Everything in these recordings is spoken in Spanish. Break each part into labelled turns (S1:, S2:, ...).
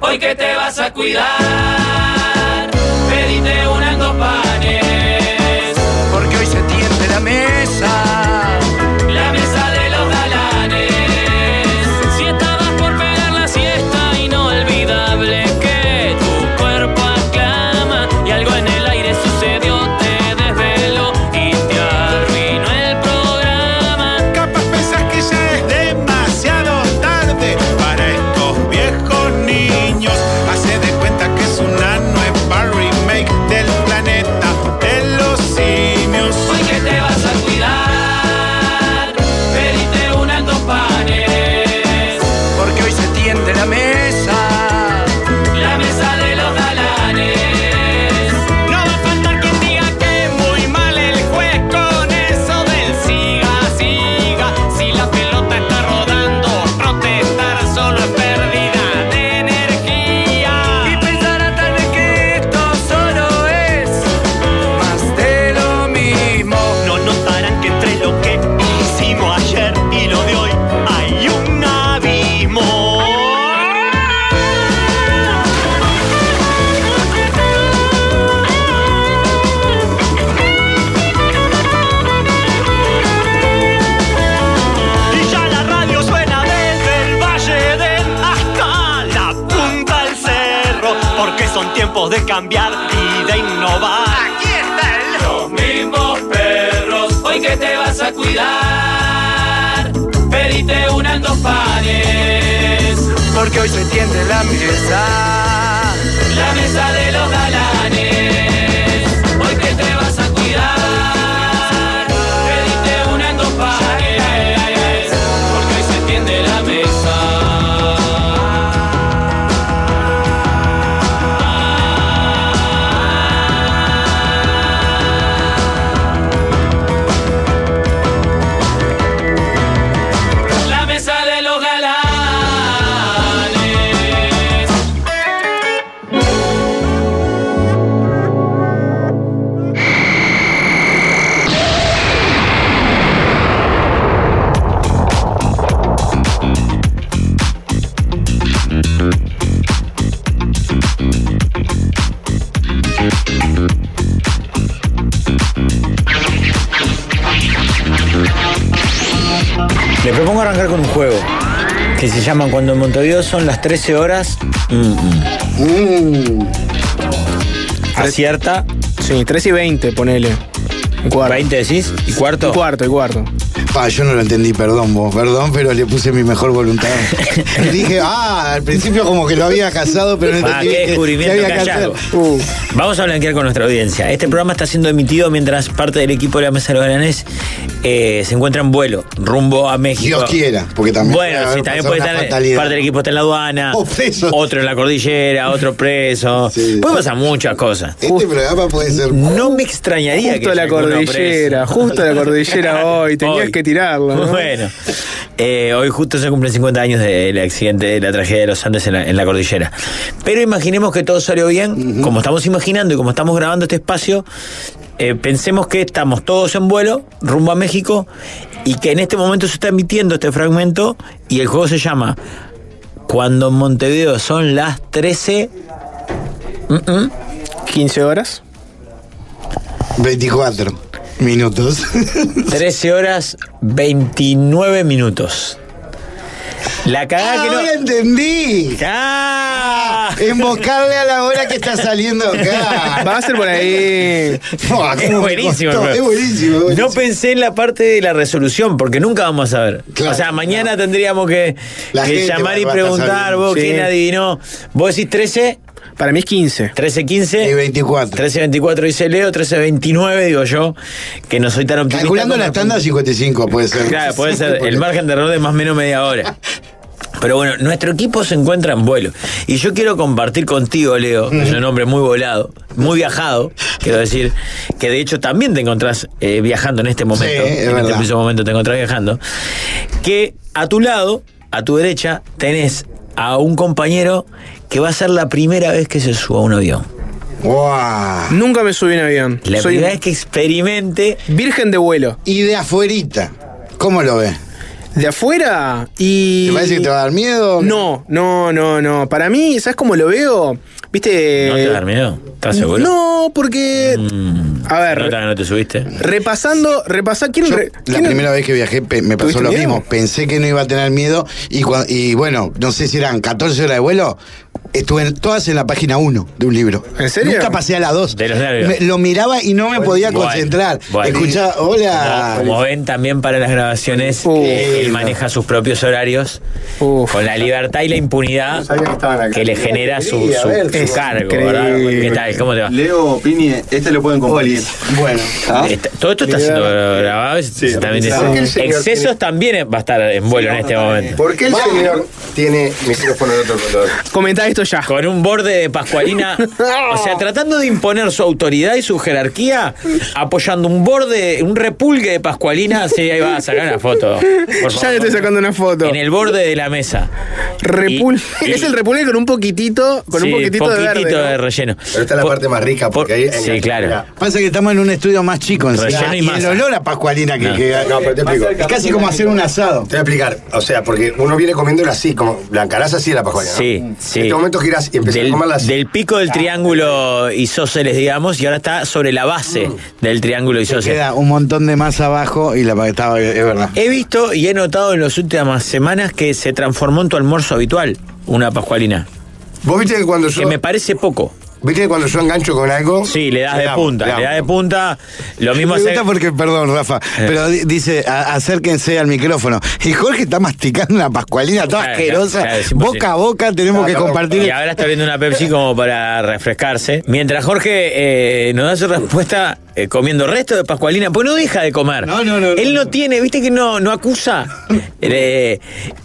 S1: hoy que te vas a cuidar, pedite una en dos panes,
S2: porque hoy se tiende la mesa.
S1: la mesa de los galanes. Si estabas por pegar la siesta, inolvidable que tu cuerpo aclama, y algo en el aire sucedió, te desveló y te arruinó el programa.
S3: Capaz pensás que ya es demasiado tarde para estos viejos niños. Hace de cuenta que es una nueva remake del planeta de los simios.
S1: Hoy que te vas a cuidar, pedite una en dos panes,
S2: Porque hoy se tiende la mesa.
S1: la mesa de los galanes. No va a faltar quien diga que muy mal el juez con eso del siga, siga. Si la pelota está rodando, protestar solo es pérdida de
S2: Y
S1: energía.
S2: pensará tal vez que esto solo es más de lo mismo.
S4: No notarán que entre lo que hicimos ayer y lo de hoy hay un abismo. Y ya la radio suena desde el Valle del hasta la punta del cerro, porque son tiempos de cambiar y de innovar.
S1: Los mismos perros, hoy que te vas a cuidar, pedite una en dos panes.
S2: Porque hoy se tiende la mesa.
S1: La mesa de los galanes, hoy que te vas a cuidar, pediste una en dos pares, porque hoy se tiende la mesa. La mesa de los galanes.
S5: Le propongo arrancar con un juego que se llama Cuando en Montevideo son las 13 horas. mm, Acierta.
S6: Sí, 3 y 20, ponele. Un cuarto.
S5: 20 decís. ¿Y cuarto?
S6: Un cuarto, el cuarto.
S7: Pa, yo no lo entendí, perdón vos, perdón, pero le puse mi mejor voluntad. Y dije, ah, al principio como que lo había casado, pero no
S5: Ah,
S7: entendí.
S5: qué
S7: que-
S5: descubrimiento,
S7: que había
S5: qué
S7: casado.
S5: hallazgo.
S7: Uh,
S5: Vamos a blanquear con nuestra audiencia. Este programa está siendo emitido mientras parte del equipo de la Mesa de los Galanes eh, se encuentra en vuelo rumbo a México.
S7: Dios quiera, porque también puede
S5: Bueno, sí,
S7: haber
S5: también
S7: pasado
S5: puede
S7: una
S5: estar.
S7: fatalidad.
S5: Parte del equipo está en la aduana.
S7: O preso.
S5: Otro en la cordillera, otro preso.
S7: Sí.
S5: Puede pasar muchas cosas.
S7: Este programa puede ser.
S5: No me extrañaría que
S6: Justo la
S5: haya alguno preso.
S6: cordillera, justo la cordillera hoy. Tenías
S5: Hoy.
S6: que tirarlo, ¿no?
S5: Bueno, eh, hoy justo se cumplen 50 años del accidente, de la tragedia de los Andes en la, en la cordillera. Pero imaginemos que todo salió bien, como estamos imaginando y como estamos grabando este espacio, eh, pensemos que estamos todos en vuelo rumbo a México y que en este momento se está emitiendo este fragmento y el juego se llama Cuando en Montevideo son las mm, 13,
S6: 15 horas.
S7: 24 minutos.
S5: 13 horas 29 minutos. La cagada que no...
S7: Ahora Ah, entendí.
S5: ¡Ah!
S7: Invocarle a la hora que está saliendo acá.
S6: Va a ser por ahí.
S7: Buah,
S5: Es
S7: cómo me
S5: buenísimo,
S7: costó.
S5: bro.
S7: Es buenísimo. es buenísimo.
S5: No pensé en la parte de la resolución, porque nunca vamos a saber.
S7: Claro,
S5: o sea, mañana
S7: claro.
S5: tendríamos que,
S7: La
S5: que
S7: gente va-
S5: llamar y
S7: va a estar
S5: preguntar,
S7: sabiendo.
S5: vos
S6: Sí.
S5: quién adivinó. Vos decís 13,
S6: Para mí es 15.
S5: 13,
S7: Y
S5: 15,
S7: 24.
S5: 13, 24 dice Leo, 13, 29 digo yo, que no soy tan optimista.
S7: Calculando
S5: como-
S7: la tanda 55 puede ser.
S5: Claro, puede ser
S7: Porque-
S5: el margen de error de más o menos media hora. Pero bueno, nuestro equipo se encuentra en vuelo. Y yo quiero compartir contigo, Leo, que es un hombre muy volado, muy viajado, quiero decir, que de hecho también te encontrás eh, viajando en este momento.
S7: Sí, es
S5: en este
S7: verdad.
S5: preciso momento te encontrás viajando. Que a tu lado, a tu derecha, tenés a un compañero que va a ser la primera vez que se suba a un avión.
S7: Guau.
S6: Nunca me subí en avión.
S5: La
S6: Soy
S5: primera vez que experimente
S6: virgen de vuelo.
S7: Y de afuerita. ¿Cómo lo ves?
S6: ¿De afuera? Y...
S7: ¿Te parece que te va a dar miedo?
S6: No, no, no, no. Para mí, ¿sabes cómo lo veo? ¿Viste? Mm,
S5: ¿No
S7: Eh,
S5: te va a dar miedo? ¿Estás seguro?
S6: No, porque...
S5: Mm.
S6: A ver,
S5: ¿Nota que no te subiste?
S6: repasando, repasar... ¿Quién,
S7: Yo,
S6: re-
S7: la
S6: quién-
S7: primera vez que viajé pe- me pasó
S6: ¿Tuviste
S7: lo
S6: miedo?
S7: mismo. Pensé que no iba a tener miedo y, cua- y bueno, no sé si eran 14 horas de vuelo. Estuve en- todas en la página 1 de un libro.
S6: ¿En serio?
S7: Nunca pasé a la 2.
S5: De los nervios.
S7: lo miraba y no me podía
S5: Bueno,
S7: concentrar.
S5: bueno.
S7: Escuchaba, hola.
S5: Como ven también para las grabaciones,
S6: Uf.
S5: eh, él maneja sus propios horarios
S6: Uf.
S5: con la libertad y la impunidad
S8: sabía que estaban acá.
S5: que le genera su,
S7: Quería
S5: su-
S7: ver,
S5: su
S7: es
S5: cargo.
S6: increíble.
S5: ¿verdad? ¿Qué tal? ¿Cómo te va?
S8: Leo, Piñe, este lo pueden compartir.
S7: Bueno,
S8: ¿Ah?
S5: Está- todo esto está siendo grabado. es-
S8: Sí,
S5: también
S8: sí.
S5: es-
S8: ¿Por qué el
S5: excesos también va a estar en vuelo en este momento.
S8: ¿Por qué el señor tiene micrófono de otro color?
S6: Comentá esto ya.
S5: Con un borde de Pascualina, o sea, tratando de imponer su autoridad y su jerarquía, apoyando un borde, un repulgue de Pascualina, sí, ahí va a sacar una foto.
S6: Ya
S5: por favor.
S6: le estoy sacando una foto.
S5: En el borde de la mesa.
S6: Repul-
S5: y-
S6: es el repulgue con un poquitito, con
S5: Sí,
S6: un poquitito de verde.
S5: poquitito
S6: ¿no?
S5: de relleno.
S8: Pero esta es la
S5: Por-
S8: parte más rica, porque ahí.
S5: por- sí, claro.
S7: pasa que estamos en un estudio más chico en
S5: Relleno y
S7: y el
S5: masa.
S7: olor a Pascualina que, que-
S8: No, pero te explico.
S7: es casi como hacer un asado.
S8: Te voy a explicar, o sea, porque uno viene comiéndola así, como la encarás así de la pascualina. ¿no?
S5: Sí, sí.
S8: En este momento girás y empezás
S5: del,
S8: a Ah. comerla así.
S5: del pico del triángulo isósceles, digamos, y ahora está sobre la base
S8: Mm.
S5: del triángulo isósceles.
S7: Queda un montón de más abajo y la pa- estaba, es verdad.
S5: He visto y he notado en las últimas semanas que se transformó en tu almuerzo habitual una pascualina.
S8: Vos viste que cuando yo.
S5: Que me parece poco.
S8: ¿Viste que cuando yo engancho con algo?
S5: Sí, le das de
S8: amo,
S5: punta,
S8: amo.
S5: le das de punta. Lo mismo Eh.
S7: Me
S5: hace-
S7: gusta porque, perdón, Rafa, pero di- dice, a- acérquense al micrófono. Y Jorge está masticando una pascualina toda
S5: Claro,
S7: asquerosa.
S5: claro, es imposible.
S7: boca a boca tenemos que compartir.
S5: Y ahora está abriendo una Pepsi como para refrescarse. Mientras Jorge eh, nos da su respuesta eh, comiendo resto de Pascualina, pues no deja de comer.
S7: No, no, no,
S5: Él no,
S7: no.
S5: tiene, viste que no, no acusa. Eh,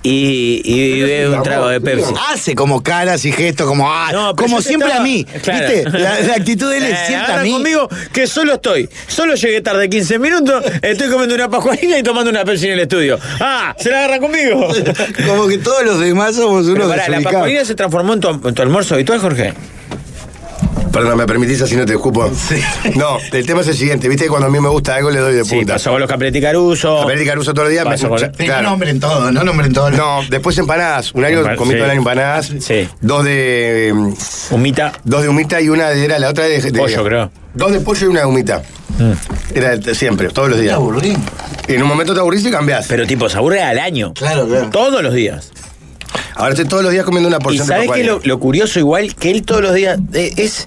S5: y, y bebe un trago de Pepsi.
S7: Hace como caras y gestos, como ah,
S5: No, pero
S7: como
S5: yo te
S7: siempre
S5: estaba-
S7: a mí.
S5: Claro.
S7: ¿Viste? La, la actitud de él es
S5: Eh,
S7: siempre
S5: ahora
S7: a mí.
S5: conmigo que solo estoy. Solo llegué tarde 15 minutos, estoy comiendo una pascualina y tomando una Pepsi en el estudio. ¡Ah! ¡Se la agarra conmigo!
S7: Como que todos los demás somos
S5: Pero
S7: unos
S5: pará, la
S7: desubicados.
S5: pascualina se transformó en tu, en tu almuerzo habitual, Jorge.
S8: Perdón, ¿me permitís así no te escupo? No, el tema es el siguiente. ¿Viste que cuando a mí me gusta algo le doy de
S5: Sí,
S8: punta?
S5: pasó con los Capretti Caruso.
S8: A ver, Caruso todos los días. me-
S5: Pasó con-
S7: Sí,
S8: claro.
S7: No nombren todo, no nombren todo.
S8: No, después empanadas. Un año
S5: Empan-
S8: comí
S5: sí.
S8: todo el año empanadas.
S5: Sí.
S8: Dos de. mm,
S5: Humita.
S8: Dos de humita y una de, era la otra de, de-
S5: Pollo, creo.
S8: Dos de pollo y una de humita. Era de- siempre, todos los días. Y en un momento te aburrís y cambiás.
S5: Pero tipo, se aburre al año.
S7: Claro, claro.
S5: Todos los días.
S8: Ahora estoy todos los días comiendo una
S5: y
S8: porción de
S5: sabes que
S8: paparia.
S5: lo, lo curioso igual, que él todos los días eh, es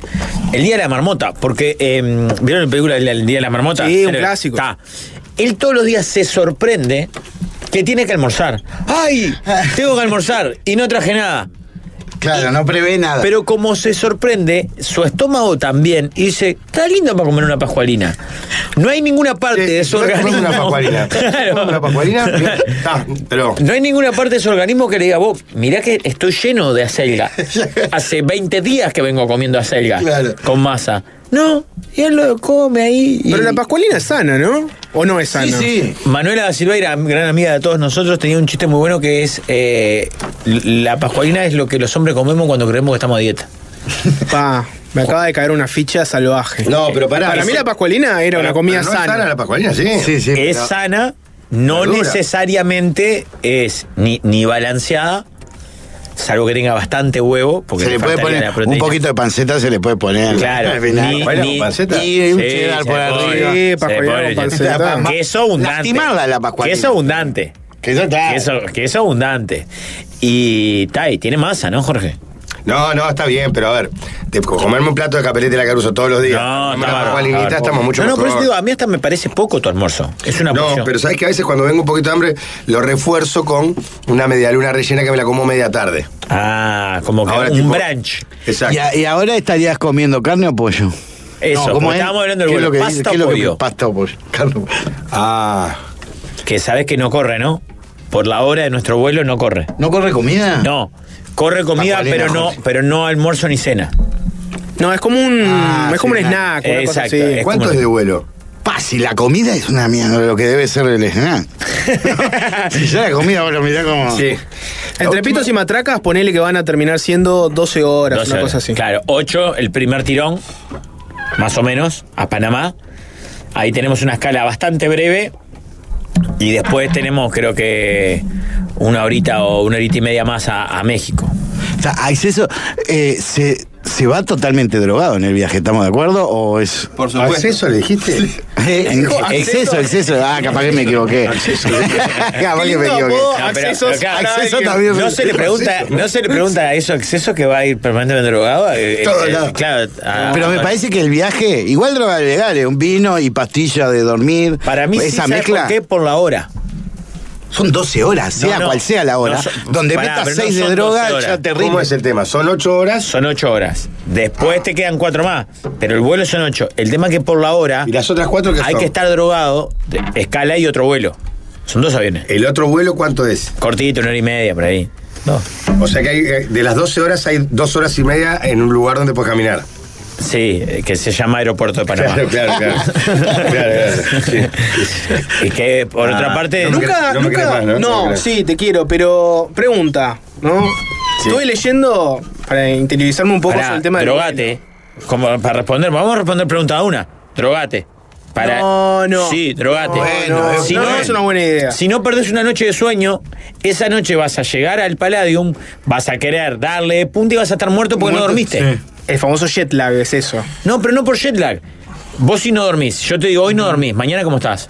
S5: el Día de la Marmota. Porque, eh, ¿vieron la película El el Día de la Marmota?
S6: Sí, un
S5: Pero,
S6: clásico.
S5: ta. Él todos los días se sorprende que tiene que almorzar. ¡Ay! Tengo que almorzar y no traje nada.
S7: Claro, no prevé nada.
S5: Pero como se sorprende, su estómago también y dice, está lindo para comer una pascualina. No hay ninguna parte
S8: Sí,
S5: de su
S8: yo como
S5: organismo.
S8: una pascualina.
S5: Claro.
S8: Como Una pascualina. Está, pero.
S5: No hay ninguna parte de su organismo que le diga, vos, mirá que estoy lleno de acelga. Hace 20 días que vengo comiendo acelga
S7: Claro.
S5: con masa. No, y él lo come ahí. y-
S6: Pero la pascualina es sana, ¿no? ¿O no es sana?
S7: sí, sí.
S5: Manuela Silveira, gran amiga de todos nosotros, tenía un chiste muy bueno que es, eh, la pascualina es lo que los hombres comemos cuando creemos que estamos a dieta.
S6: Pa, me acaba de caer una ficha salvaje.
S8: No, pero pará.
S6: Para mí la pascualina era una comida
S8: Pero no es
S6: sana.
S8: la pascualina, sí.
S7: Sí, sí,
S5: es
S7: pero-
S5: sana, no
S8: Verdura.
S5: necesariamente es ni, ni balanceada, salvo que tenga bastante huevo, porque
S7: se le puede
S5: faltaría
S7: poner
S5: la
S7: un
S5: proteína.
S7: poquito de panceta, se le puede poner.
S5: Claro.
S7: Al final.
S5: Ni-
S8: bueno,
S5: ni-
S8: panceta.
S7: Y un
S5: Sí,
S7: cheddar
S5: se
S7: por
S5: pone.
S7: arriba.
S6: Sí,
S5: Se
S6: pascualina
S5: pone,
S6: con
S5: se-
S6: panceta.
S7: Ma-
S5: Queso abundante.
S7: Lastimarla la pascualina.
S5: Queso abundante.
S7: Que eso, claro.
S5: Queso, queso abundante. Y Tai, tiene masa, ¿no, Jorge?
S8: No, no, está bien, pero a ver. te- comerme un plato de capelete la caruso todos los días.
S5: No,
S8: Una
S5: está bárbaro,
S8: pascualinita,
S5: está bárbaro.
S8: estamos mucho
S5: No, no, por
S8: mejor.
S5: eso te digo, a mí hasta me parece poco tu almuerzo. Es una
S8: No,
S5: porción.
S8: pero sabes que a veces cuando vengo un poquito de hambre lo refuerzo con una medialuna rellena que me la como media tarde.
S5: Ah, como que
S8: Ahora,
S5: un
S8: tipo-
S5: brunch.
S8: Exacto.
S7: Y, a- y ahora estarías comiendo carne o pollo.
S5: Eso,
S7: No,
S5: como
S7: es?
S5: estábamos hablando del
S7: ¿Qué es
S5: vuelo,
S7: lo que dice?
S5: pasta
S7: ¿Qué es
S5: o
S7: lo que-
S5: pollo.
S7: Pasta o pollo. Carne o pollo.
S8: Ah,
S5: Que sabes que no corre, ¿no? Por la hora de nuestro vuelo no corre.
S7: ¿No corre comida?
S5: No, corre comida,
S7: Pascualina,
S5: pero no,
S7: Jorge.
S5: pero no almuerzo ni cena.
S6: No, es como un.
S7: Ah,
S6: es como
S7: sí,
S6: un snack, una cosa
S5: Exacto,
S6: así.
S5: es
S8: ¿cuánto
S5: como-
S8: es de vuelo?
S7: Pa, si la comida es una mierda, lo que debe ser el snack. si ya la comida, ahora mirá como.
S6: Entre pitos y matracas, ponele que van a terminar siendo 12 horas,
S5: 12
S6: una
S5: horas.
S6: cosa así.
S5: Claro, 8, el primer tirón, más o menos, a Panamá. Ahí tenemos una escala bastante breve. Y después tenemos, creo que, una horita o una horita y media más a, a México.
S7: O sea, acceso. ah, eh, se, se va totalmente drogado en el viaje, ¿estamos de acuerdo? ¿O es.?
S9: Por supuesto.
S8: ¿Acceso le dijiste?
S7: Eh, en-
S9: Acceso.
S7: exceso, exceso. Ah, capaz que me equivoqué. capaz que me equivoqué.
S5: No, pero- pero claro,
S7: acceso también.
S5: No se le pregunta, no se le pregunta a eso acceso que va a ir permanentemente drogado. eh, eh,
S7: Todo
S5: eh,
S7: lado.
S5: claro, a-
S7: Pero me
S5: a-
S7: parece que el viaje, igual droga legal, es un vino y pastilla de dormir.
S5: Para mí sí,
S7: esa
S5: ¿sabe
S7: mezcla
S5: por qué? Por la hora.
S7: son 12 horas, sea
S5: no,
S7: cual sea la hora.
S5: no son-
S7: donde
S5: pará,
S7: metas
S5: pero no
S7: 6 de
S5: son 12
S7: droga,
S5: horas.
S7: ya te
S8: ¿Cómo
S7: rindes.
S8: es el tema? ¿Son ocho horas?
S5: Son ocho horas. Después te quedan cuatro más. Pero el vuelo son ocho. El tema es que por la hora
S8: ¿Y las otras cuatro que
S5: hay
S8: son?
S5: que estar drogado, de- escala y otro vuelo. Son dos aviones.
S8: ¿El otro vuelo cuánto es?
S5: Cortito, una hora y media por ahí. No.
S8: O sea que hay, eh, de las 12 horas hay dos horas y media en un lugar donde puedes caminar.
S5: Sí, eh, que se llama Aeropuerto de Panamá.
S8: claro, claro.
S7: Ah,
S8: claro, claro, sí.
S5: Y que por
S8: Ah,
S5: otra parte.
S8: no me
S6: Nunca,
S8: querés- no me
S6: nunca.
S8: querés más, ¿no?
S6: no,
S8: No me querés.
S6: sí, te quiero, pero pregunta, ¿no? Estuve leyendo para interiorizarme un poco
S5: Pará,
S6: sobre el tema del
S5: drogate. Como para responder, vamos a responder pregunta a una. Drogate. Para,
S6: No, no.
S5: Sí, drogate.
S6: No, no,
S5: si
S6: no, no es una buena idea.
S5: Si no perdés una noche de sueño, esa noche vas a llegar al Palladium, vas a querer darle punta y vas a estar muerto porque no dormiste.
S6: El famoso jet lag es eso.
S5: No, pero no por jet lag. Vos si no dormís, yo te digo, hoy no dormís, mañana cómo estás.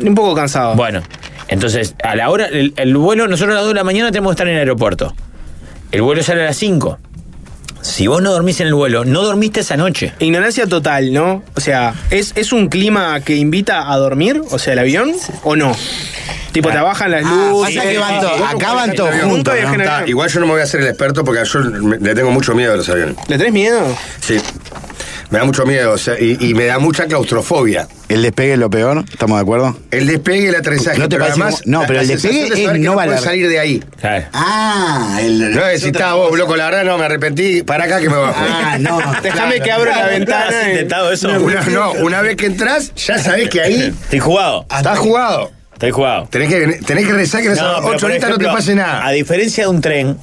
S6: Un poco cansado.
S5: Bueno, entonces, a la hora, el, el vuelo, nosotros a las 2 de la mañana tenemos que estar en el aeropuerto. El vuelo sale a las 5. Si vos no dormís en el vuelo, no dormiste esa noche.
S6: Ignorancia total, ¿no? O sea, ¿es, ¿es un clima que invita a dormir? O sea, el avión, ¿o no? Tipo,
S5: Ah.
S6: te bajan las
S7: Ah,
S6: luces.
S7: pasa que van todos- acá van todos
S6: avión.
S7: juntos.
S6: Juntos
S7: ¿no?
S6: viajan
S8: Está, igual yo no me voy a hacer el experto porque yo me- le tengo mucho miedo a los aviones.
S6: ¿Le tenés miedo?
S8: Sí. Me da mucho miedo o sea, y, y me da mucha claustrofobia.
S7: El despegue es lo peor, ¿estamos de acuerdo?
S8: El despegue y el aterrizaje.
S7: ¿No te
S8: pero
S7: parece
S8: además,
S7: como- no, pero el
S8: sensación
S7: despegue
S8: de saber
S7: es
S8: que
S7: no
S8: no
S7: valer.
S8: puedes salir de ahí.
S5: Claro.
S7: Ah, el.
S8: No, si está vos, loco, la verdad no, me arrepentí. Para acá que me bajo.
S7: Ah, no.
S6: Déjame que abro la
S5: ¿Has
S6: ventana. y-
S5: intentado eso?
S8: Una, no, una vez que entras, ya sabés que ahí
S5: Estoy jugado,
S8: estás jugado.
S5: estoy jugado.
S8: Tenés que, tenés que rezar que en esas
S5: No, pero,
S8: ocho
S5: por
S8: horitas no te
S5: ejemplo,
S8: pase nada.
S5: A diferencia de un tren,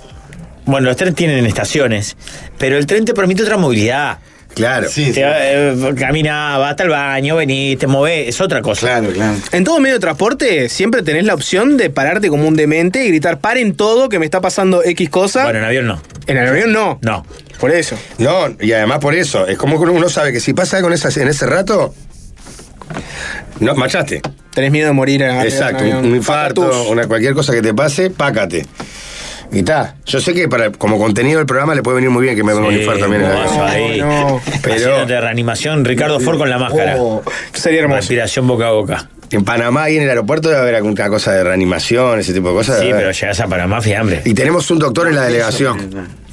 S5: bueno, los trenes tienen estaciones, pero el tren te permite otra movilidad.
S8: Claro.
S7: Sí, sí.
S5: Te, eh, caminá, vas hasta el baño, venís, te movés, es otra cosa.
S7: Claro, claro.
S6: En todo medio de transporte siempre tenés la opción de pararte como un demente y gritar, paren todo, que me está pasando X cosa.
S5: Bueno, en avión no.
S6: en el avión no.
S5: No.
S6: Por eso.
S8: No, y además por eso, es como que uno sabe que si pasa algo en, esas- en ese rato, no, machaste.
S6: Tenés miedo de morir. arriba de un
S8: Exacto, un,
S6: avión.
S8: un infarto,
S6: Patatús.
S8: una, cualquier cosa que te pase, pácate. Y está. Yo sé que para, como contenido del programa le puede venir muy bien que me venga un
S5: Sí,
S8: infarto también. en la-
S5: vos ahí.
S6: no.
S8: Pero-
S5: Haciéndote de reanimación, Ricardo Ford con la máscara.
S6: Oh, sería hermoso.
S5: Respiración boca a boca.
S8: En Panamá y en el aeropuerto debe haber alguna cosa de reanimación, ese tipo de cosas.
S5: Sí,
S8: debe
S5: pero
S8: haber.
S5: llegás a Panamá, fiambre.
S8: Y tenemos un doctor en la delegación,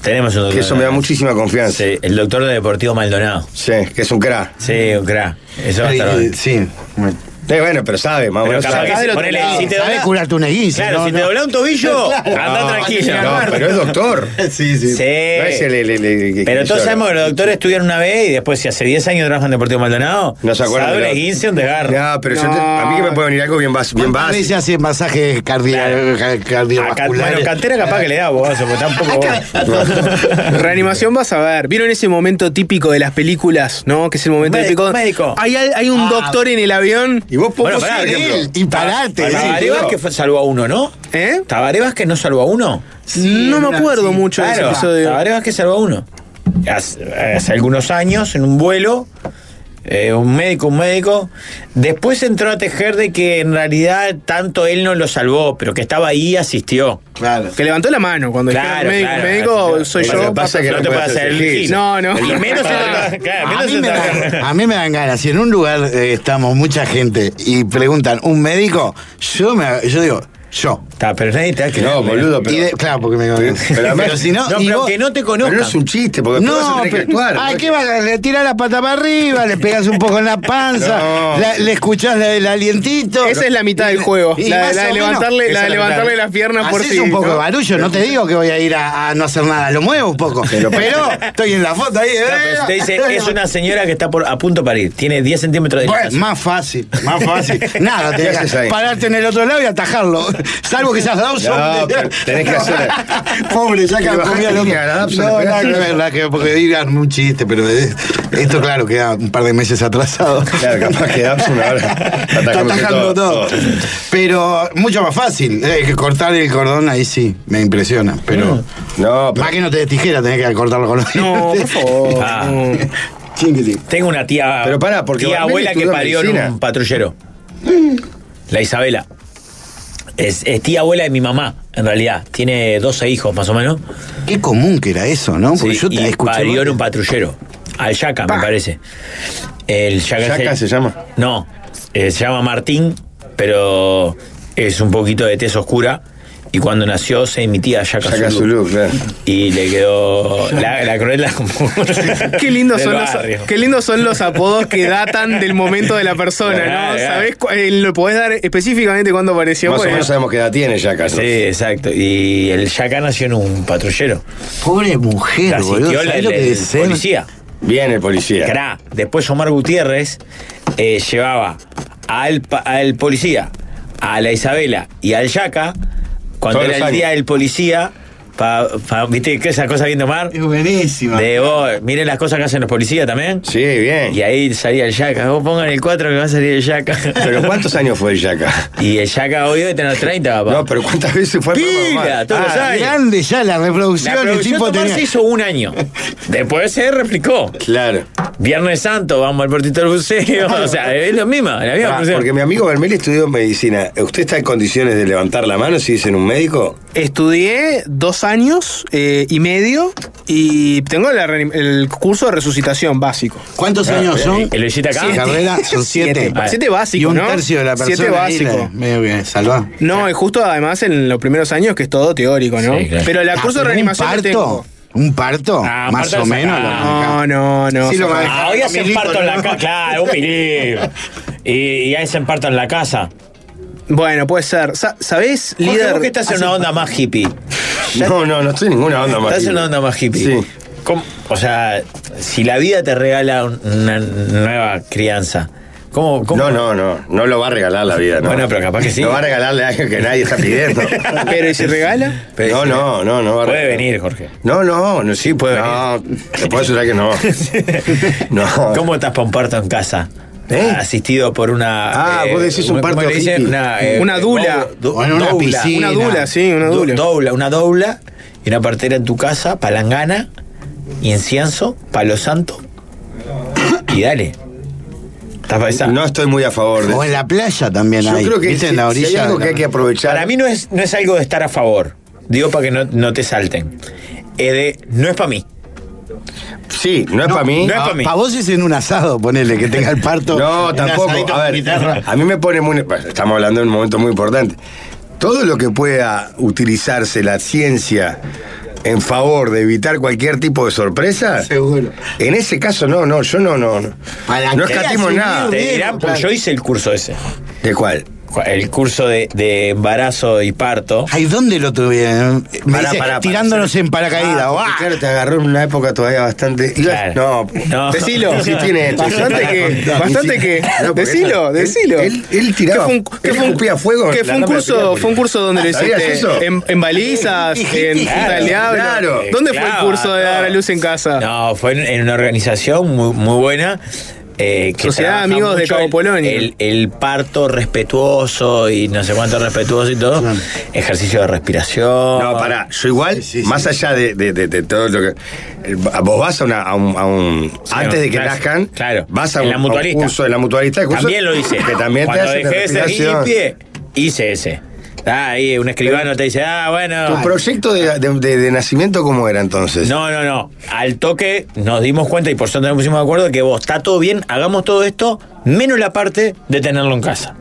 S5: Tenemos un doctor.
S8: que eso me da muchísima confianza.
S5: Sí, el doctor de Deportivo Maldonado.
S8: Sí, que es un crack.
S5: Sí, un crack. Eso va a estar
S7: Eh,
S5: bueno.
S7: Sí. bueno.
S8: Eh, bueno, pero sabe, más o
S5: Pero
S8: menos
S5: capaz
S8: sabe.
S5: que
S6: del
S5: si,
S6: otro
S5: ponele,
S6: lado.
S5: si te
S7: Sabés
S5: dobla-
S7: curarte una guisa.
S5: Claro,
S7: ¿no?
S5: si te
S7: No.
S5: dobla un tobillo, anda
S8: No,
S5: tranquilo.
S8: No, pero es doctor.
S7: Sí, sí.
S5: Sí.
S8: No es el- el- el- el-
S5: Pero todos
S8: el-
S5: sabemos que los doctores estudian una vez y después, si hace 10 años trabajan en Deportivo Maldonado,
S8: No se acuerdan
S5: sabe
S8: de
S5: el
S8: lo-
S5: esguince, un desgarro.
S8: No, pero yo te- a mí que me puede venir algo bien, bas, bien
S7: A
S8: básico.
S7: veces hace masajes cardia- ca-
S5: A Cat- bueno,
S7: cardiovasculares.
S5: cantera capaz que le da vos, porque tampoco vos.
S6: Reanimación vas a ver. ¿Vieron ese momento típico de las películas, no? Que es el momento
S5: Médico,
S6: típico.
S5: médico.
S6: Hay, hay- hay un doctor en el avión.
S8: Y vos
S5: Bueno,
S8: podés
S5: pará,
S8: ser
S5: por ejemplo.
S8: él.
S7: Y parate.
S8: Pará,
S7: sí.
S5: Tabaré Vázquez fue- salvó a uno, ¿no?
S6: ¿Eh?
S5: ¿Tabaré Vázquez no salvó a uno?
S6: no me acuerdo mucho de ese
S5: Claro,
S6: episodio.
S5: Tabaré Vázquez salvó a uno. Hace, hace algunos años, en un vuelo, eh, un médico, un médico. Después entró a tejer de que en realidad tanto él no lo salvó, pero que estaba ahí y asistió.
S7: Claro.
S6: Que levantó la mano cuando
S5: Claro,
S6: dijeron
S5: claro,
S6: médico, médico,
S5: claro.
S6: soy
S8: Lo
S6: yo.
S8: que pasa es que
S5: no
S8: no
S5: te
S8: puede
S5: puedes hacer
S8: hacer
S5: el
S8: el
S5: gil.
S8: gil.
S6: No, no.
S5: Y menos en- claro,
S7: A
S5: menos
S7: mí,
S5: en-
S7: me dan, a mí me dan ganas, si en un lugar eh, estamos mucha gente y preguntan, ¿un médico? Yo me yo digo, yo.
S5: Está, pero nadie te va a creer.
S8: No, boludo, pero.
S7: Y de- claro, porque me
S8: pero- pero además-
S7: si no,
S5: No,
S7: y
S5: pero
S7: vos-
S5: que no te
S8: pero no es
S5: conozcan.
S8: un chiste, porque no, vas a
S7: No,
S8: tener
S7: pero,
S8: que actuar. pues.
S7: ay,
S8: ¿no?
S7: ¿qué vas? Le tirás la pata para arriba, le pegas un poco en la panza,
S8: No.
S7: la- le escuchás la- el alientito.
S6: Esa es la mitad del juego.
S7: Y
S6: La,
S7: más
S6: la
S7: o
S6: de
S7: menos,
S6: levantarle,
S8: esa
S6: la de
S8: es la
S6: levantarle
S8: mitad.
S6: las piernas por
S7: Haces
S6: sí.
S7: un poco
S6: ¿no?
S7: de barullo, no te digo que voy a ir a, a no hacer nada, lo muevo un poco. Pero, estoy en la foto ahí. eh.
S5: No, pero si te dice, es una señora que está por, a punto de parir, tiene 10 centímetros de
S7: Bueno,
S5: distancia.
S7: más fácil, más fácil. Nada,
S8: ¿Qué
S7: tenés
S8: haces
S7: que
S8: ahí?
S7: pararte en el otro lado y atajarlo. Salvo que seas Dawson.
S8: No, pero tenés que hacer-
S7: Pobre, ya
S8: Le
S7: que
S8: bajaste
S7: comía loco.
S8: línea a Dawson,
S7: No,
S8: le
S7: nada que
S8: pegaste.
S7: ver, nada que ver, porque digan un chiste, pero es- esto, claro, queda un par de meses atrasado.
S8: Claro, capaz que Dawson ahora está
S7: Está
S8: atajando
S7: atajando todo.
S8: todo.
S7: Pero mucho más fácil. eh, que cortar el cordón ahí sí, me impresiona. Pero.
S8: No, pero
S7: Más que no te des tijera, tenés que cortarlo con los
S6: No, por
S7: dientes.
S6: favor.
S5: Ah.
S6: no.
S7: Chinguitín.
S5: Tengo una tía.
S8: Pero pará, porque
S5: tía
S8: Barbieri
S5: abuela que
S8: estudió
S5: parió en
S8: medicina.
S5: un patrullero. La Isabela. Es, es tía abuela de mi mamá, en realidad. Tiene 12 hijos más o menos.
S7: Qué común que era eso, ¿no? Porque
S5: Sí,
S7: yo te
S5: y
S7: escuché.
S5: parió en un patrullero. Al Yaca, me parece. El Yaca,
S8: Yaca se llama.
S5: No, eh, se llama Martín, pero es un poquito de tez oscura. Y cuando nació se emitía Yaca,
S8: saca
S5: Zulu.
S8: su look, claro.
S5: Y le quedó la, la cruela como...
S6: Qué lindos,
S5: del
S6: son los,
S5: barrio.
S6: qué lindos son los apodos que datan del momento de la persona,
S5: Claro,
S6: ¿no?
S5: claro.
S6: ¿Sabés? cu- eh, ¿Lo podés dar específicamente cuándo apareció? pues, eh.
S8: Más o
S6: Porque-
S8: menos sabemos qué edad tiene ya casi.
S5: Sí, exacto. Y el Yaca nació en un patrullero.
S7: Pobre mujer,
S5: La
S7: boludo.
S5: asistió la-
S7: ¿sabés
S5: el,
S7: lo que
S5: el
S7: desen-
S5: policía.
S8: Bien el policía.
S5: Cra. Después Omar Gutiérrez eh, llevaba al, pa- al policía, a la Isabela y al Yaca cuando
S8: Todos
S5: era el
S8: los
S5: día
S8: años.
S5: del policía. pa- pa- ¿Viste que esa cosa viendo Omar?
S7: Es buenísima.
S5: De vos, miren las cosas que hacen los policías también.
S8: Sí, bien.
S5: Y ahí salía el Yaca. Vos pongan el 4 que va a salir el Yaca.
S8: ¿Pero cuántos años fue el Yaca?
S5: y el Yaca hoy debe tener 30, papá.
S8: No, pero ¿cuántas veces fue
S5: Pila, todos los
S7: Ah,
S5: años.
S7: grande ya la reproducción.
S5: La
S7: el
S5: producción
S7: tipo
S5: Tomás
S7: tenía.
S5: se hizo un año. Después se replicó.
S8: Claro.
S5: Viernes Santo, vamos al portito del buceo. O sea, es lo mismo, la misma
S8: Ah,
S5: producción.
S8: porque mi amigo Bermel estudió medicina. ¿Usted está en condiciones de levantar la mano si dicen un médico?
S6: Estudié dos años eh, y medio y tengo la reanim- el curso de resucitación básico.
S7: ¿Cuántos años son?
S5: ¿El Luisita acá?
S7: Sí, carrera son siete.
S5: Vale.
S6: Siete básicos,
S7: Y un
S6: ¿no?
S7: tercio de la persona.
S6: Siete
S7: ahí la-
S6: básico.
S7: Medio que salvá.
S6: No, y justo además en los primeros años que es todo teórico, ¿no?
S5: Sí, claro.
S6: Pero la
S7: Ah,
S6: curso de
S7: pero
S6: reanimación
S7: ¿Un
S6: lo
S7: parto?
S6: tengo.
S7: ¿Un parto?
S5: Ah,
S7: Más
S5: parto
S7: o
S5: de
S7: menos.
S5: sacar.
S6: No, no, no.
S7: Sí, lo
S6: sacá.
S7: manejé.
S5: Ah, hoy hacen
S7: Milico,
S5: parto en la
S7: ¿no?
S5: casa. Claro, un peligro. Y, y hacen parto en la casa.
S6: Bueno, puede ser. Sa- ¿Sabés,
S5: Jorge,
S6: líder?
S5: vos que estás en una onda más hippie.
S8: No, no, no estoy en ninguna onda más.
S5: Estás en una onda más hippie.
S8: Sí.
S5: ¿Cómo? O sea, si la vida te regala un- una nueva crianza, ¿cómo? cómo?
S8: No, no, no. No lo va a regalar la vida, ¿no?
S5: Bueno, pero capaz que sí.
S8: No va a regalarle algo que nadie está pidiendo.
S6: Pero ¿y si regala?
S5: Pero-
S8: no, no, no, no va a
S5: Puede
S8: regalar.
S5: venir, Jorge.
S8: No, no, no, sí puede
S5: No,
S8: venir. No, te puedo asegurar que no. No.
S5: ¿Cómo estás para un parto en casa?
S8: ¿Eh?
S5: Asistido por una. eh,
S8: Ah, vos decís un
S5: ¿cómo
S8: parto
S5: le dicen?
S8: hippie. Eh,
S5: Una, eh,
S6: Una dula.
S5: dou-
S7: O en una
S5: doula.
S7: piscina.
S6: Una dula, sí, una
S5: Do-
S6: dula.
S5: doula, una doula y una partera en tu casa, palangana, incienso, palo santo. Y dale. ¿Estás para esa?
S8: No estoy muy a favor de
S7: O en la playa también
S8: Yo
S7: hay.
S8: creo que
S7: ¿Viste?
S8: si-
S7: en la
S8: si
S7: orilla.
S8: hay algo que hay que aprovechar.
S5: Para mí no es, no es algo de estar a favor. Digo para que no, no te salten. Es de, no es para mí.
S8: Sí, no es para mí.
S5: no es pa' mí.
S7: Para vos es en un asado, ponele, que tenga el parto.
S8: No,
S7: Un
S8: tampoco.
S7: asadito
S8: A
S7: con
S8: ver,
S7: guitarra.
S8: a mí me pone muy. bueno, Estamos hablando de un momento muy importante. Todo lo que pueda utilizarse la ciencia en favor de evitar cualquier tipo de sorpresa.
S7: Seguro.
S8: En ese caso, no, no, yo no, no. No,
S7: ¿Para
S8: no
S7: qué
S8: escatimo
S7: asumir
S8: nada.
S5: Te dirán, pues yo hice el curso ese.
S8: ¿De cuál?
S5: El curso de, de embarazo y parto.
S7: Ay, ¿dónde lo tuvieron? Me
S8: Pará, pará,
S7: dice,
S8: pará.
S7: tirándonos en paracaídas.
S8: Ah, porque,
S7: ¡guau!
S8: claro, te agarró en una época todavía bastante. Ibas-
S5: Claro.
S8: No,
S5: No.
S8: decilo. Sí tiene esto.
S6: Bastante que,
S8: No,
S6: bastante
S8: sí.
S6: que,
S8: No, porque
S6: decilo,
S8: él-
S6: decilo.
S8: Él, él tiraba.
S6: ¿Qué fue un, qué
S8: él
S6: fue un-
S8: escupía fuego.
S6: que
S8: la
S6: fue un
S8: lámpara tenía
S6: curso, fue un curso donde lo
S8: ¿Sabías
S6: hiciste
S8: eso?
S6: en, en balizas, en Punta del Diablo.
S8: Claro.
S6: ¿Dónde
S5: Te
S6: fue el
S5: clava,
S6: curso de
S5: no.
S6: dar a luz en casa?
S5: No, fue en, en una organización muy, muy buena. eh, que
S6: Sociedad de
S5: trabaja
S6: Amigos de
S5: mucho
S6: Cabo
S5: el-
S6: Polonio.
S5: El, el parto respetuoso y no sé cuánto respetuoso y todo. Ejercicio de respiración.
S8: No, pará, Ah, yo igual, más allá de, de- de- de todo lo que. el- Vos vas a, una- a un. a un- antes de que
S5: claro,
S8: nazcan,
S5: claro.
S8: vas a
S5: En
S8: un,
S5: la
S8: a un
S5: mutualista.
S8: curso de la mutualista. el curso
S5: También lo hice.
S8: Que también
S5: Cuando
S8: te hacen
S5: dejé de ser
S8: respiración.
S5: hippie, hice ese. Ah, ahí un escribano te dice, ah, bueno.
S8: ¿Tu proyecto de, de- de- de nacimiento cómo era entonces?
S5: No, no, no. Al toque nos dimos cuenta y por suerte nos pusimos de acuerdo que vos, está todo bien, hagamos todo esto, menos la parte de tenerlo en casa.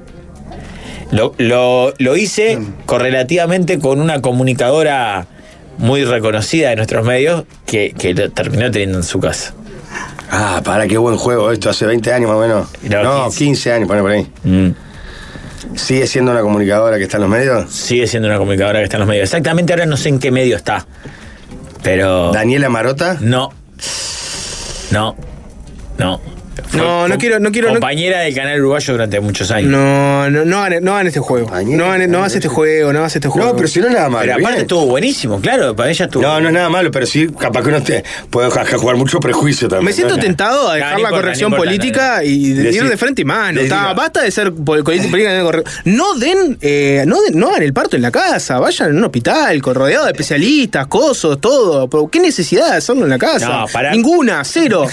S5: Lo, lo- lo hice correlativamente con una comunicadora muy reconocida de nuestros medios que, que lo terminó teniendo en su casa.
S8: Ah, para qué buen juego esto, hace 20 años más o menos.
S5: No,
S8: No, Mm. 15,
S5: 15.
S8: años, pone por ahí. ¿Sigue siendo una comunicadora que está en los medios?
S5: Sigue siendo una comunicadora que está en los medios. Exactamente ahora no sé en qué medio está. Pero.
S8: ¿Daniela Marota?
S5: No. No. No.
S6: No, no quiero, no quiero. No,
S5: Compañera del canal uruguayo durante muchos años.
S6: no, no, no, hagan, no hagan este juego.
S8: Compañero,
S6: No hagan, no hagas este juego, no hagas este juego.
S8: No, pero si no nada malo.
S5: Pero aparte
S8: bien.
S5: estuvo buenísimo, claro, para ella estuvo.
S8: No, no es nada malo, pero sí, capaz que uno te puede ja- ja- jugar mucho prejuicio también.
S6: Me siento
S8: ¿no?
S6: tentado a
S5: No,
S6: dejar
S5: no
S6: la
S5: importa,
S6: corrección
S5: no importa,
S6: política y de-
S8: Decí-
S6: ir de frente y mano.
S8: decí-
S6: está, basta de ser pol- este política política corre- No den, eh, no den, no hagan el parto en la casa, vayan en un hospital, con- rodeado de especialistas, cosos, todo. Pero, ¿Qué necesidad de hacerlo en la casa?
S5: No, pará.
S6: Ninguna, cero.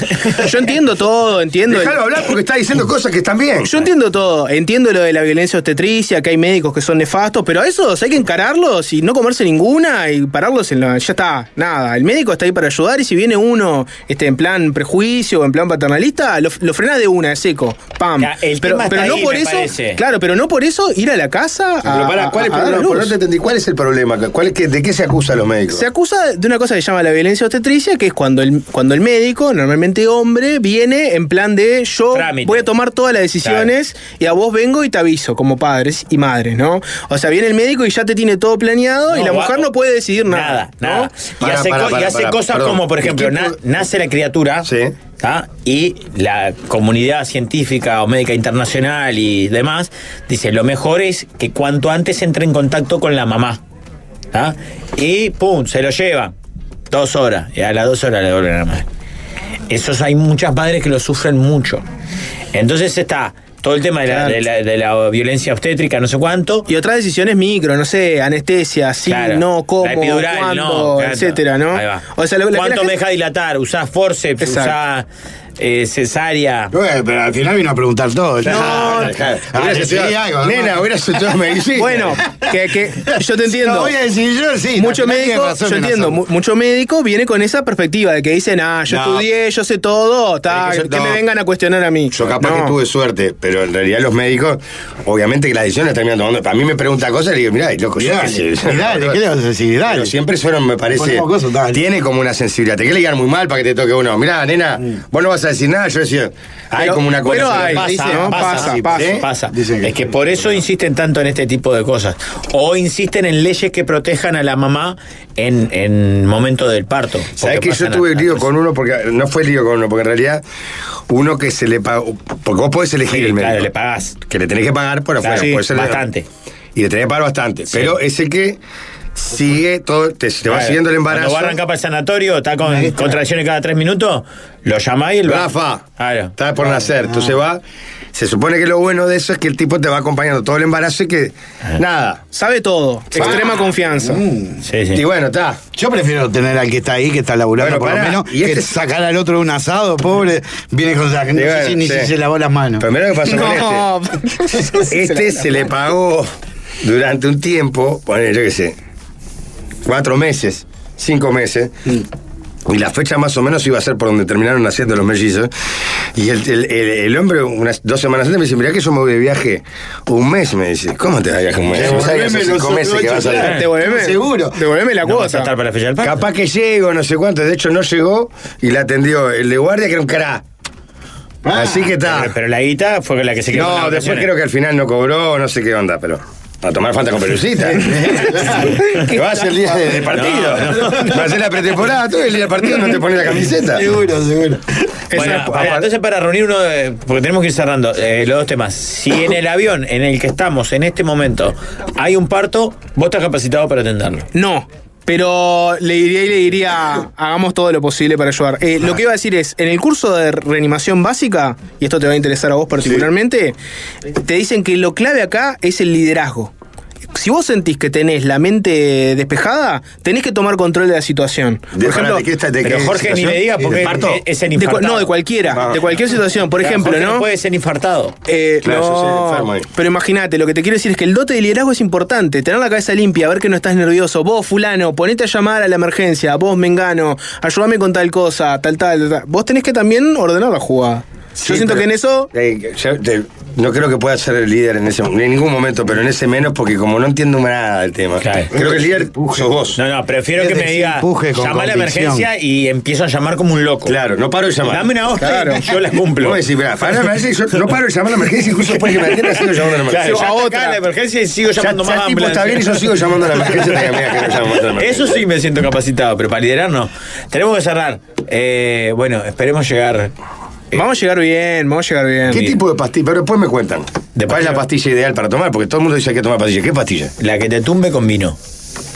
S6: Yo entiendo todo, entiendo. el-
S8: Dejalo hablar porque está diciendo cosas que están bien.
S6: yo entiendo todo, entiendo lo de la violencia obstetricia, que hay médicos que son nefastos, pero a esos hay que encararlos y no comerse ninguna y pararlos en la. Ya está, nada. El médico está ahí para ayudar y si viene uno este, en plan prejuicio o en plan paternalista, lo, lo frena de una, de seco. Pam.
S5: Ya, el
S6: pero
S5: tema está
S6: pero no
S5: ahí,
S6: por
S5: me
S6: eso.
S5: parece.
S6: Claro, pero no por eso ir a la casa a.
S8: Pero pará,
S6: a-
S8: ¿cuál es,
S6: a dar
S8: el
S6: a
S8: problema?
S6: luz.
S8: Pero no te entendí. ¿Cuál es el problema? acá? ¿Cuál es que- ¿De qué se acusa a los médicos?
S6: Se acusa de una cosa que se llama la violencia obstetricia, que es cuando el, cuando el médico, normalmente hombre, viene en plan de yo
S5: Trámite.
S6: voy a tomar todas las decisiones y a vos vengo y te aviso, como padres y madres, ¿no? O sea, viene el médico y ya te tiene todo planeado y
S5: No,
S6: la
S5: va-
S6: mujer no puede decidir nada.
S5: Nada, nada. Y
S8: Pará,
S5: hace,
S8: pará,
S5: co- y
S8: pará,
S5: hace
S8: pará,
S5: cosas
S8: perdón.
S5: como, por ejemplo,
S8: ¿Qué
S5: na-
S8: tipo-
S5: nace la criatura
S8: Sí.
S5: ¿tá? y la comunidad científica o médica internacional y demás dice lo mejor es que cuanto antes entre en contacto con la mamá. ¿tá? Y pum, se lo lleva. Dos horas. Y a las dos horas le devuelven a la madre. Esos hay muchas madres que lo sufren mucho. Entonces está todo el tema de la,
S6: Claro.
S5: de la- de la violencia obstétrica, no sé cuánto.
S6: Y otras decisiones micro, no sé, anestesia, sí,
S5: Claro.
S6: no, cómo,
S5: La epidural,
S6: cuándo,
S5: no, claro.
S6: etcétera, ¿no?
S5: Ahí va.
S6: O sea, lo, lo que la
S5: ¿Cuánto
S6: gente-
S5: me deja dilatar? ¿Usás forceps? ¿Usás
S6: Exacto.
S5: eh, cesárea?
S7: Bueno, pero al final vino a preguntar todo.
S8: Ah,
S7: No,
S8: dejá.
S7: Ahora
S8: Hubieras
S7: sí, algo,
S8: estudiado-
S7: ¿no?
S8: Nena, hubieras estudiado medicina.
S6: Bueno, que, que yo te entiendo.
S7: No, voy a decir yo, sí.
S6: mucho
S7: al final tiene
S6: médico,
S7: razón
S6: yo
S7: en
S6: entiendo,
S7: razón.
S6: mu- mucho médico viene con esa perspectiva de que dicen, ah, yo
S7: No.
S6: estudié, yo sé todo, ta,
S7: Es
S6: que,
S7: que yo- no.
S6: me vengan a cuestionar a mí.
S8: Yo capaz
S6: No.
S8: que tuve suerte, pero en realidad los médicos, obviamente que las decisiones terminan tomando. A mí me pregunta cosas y le digo, mirá, eh, loco,
S7: Y
S8: yo qué
S7: dale,
S8: sé".
S7: y dale, ¿qué le vas a decir? Y
S8: Pero
S7: Dale.
S8: siempre fueron, me parece.
S7: Ponemos cosas, dale.
S8: tiene como una sensibilidad. Te quiere ligar muy mal para que te toque uno. Mirá, nena, vos no vas a decir nada. Yo decía, hay
S6: Mm. Pero-
S8: como una cosa.
S6: pero hay,
S8: pasa,
S6: dice,
S8: ¿no?
S6: ¿no? Pasa,
S8: Sí,
S6: pasa.
S8: ¿eh?
S5: Pasa.
S7: Dicen que-
S5: es que por eso insisten tanto en este tipo de cosas. O insisten en leyes que protejan a la mamá en, en momento del parto.
S8: Sabes
S5: porque
S8: que yo
S5: pasan a-
S8: tuve
S5: a-
S8: lío con uno porque no fue lío con uno, porque en realidad uno que se le pagó, porque vos podés elegir
S5: Sí,
S8: el médico.
S5: claro, le pagás.
S8: Que le tenés que pagar por afuera.
S5: Claro,
S8: por
S5: sí,
S8: eso le-
S5: bastante.
S8: Y le tenés que pagar bastante. Pero ese que sigue todo, te, te va
S5: Claro,
S8: siguiendo el embarazo.
S5: Cuando va a arrancar para el sanatorio, está con contracciones cada tres minutos, lo llamáis y el
S8: Rafa,
S5: Claro.
S8: está por nacer. Entonces va. Se supone que lo bueno de eso es que el tipo te va acompañando todo el embarazo y que.
S5: Ah.
S8: Nada.
S6: Sabe todo, extrema confianza.
S5: Sí, sí.
S8: Y bueno, está.
S7: Mm. Yo prefiero tener al que está ahí, que está
S8: Bueno,
S7: laburando por
S8: pará,
S7: lo menos,
S8: y
S7: que
S8: este-
S7: sacar al otro de un asado, pobre, viene con esa... No
S8: Y
S7: sé
S8: bueno,
S7: si ni
S8: sí.
S7: si se lavó las manos.
S8: Pero mirá lo que pasó con este.
S6: No,
S8: Este se le pagó durante un tiempo, bueno, yo qué sé, cuatro meses, cinco meses. Y la fecha más o menos iba a ser por donde terminaron naciendo los mellizos. Y el, el- el- el hombre, unas dos semanas antes, me dice, mirá que yo me voy de viaje un mes, me dice. ¿Cómo te vas de viaje un mes? No sabes que hace cinco meses que vas a ir.
S6: devolveme.
S7: Seguro.
S6: Devolveme la
S5: No vas a
S6: cuota.
S5: estar para la fecha del parto.
S8: Capaz que llego, no sé cuánto. De hecho, no llegó y la atendió el de guardia, que era un cará. Así que está.
S5: Ah, Pero, pero la guita fue la que se quedó. con
S8: No,
S5: las
S8: después
S5: vacaciones.
S8: creo que al final no cobró, no sé qué onda, pero. A tomar Fanta con pelucita. que vas el día de, de partido. Vas en la pretemporada, todo el día del partido no te pones la camiseta.
S7: Seguro, seguro.
S5: Bueno,
S8: Esa-
S5: pará, entonces para reunir uno, de- porque tenemos que ir cerrando eh, los dos temas. Si en el avión en el que estamos en este momento hay un parto, vos estás capacitado para atenderlo.
S6: No. Pero le diría y le diría, hagamos todo lo posible para ayudar. Eh, lo que iba a decir es, en el curso de reanimación básica, y esto te va a interesar a vos particularmente, te dicen que lo clave acá es el liderazgo. Si vos sentís que tenés la mente despejada, tenés que tomar control de la situación.
S8: De- pará, ¿de qué está- de
S5: Pero
S8: qué
S5: Jorge ni
S8: situación?
S5: me diga
S8: ¿De
S5: porque
S8: parto?
S5: es- es el
S6: De cua-
S5: infartado.
S6: no, de cualquiera,
S8: Ah.
S6: de cualquier situación. Por
S5: Pero
S6: ejemplo,
S5: Jorge
S6: ¿no?
S5: puede ser infartado.
S6: Eh,
S8: Claro,
S6: no,
S8: yo soy enfermo ahí.
S6: pero imagínate, lo que te quiero decir es que el dote de liderazgo es importante. Tener la cabeza limpia, ver que no estás nervioso. Vos, fulano, ponete a llamar a la emergencia. Vos, mengano, ayúdame con tal cosa, tal, tal, tal, tal. Vos tenés que también ordenar la jugada. Yo
S8: Sí,
S6: siento
S8: pero-
S6: que en eso...
S8: Eh, yo te- no creo que pueda ser el líder en ese en ningún momento, pero en ese menos, porque como no entiendo nada del tema.
S5: Claro.
S8: Creo que el líder sos vos.
S5: No, no, prefiero
S7: Es
S5: que me
S7: decir,
S5: diga
S7: empuje con
S5: llamá a la
S7: convicción".
S5: emergencia y empiezo a llamar como un loco.
S8: Claro, no paro de llamar.
S5: Dame una orden,
S8: Claro.
S5: yo la cumplo.
S8: Vos decís, mirá, para la emergencia, yo no paro de llamar a la emergencia, incluso después que me atienda, sigo llamando a la
S5: Claro,
S8: emergencia.
S5: yo
S6: a
S5: a
S6: otra.
S5: la emergencia y sigo
S8: Ya-
S5: llamando
S8: ya
S5: más
S8: el tipo está bien y
S5: ambulancia.
S8: yo sigo llamando a la emergencia. Tenga miedo que no llamo a la emergencia.
S5: Eso sí me siento capacitado, pero para liderar no. Tenemos que cerrar. Eh, bueno, esperemos llegar
S6: Vamos a llegar bien, vamos a llegar bien.
S8: ¿Qué tipo de pastilla? Pero después me cuentan.
S5: De
S8: ¿Cuál es la
S5: pastilla.
S8: pastilla ideal para tomar? Porque todo el mundo dice que hay que tomar pastilla. ¿Qué pastilla?
S5: La que te tumbe con vino.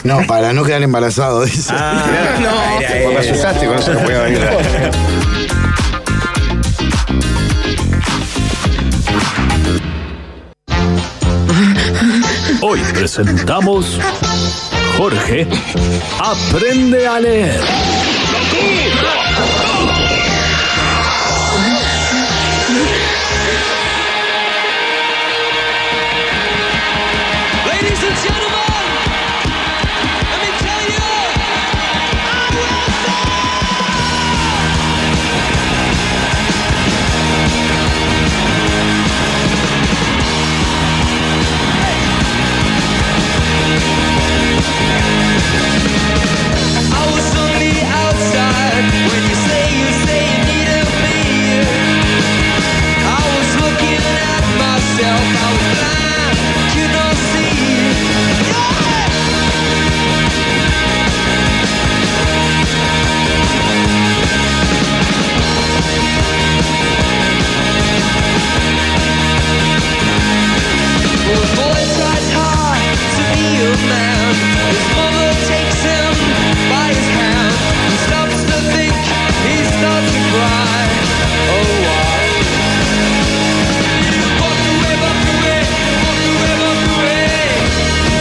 S7: No, para no quedar embarazado, dice.
S5: Ah, no.
S8: Porque me asustaste con eso, no podía venir.
S9: Hoy presentamos Jorge Aprende a leer.
S1: Ladies and gentlemen, let me tell you, I will I was on the outside when you say you say you needed me. I was looking at myself, I was blind, could not see. Well, the boy tries hard to be a man. His mother takes him by his hand. He stops to think, he starts to cry. Oh, why? Walk away, walk away, walk away, walk away.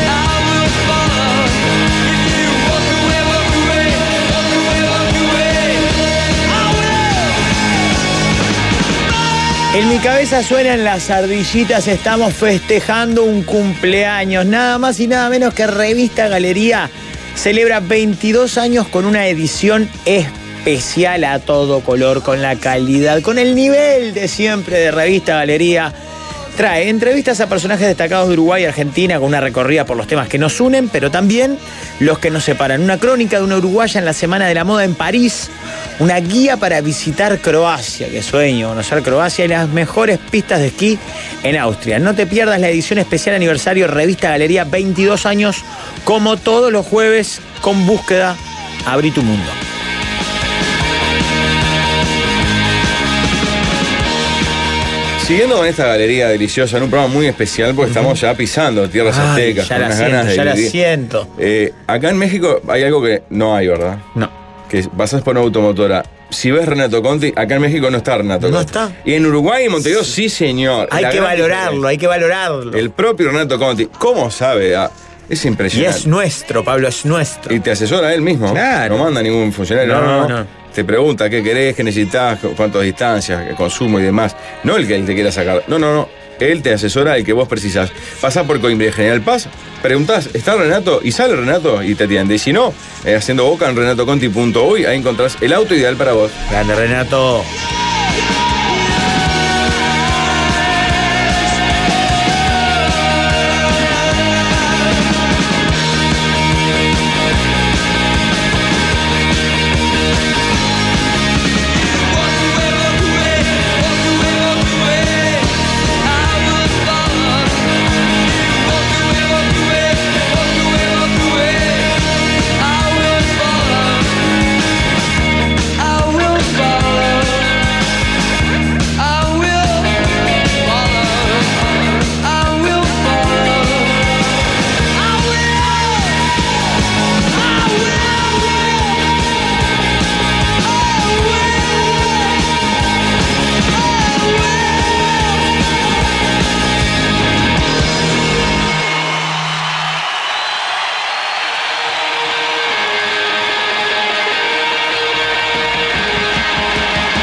S1: I will follow. If you walk away, walk away, walk away, walk away. I will.
S5: En mi cabeza suenan las ardillitas, estamos festejando un cumpleaños. Nada más y nada menos que Revista Galería celebra 22 años con una edición especial a todo color, con la calidad, con el nivel de siempre de Revista Galería. Trae entrevistas a personajes destacados de Uruguay y Argentina con una recorrida por los temas que nos unen, pero también los que nos separan. Una crónica de una uruguaya en la Semana de la Moda en París, una guía para visitar Croacia, que sueño conocer Croacia y las mejores pistas de esquí en Austria. No te pierdas la edición especial aniversario Revista Galería 22 años, como todos los jueves con búsqueda Abrí tu mundo.
S10: Siguiendo con esta galería deliciosa, en un programa muy especial, porque estamos ya pisando tierras
S5: Ay,
S10: aztecas,
S5: ya
S10: con
S5: la
S10: unas
S5: siento,
S10: ganas de
S5: ya la
S10: vivir.
S5: siento.
S10: Eh, acá en México hay algo que no hay, ¿verdad?
S5: No.
S10: Que pasás por una automotora. Si ves Renato Conti, acá en México no está Renato
S5: No
S10: Conti.
S5: está.
S10: Y en Uruguay y Montevideo sí, señor.
S5: Hay
S10: La
S5: que
S10: gran
S5: valorarlo, hay que valorarlo.
S10: El propio Renato Conti, ¿cómo sabe? Ah, es
S5: Y
S10: impresionante.
S5: es nuestro, Pablo, es nuestro.
S10: Y te asesora él mismo.
S5: Claro.
S10: No manda ningún funcionario. No,
S5: No,
S10: no,
S5: no.
S10: Te pregunta qué querés, qué necesitas, cu- cuántas distancias, qué consumo y demás. No el que él te quiera sacar. No, no, no. Él te asesora el que vos precisás. Pasás por Coimbra y General Paz, preguntás, ¿está Renato? Y sale Renato y te atiende. Y si no, eh, haciendo boca en renatoconti.uy, ahí encontrás el auto ideal para vos.
S5: Grande Renato.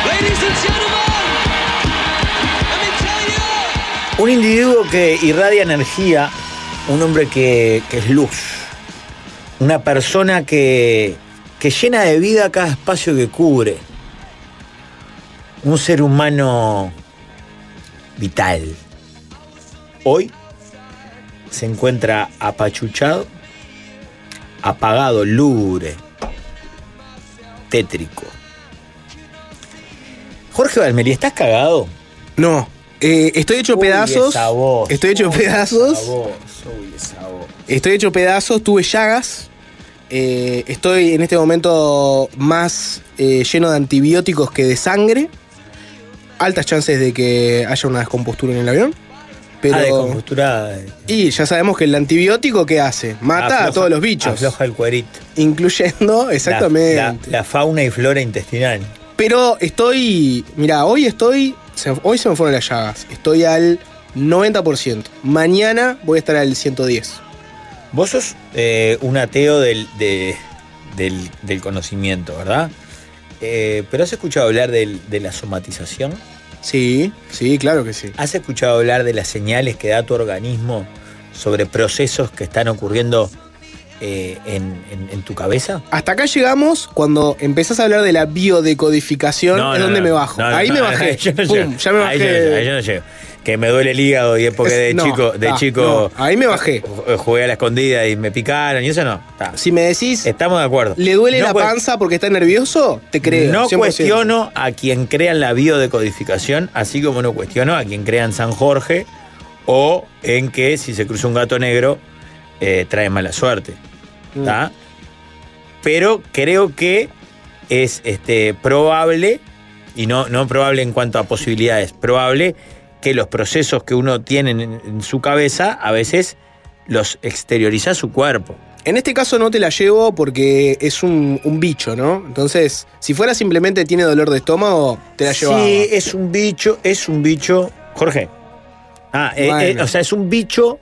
S1: Ladies and gentlemen, let me tell you.
S5: Un individuo que irradia energía, un hombre que, que es luz, una persona que, que llena de vida cada espacio que cubre, un ser humano vital. Hoy se encuentra apachuchado, apagado, lúgubre, tétrico. Jorge Valmeli, ¿estás cagado?
S6: No, eh, estoy hecho
S5: Uy,
S6: pedazos.
S5: esa voz.
S6: Estoy hecho
S5: Uy,
S6: pedazos.
S5: esa voz. Uy, esa voz.
S6: Estoy hecho pedazos, tuve llagas. eh, estoy en este momento más eh, lleno de antibióticos que de sangre. altas chances de que haya una descompostura en el avión. Pero.
S5: Ah, de compostura. eh,
S6: y ya sabemos que el antibiótico, ¿qué hace? Mata
S5: afloja-
S6: a todos los bichos.
S5: Afloja el cuerito.
S6: Incluyendo,
S5: La-
S6: exactamente.
S5: La, la fauna y flora intestinal.
S6: Pero estoy. Mirá, hoy estoy. se- hoy se me fueron las llagas. Estoy al 90%. Mañana voy a estar al 110.
S5: Vos sos eh, un ateo del, de- del, del conocimiento, ¿verdad? Eh, pero has escuchado hablar del- de la somatización.
S6: Sí, sí, claro que sí.
S5: ¿Has escuchado hablar de las señales que da tu organismo sobre procesos que están ocurriendo eh, en, en- en tu cabeza?
S6: Hasta acá llegamos cuando empezás a hablar de la biodecodificación, es donde me bajo.
S5: No, no,
S6: ahí
S5: no,
S6: me
S5: no,
S6: bajé.
S5: ahí yo no
S6: Pum,
S5: llego.
S6: ya me bajé.
S5: Ahí yo no llego, ahí yo no llego. Que me duele el hígado y es porque de
S6: Es- no,
S5: chico, de
S6: ta,
S5: chico
S6: no, ahí me bajé.
S5: ju- jugué a la escondida y me picaron y eso no. ta.
S6: Si me decís,
S5: Estamos de acuerdo.
S6: ¿le duele
S5: No
S6: la
S5: cue-
S6: panza porque está nervioso? Te creo.
S5: No
S6: 100%.
S5: cuestiono a quien crea en la biodecodificación, así como no cuestiono a quien crea en San Jorge o en que si se cruza un gato negro eh, trae mala suerte.
S6: Mm.
S5: ¿tá? Pero creo que es este, probable, y no, no probable en cuanto a posibilidades, probable que los procesos que uno tiene en, en su cabeza a veces los exterioriza a su cuerpo.
S6: En este caso no te la llevo porque es un, un bicho, ¿no? Entonces, si fuera simplemente tiene dolor de estómago, te la llevaba.
S5: Sí, es un bicho, es un bicho. Jorge. Ah, eh,
S6: Bueno.
S5: eh, o sea, es un bicho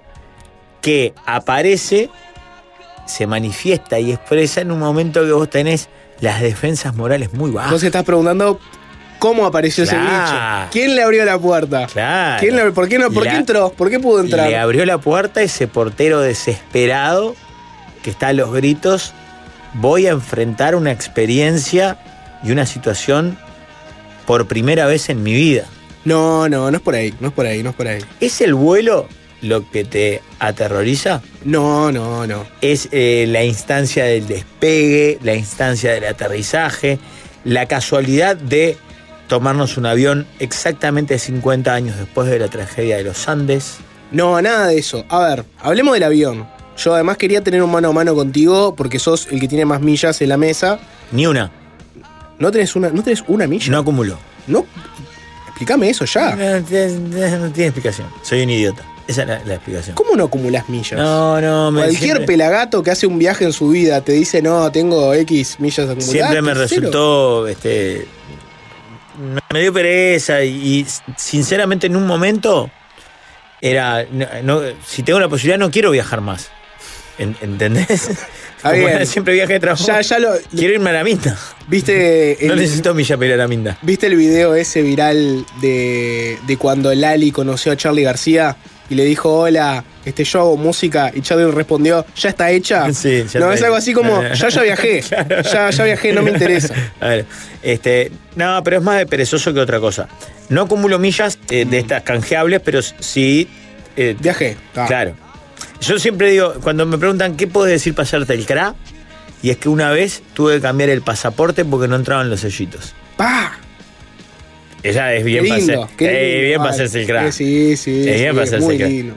S5: que aparece, se manifiesta y expresa en un momento que vos tenés las defensas morales muy bajas.
S6: Vos estás preguntando cómo apareció ese
S5: Claro.
S6: bicho. ¿Quién le abrió la puerta?
S5: Claro.
S6: ¿Quién le- ¿Por qué no? ¿Por
S5: La-
S6: qué entró? ¿Por qué pudo entrar?
S5: Le abrió la puerta ese portero desesperado que está a los gritos. Voy a enfrentar una experiencia y una situación por primera vez en mi vida.
S6: No, no, no es por ahí, no es por ahí, no es por ahí.
S5: ¿Es el vuelo lo que te aterroriza?
S6: No, no, no.
S5: es eh, la instancia del despegue, la instancia del aterrizaje, la casualidad de tomarnos un avión exactamente 50 años después de la tragedia de los Andes.
S6: No, nada de eso. A ver, hablemos del avión. Yo además quería tener un mano a mano contigo porque sos el que tiene más millas en la mesa.
S5: Ni una,
S6: ¿No tenés una, ¿no tenés una milla?
S5: no acumuló.
S6: No. Explícame eso ya.
S5: No, tiene- no tiene explicación, soy un idiota. Esa es la, la explicación.
S6: ¿Cómo no acumulás millas?
S5: No, no, me
S6: Cualquier
S5: siempre,
S6: pelagato que hace un viaje en su vida te dice, no, tengo X millas acumuladas.
S5: siempre me
S6: cero.
S5: resultó, este, me- me dio pereza y, y sinceramente en un momento era, no- no, si tengo la posibilidad no quiero viajar más. En- ¿Entendés? Como
S6: bien.
S5: era siempre viaje de trabajo.
S6: Ya, ya lo.
S5: Quiero irme a la minda.
S6: ¿Viste
S5: No
S6: el,
S5: necesito mi para ir a la minda.
S6: ¿Viste el video ese viral de, de cuando Lali conoció a Charlie García y le dijo, hola, este, yo hago música? Y Charlie respondió, ¿ya está hecha?
S5: Sí, ya
S6: no,
S5: está
S6: es algo
S5: hecha.
S6: así como, ya ya viajé,
S5: Claro.
S6: ya, ya viajé, no me interesa.
S5: A ver, este, no, pero es más de perezoso que otra cosa. No acumulo millas eh, de estas canjeables, pero sí. eh,
S6: Mm. Viajé. Ah.
S5: Claro. Yo siempre digo, cuando me preguntan qué puedes decir para hacerte el CRA, y es que una vez tuve que cambiar el pasaporte porque no entraban los sellitos.
S6: Pa,
S5: Ella es
S6: qué
S5: bien para
S6: lindo,
S5: hacer-
S6: qué
S5: eh,
S6: lindo.
S5: bien para
S6: Ay,
S5: hacerse el CRA.
S6: Sí, sí, sí.
S5: Eh, bien para hacerse
S6: muy
S5: el crack.
S6: lindo.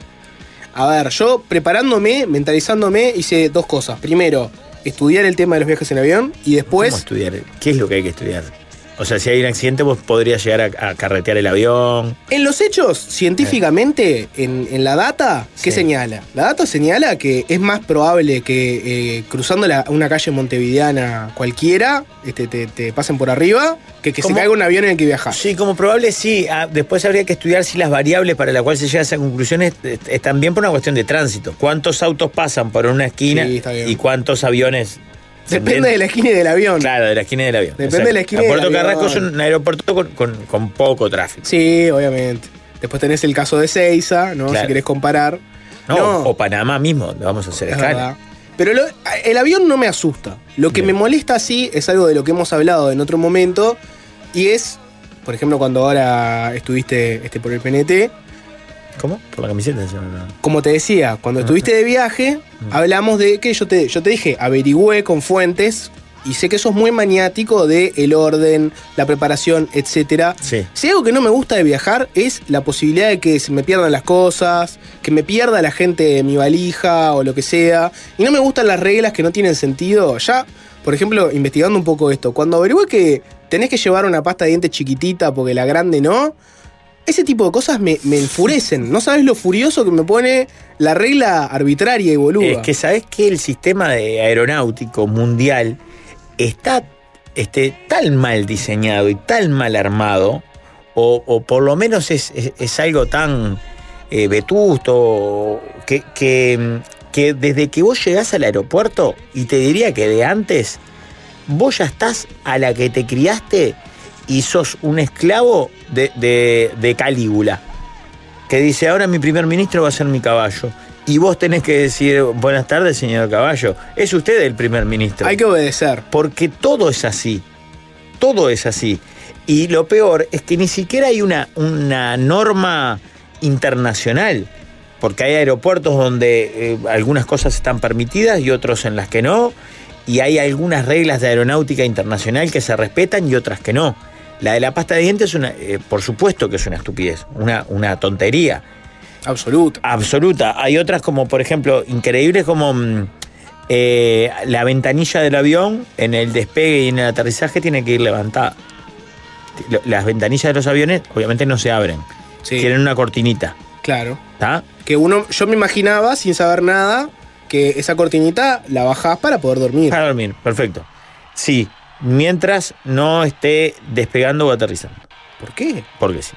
S6: A ver, yo preparándome, mentalizándome, hice dos cosas. Primero, estudiar el tema de los viajes en avión y
S5: ¿Cómo
S6: después...
S5: estudiar? ¿Qué es lo que hay que estudiar? O sea, si hay un accidente, vos podrías llegar a, a carretear el avión.
S6: En los hechos, científicamente, en, en la data, ¿qué
S5: Sí.
S6: señala? La data señala que es más probable que eh, cruzando la- una calle montevideana cualquiera este, te, te pasen por arriba que que se
S5: ¿Cómo?
S6: caiga un avión en el que viajas.
S5: Sí, como probable sí. Ah, después habría que estudiar si las variables para las cuales se llega a esas conclusiones eh, están bien por una cuestión de tránsito. ¿Cuántos autos pasan por una esquina
S6: Sí, está bien.
S5: y cuántos aviones?
S6: Depende de la esquina y del avión.
S5: Claro, de la esquina del avión.
S6: Depende de la esquina del
S5: Puerto
S6: avión.
S5: Carrasco es un aeropuerto con, con- con poco tráfico.
S6: Sí, obviamente. Después tenés el caso de Seiza, ¿no?
S5: Claro.
S6: Si querés comparar.
S5: No,
S6: No.
S5: O Panamá mismo, donde vamos a hacer
S6: Es
S5: escala.
S6: verdad. Pero lo- el avión no me asusta. Lo que me molesta sí es algo de lo que hemos hablado en otro momento. Y es, por ejemplo, cuando ahora estuviste este, por el PNT.
S5: ¿Cómo? Por la camiseta. encima, ¿no? Ah,
S6: Como te decía, cuando estuviste de viaje,
S5: Mm.
S6: hablamos de que yo te, yo te dije, averigüé con fuentes. Y sé que sos muy maniático de el orden, la preparación, etcétera.
S5: Sí.
S6: Si hay algo que no me gusta de viajar es la posibilidad de que se me pierdan las cosas, que me pierda la gente de mi valija o lo que sea. Y no me gustan las reglas que no tienen sentido. Ya, por ejemplo, investigando un poco esto, cuando averigüé que tenés que llevar una pasta de dientes chiquitita porque la grande no. Ese tipo de cosas me, me enfurecen. No sabes lo furioso que me pone la regla arbitraria y boluda.
S5: Es que sabés que el sistema de aeronáutico mundial está este, tan mal diseñado y tan mal armado, o, o por lo menos es, es- es algo tan eh, vetusto, que, que- que desde que vos llegás al aeropuerto, y te diría que de antes, vos ya estás a la que te criaste y sos un esclavo de, de- de Calígula, que dice, ahora mi primer ministro va a ser mi caballo. Y vos tenés que decir, buenas tardes, señor caballo. Es usted el primer ministro. Hay
S6: que obedecer.
S5: Porque todo es así. Todo es así. Y lo peor es que ni siquiera hay una, una norma internacional. Porque hay aeropuertos donde eh, algunas cosas están permitidas y otros en las que no. Y hay algunas reglas de aeronáutica internacional que se respetan y otras que no. La de la pasta de dientes, es una, eh, por supuesto que es una estupidez, una, una tontería.
S6: Absoluta.
S5: Absoluta. Hay otras como, por ejemplo, increíbles como mm, eh, la ventanilla del avión en el despegue y en el aterrizaje tiene que ir levantada. Lo- Las ventanillas de los aviones obviamente no se abren. Tienen una cortinita.
S6: Claro.
S5: ¿Está?
S6: Que uno, yo me imaginaba, sin saber nada, que esa cortinita la bajás para poder dormir.
S5: Para dormir, perfecto. Sí, mientras no esté despegando o aterrizando.
S6: ¿Por qué?
S5: Porque sí.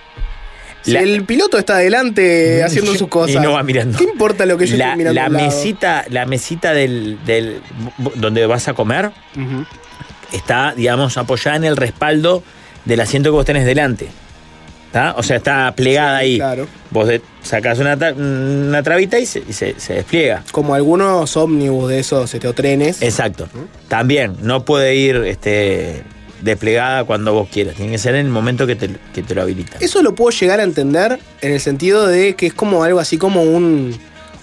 S6: Si
S5: La-
S6: el piloto está adelante Eh, haciendo sus cosas.
S5: Y no va mirando.
S6: ¿Qué importa lo que yo
S5: la,
S6: estoy mirando?
S5: la
S6: al lado?
S5: mesita, la mesita del, del- bu- donde vas a comer
S6: Ujú.
S5: está, digamos, apoyada en el respaldo del asiento que vos tenés delante. ¿Está? O sea, está plegada ahí. Vos de- sacás una, tra- una trabita y se, y se- se despliega.
S6: Como algunos ómnibus de esos este, o trenes.
S5: Exacto. También no puede ir este, desplegada cuando vos quieras. Tiene que ser en el momento que te, que te lo habilitan.
S6: Eso lo puedo llegar a entender en el sentido de que es como algo así como un,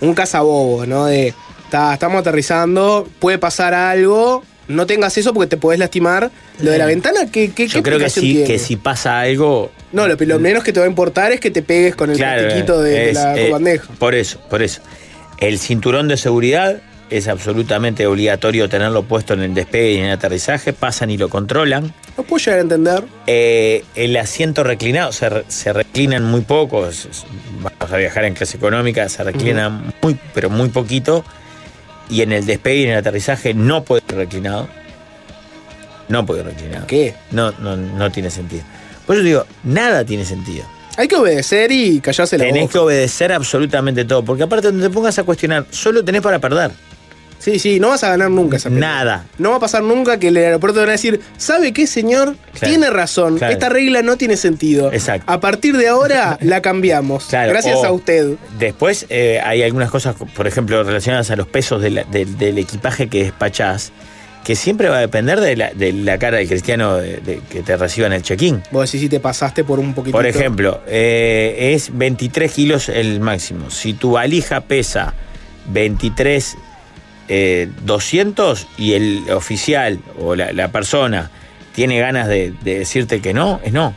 S6: un cazabobos, ¿no? De "Ta, estamos aterrizando, puede pasar algo, no tengas eso porque te podés lastimar. Lo de la ventana, ¿qué, qué,
S5: Yo
S6: qué
S5: creo que
S6: explicación
S5: si,
S6: tiene?
S5: que si pasa algo,
S6: No, lo, lo menos que te va a importar es que te pegues con el plastiquito de, de
S5: es-
S6: la
S5: eh,
S6: bandeja.
S5: Por eso, por eso. El cinturón de seguridad es absolutamente obligatorio tenerlo puesto en el despegue y en el aterrizaje. Pasan y lo controlan.
S6: No puedo llegar a entender.
S5: Eh, el asiento reclinado, se, re- se reclinan muy pocos. Vamos a viajar en clase económica, se reclinan muy, pero muy poquito. Y en el despegue y en el aterrizaje no puede ir reclinado. No puede ir reclinado.
S6: ¿Qué?
S5: No, no, no tiene sentido. Por eso digo, nada tiene sentido.
S6: Hay que obedecer y callarse la
S5: Tenés
S6: boca.
S5: que obedecer absolutamente todo, porque aparte donde te pongas a cuestionar, solo tenés para perder.
S6: Sí, sí, no vas a ganar nunca esa pelea.
S5: Nada.
S6: No va a pasar nunca que el aeropuerto van a decir, ¿sabe qué, señor?
S5: Claro.
S6: Tiene razón,
S5: Claro.
S6: esta regla no tiene sentido.
S5: Exacto.
S6: A partir de ahora la cambiamos.
S5: Claro,
S6: Gracias
S5: o-
S6: a usted.
S5: Después eh, hay algunas cosas, por ejemplo, relacionadas a los pesos de la- de- del equipaje que despachás, que siempre va a depender de la, de la cara del cristiano de- de- que te reciba en el check-in.
S6: Vos decís si te pasaste por un poquitito.
S5: Por ejemplo, eh, es 23 kilos el máximo. Si tu valija pesa 23, eh, 200 y el oficial o la, la persona tiene ganas de, de decirte que no, es no.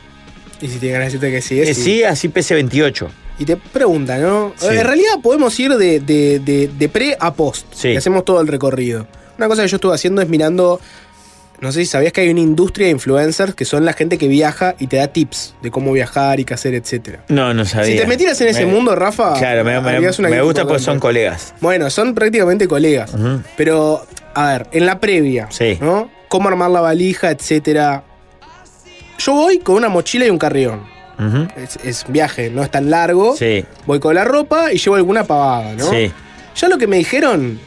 S6: Y si tiene ganas de decirte que sí,
S5: Que
S6: es sí.
S5: sí, así pese 28.
S6: Y te pregunta, ¿no?
S5: Sí.
S6: En realidad podemos ir de, de- de- de pre a post.
S5: Sí.
S6: Y hacemos todo el recorrido. Una cosa que yo estuve haciendo es mirando. No sé si sabías que hay una industria de influencers que son la gente que viaja y te da tips de cómo viajar y qué hacer, etcétera.
S5: No, no sabía.
S6: Si te metieras en ese
S5: Me-
S6: mundo, Rafa,
S5: Claro, me, me-
S6: harías una
S5: me
S6: guita
S5: gusta porque
S6: importante.
S5: son colegas.
S6: Bueno, son prácticamente colegas.
S5: Ujú.
S6: Pero, a ver, en la previa,
S5: Sí.
S6: ¿no? Cómo armar la valija, etcétera. Yo voy con una mochila y un carrión.
S5: Ujú.
S6: Es, es un viaje, no es tan largo.
S5: Sí,
S6: Voy con la ropa y llevo alguna pavada, ¿no?
S5: sí.
S6: Ya lo que me dijeron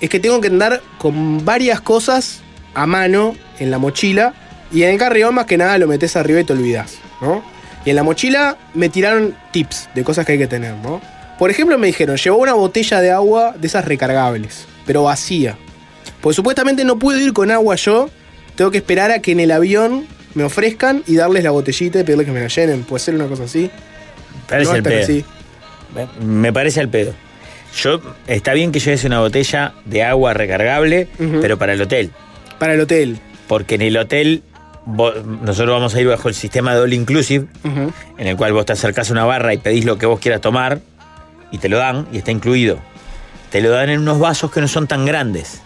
S6: es que tengo que andar con varias cosas a mano en la mochila y en el carrión más que nada lo metes arriba y te olvidas, ¿no? Y en la mochila me tiraron tips de cosas que hay que tener, ¿no? Por ejemplo, me dijeron, llevó una botella de agua de esas recargables, pero vacía. Pues supuestamente no puedo ir con agua yo, tengo que esperar a que en el avión me ofrezcan y darles la botellita y pedirles que me la llenen. Puede ser una cosa así.
S5: Parece
S6: No
S5: el
S6: es tan
S5: pedo.
S6: así.
S5: Me parece el pedo. Yo, está bien que lleves una botella de agua recargable,
S6: Ujú.
S5: pero para el hotel.
S6: Para el hotel.
S5: Porque en el hotel vos- nosotros vamos a ir bajo el sistema de All Inclusive,
S6: Ujú.
S5: en el cual vos te acercás a una barra y pedís lo que vos quieras tomar y te lo dan y está incluido. Te lo dan en unos vasos que no son tan grandes.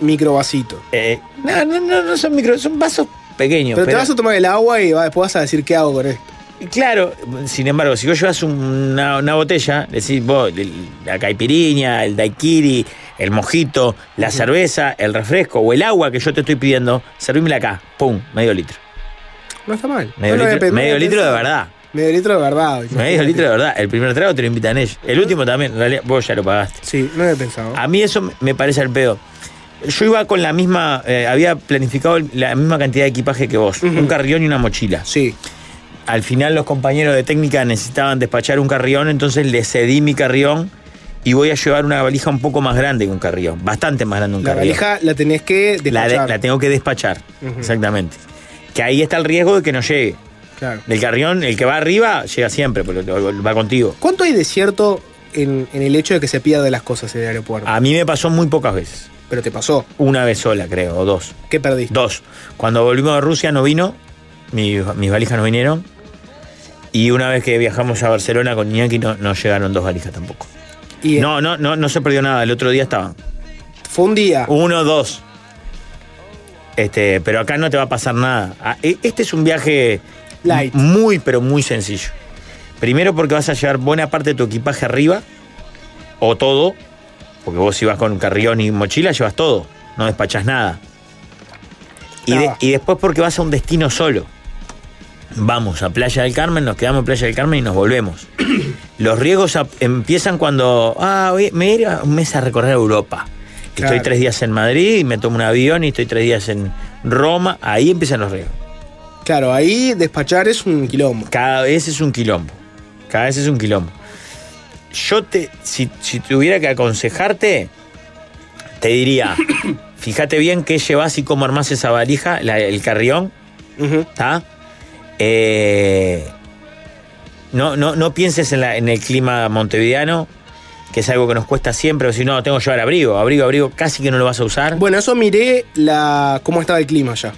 S6: Microvasito.
S5: Eh, no, no, no, no son micro, son vasos pequeño.
S6: Pero te vas a tomar el agua y va- después vas a decir qué hago con esto.
S5: Claro, sin embargo, si vos llevas una, una botella, decís vos, el- la caipiriña, el daiquiri, el mojito, la cerveza, el refresco o el agua que yo te estoy pidiendo, servímela acá, pum, medio litro.
S6: No está mal.
S5: Medio
S6: No lo había
S5: litro-
S6: pe- no lo
S5: medio
S6: había
S5: litro de
S6: pensado.
S5: verdad.
S6: Medio litro de verdad.
S5: Medio litro de verdad. El primer trago te lo invitan ellos. El último también, en realidad, vos ya lo pagaste.
S6: Sí, no lo había pensado.
S5: A mí eso me parece al pedo. Yo iba con la misma, eh, había planificado el- la misma cantidad de equipaje que vos, un carrión y una mochila.
S6: Sí.
S5: Al final los compañeros de técnica necesitaban despachar un carrión, entonces le cedí mi carrión y voy a llevar una valija un poco más grande que un carrión, bastante más grande que un
S6: La
S5: carrión.
S6: valija la tenés que
S5: la, de-
S6: despachar.
S5: la tengo que despachar,
S6: Ujú.
S5: exactamente. Que ahí está el riesgo de que no llegue.
S6: Claro.
S5: El carrión, el que va arriba, llega siempre, porque lo- lo- va contigo.
S6: ¿Cuánto hay de cierto en, en el hecho de que se pierdan las cosas en el aeropuerto?
S5: A mí me pasó muy pocas veces.
S6: Pero te pasó.
S5: Una vez sola, creo, o dos.
S6: ¿Qué perdiste?
S5: Dos. Cuando volvimos de Rusia no vino, mi- mis valijas no vinieron. Y una vez que viajamos a Barcelona con Iñaki no, no llegaron dos valijas tampoco.
S6: Y eh,
S5: No, no, no, no se perdió nada. El otro día estaban.
S6: fue un día.
S5: Uno, dos. Este, pero acá no te va a pasar nada. Ah, e- Este es un viaje
S6: Light.
S5: muy, pero muy sencillo. Primero porque vas a llevar buena parte de tu equipaje arriba, o todo, porque vos si vas con carrión y mochila llevas todo, no despachás nada. Y, de-
S6: Nada.
S5: y después porque vas a un destino solo. Vamos a Playa del Carmen, nos quedamos en Playa del Carmen y nos volvemos. Los riesgos ap- empiezan cuando, ah, voy- me voy a ir a un mes a recorrer Europa. Que
S6: Claro.
S5: Estoy tres días en Madrid y me tomo un avión y estoy tres días en Roma. Ahí empiezan los riesgos.
S6: Claro, ahí despachar es un quilombo.
S5: Cada vez es un quilombo. Cada vez es un quilombo. Yo te, si, si tuviera que aconsejarte, te diría, fíjate bien qué llevas y cómo armás esa valija, la- el carrión,
S6: Ujú.
S5: ¿está? Eh, no, no, no pienses en, la- en el clima montevideano, que es algo que nos cuesta siempre, o si no, tengo que llevar abrigo, abrigo, abrigo, casi que no lo vas a usar.
S6: Bueno, eso miré la, cómo estaba el clima allá.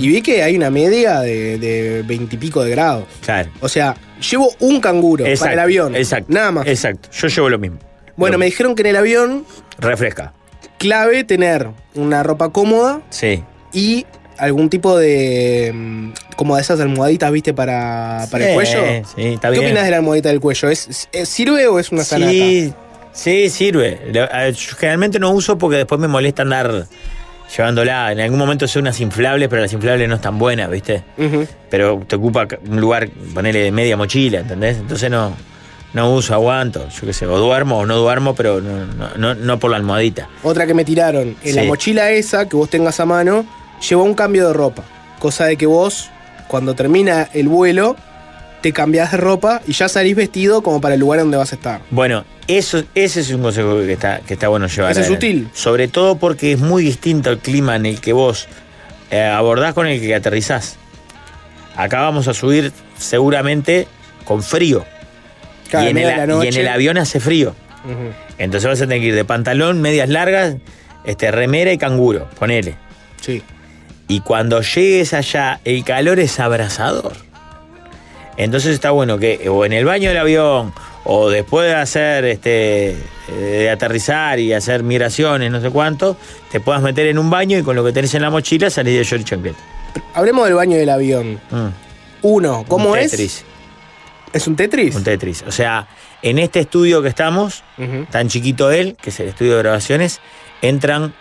S6: Y vi que hay una media de, de 20 y pico de grados.
S5: claro.
S6: O sea, llevo un canguro para el avión.
S5: Exacto.
S6: Nada más.
S5: Exacto. Yo llevo lo mismo.
S6: Bueno,
S5: Lo-
S6: me dijeron que en el avión,
S5: Refresca.
S6: clave tener una ropa cómoda
S5: Sí.
S6: y algún tipo de. mm, como de esas almohaditas, ¿viste? Para, para el
S5: Sí,
S6: cuello.
S5: Eh, Sí, está
S6: ¿Qué
S5: bien.
S6: opinas de la almohadita del cuello? ¿Es, es- ¿Sirve o es una zanata?
S5: Sí, sí, sirve. Le- a- yo Generalmente no uso porque después me molesta andar llevándola. En algún momento sé unas inflables, pero las inflables no están buenas, ¿viste?
S6: Ujú.
S5: Pero te ocupa ca- un lugar, ponele de media mochila, ¿entendés? Entonces no, no uso, aguanto. Yo qué sé, o duermo o no duermo, pero no, no, no- no por la almohadita.
S6: Otra que me tiraron. En la
S5: Sí.
S6: mochila esa que vos tengas a mano, lleva un cambio de ropa. Cosa de que vos, cuando termina el vuelo, te cambiás de ropa y ya salís vestido como para el lugar donde vas a estar.
S5: Bueno, eso, ese es un consejo que está, que está bueno llevar.
S6: Ese es
S5: adelante.
S6: útil.
S5: Sobre todo porque es muy distinto el clima en el que vos eh, abordás con el que aterrizás. Acá vamos a subir seguramente con frío.
S6: Cada
S5: y, en
S6: media
S5: el,
S6: de la
S5: y
S6: noche.
S5: en el avión hace frío.
S6: Ujú.
S5: Entonces vas a tener que ir de pantalón, medias largas, este, remera y canguro. Ponele.
S6: Sí.
S5: Y cuando llegues allá, el calor es abrasador. Entonces está bueno que o en el baño del avión o después de hacer este eh, de aterrizar y hacer migraciones, no sé cuánto, te puedas meter en un baño y con lo que tenés en la mochila salís de short y chancleta.
S6: Hablemos del baño del avión.
S5: Mm.
S6: Uno, ¿cómo
S5: Un
S6: es?
S5: Tetris,
S6: ¿Es un Tetris?
S5: un Tetris. O sea, en este estudio que estamos,
S6: Ujú.
S5: tan chiquito él, que es el estudio de grabaciones, entran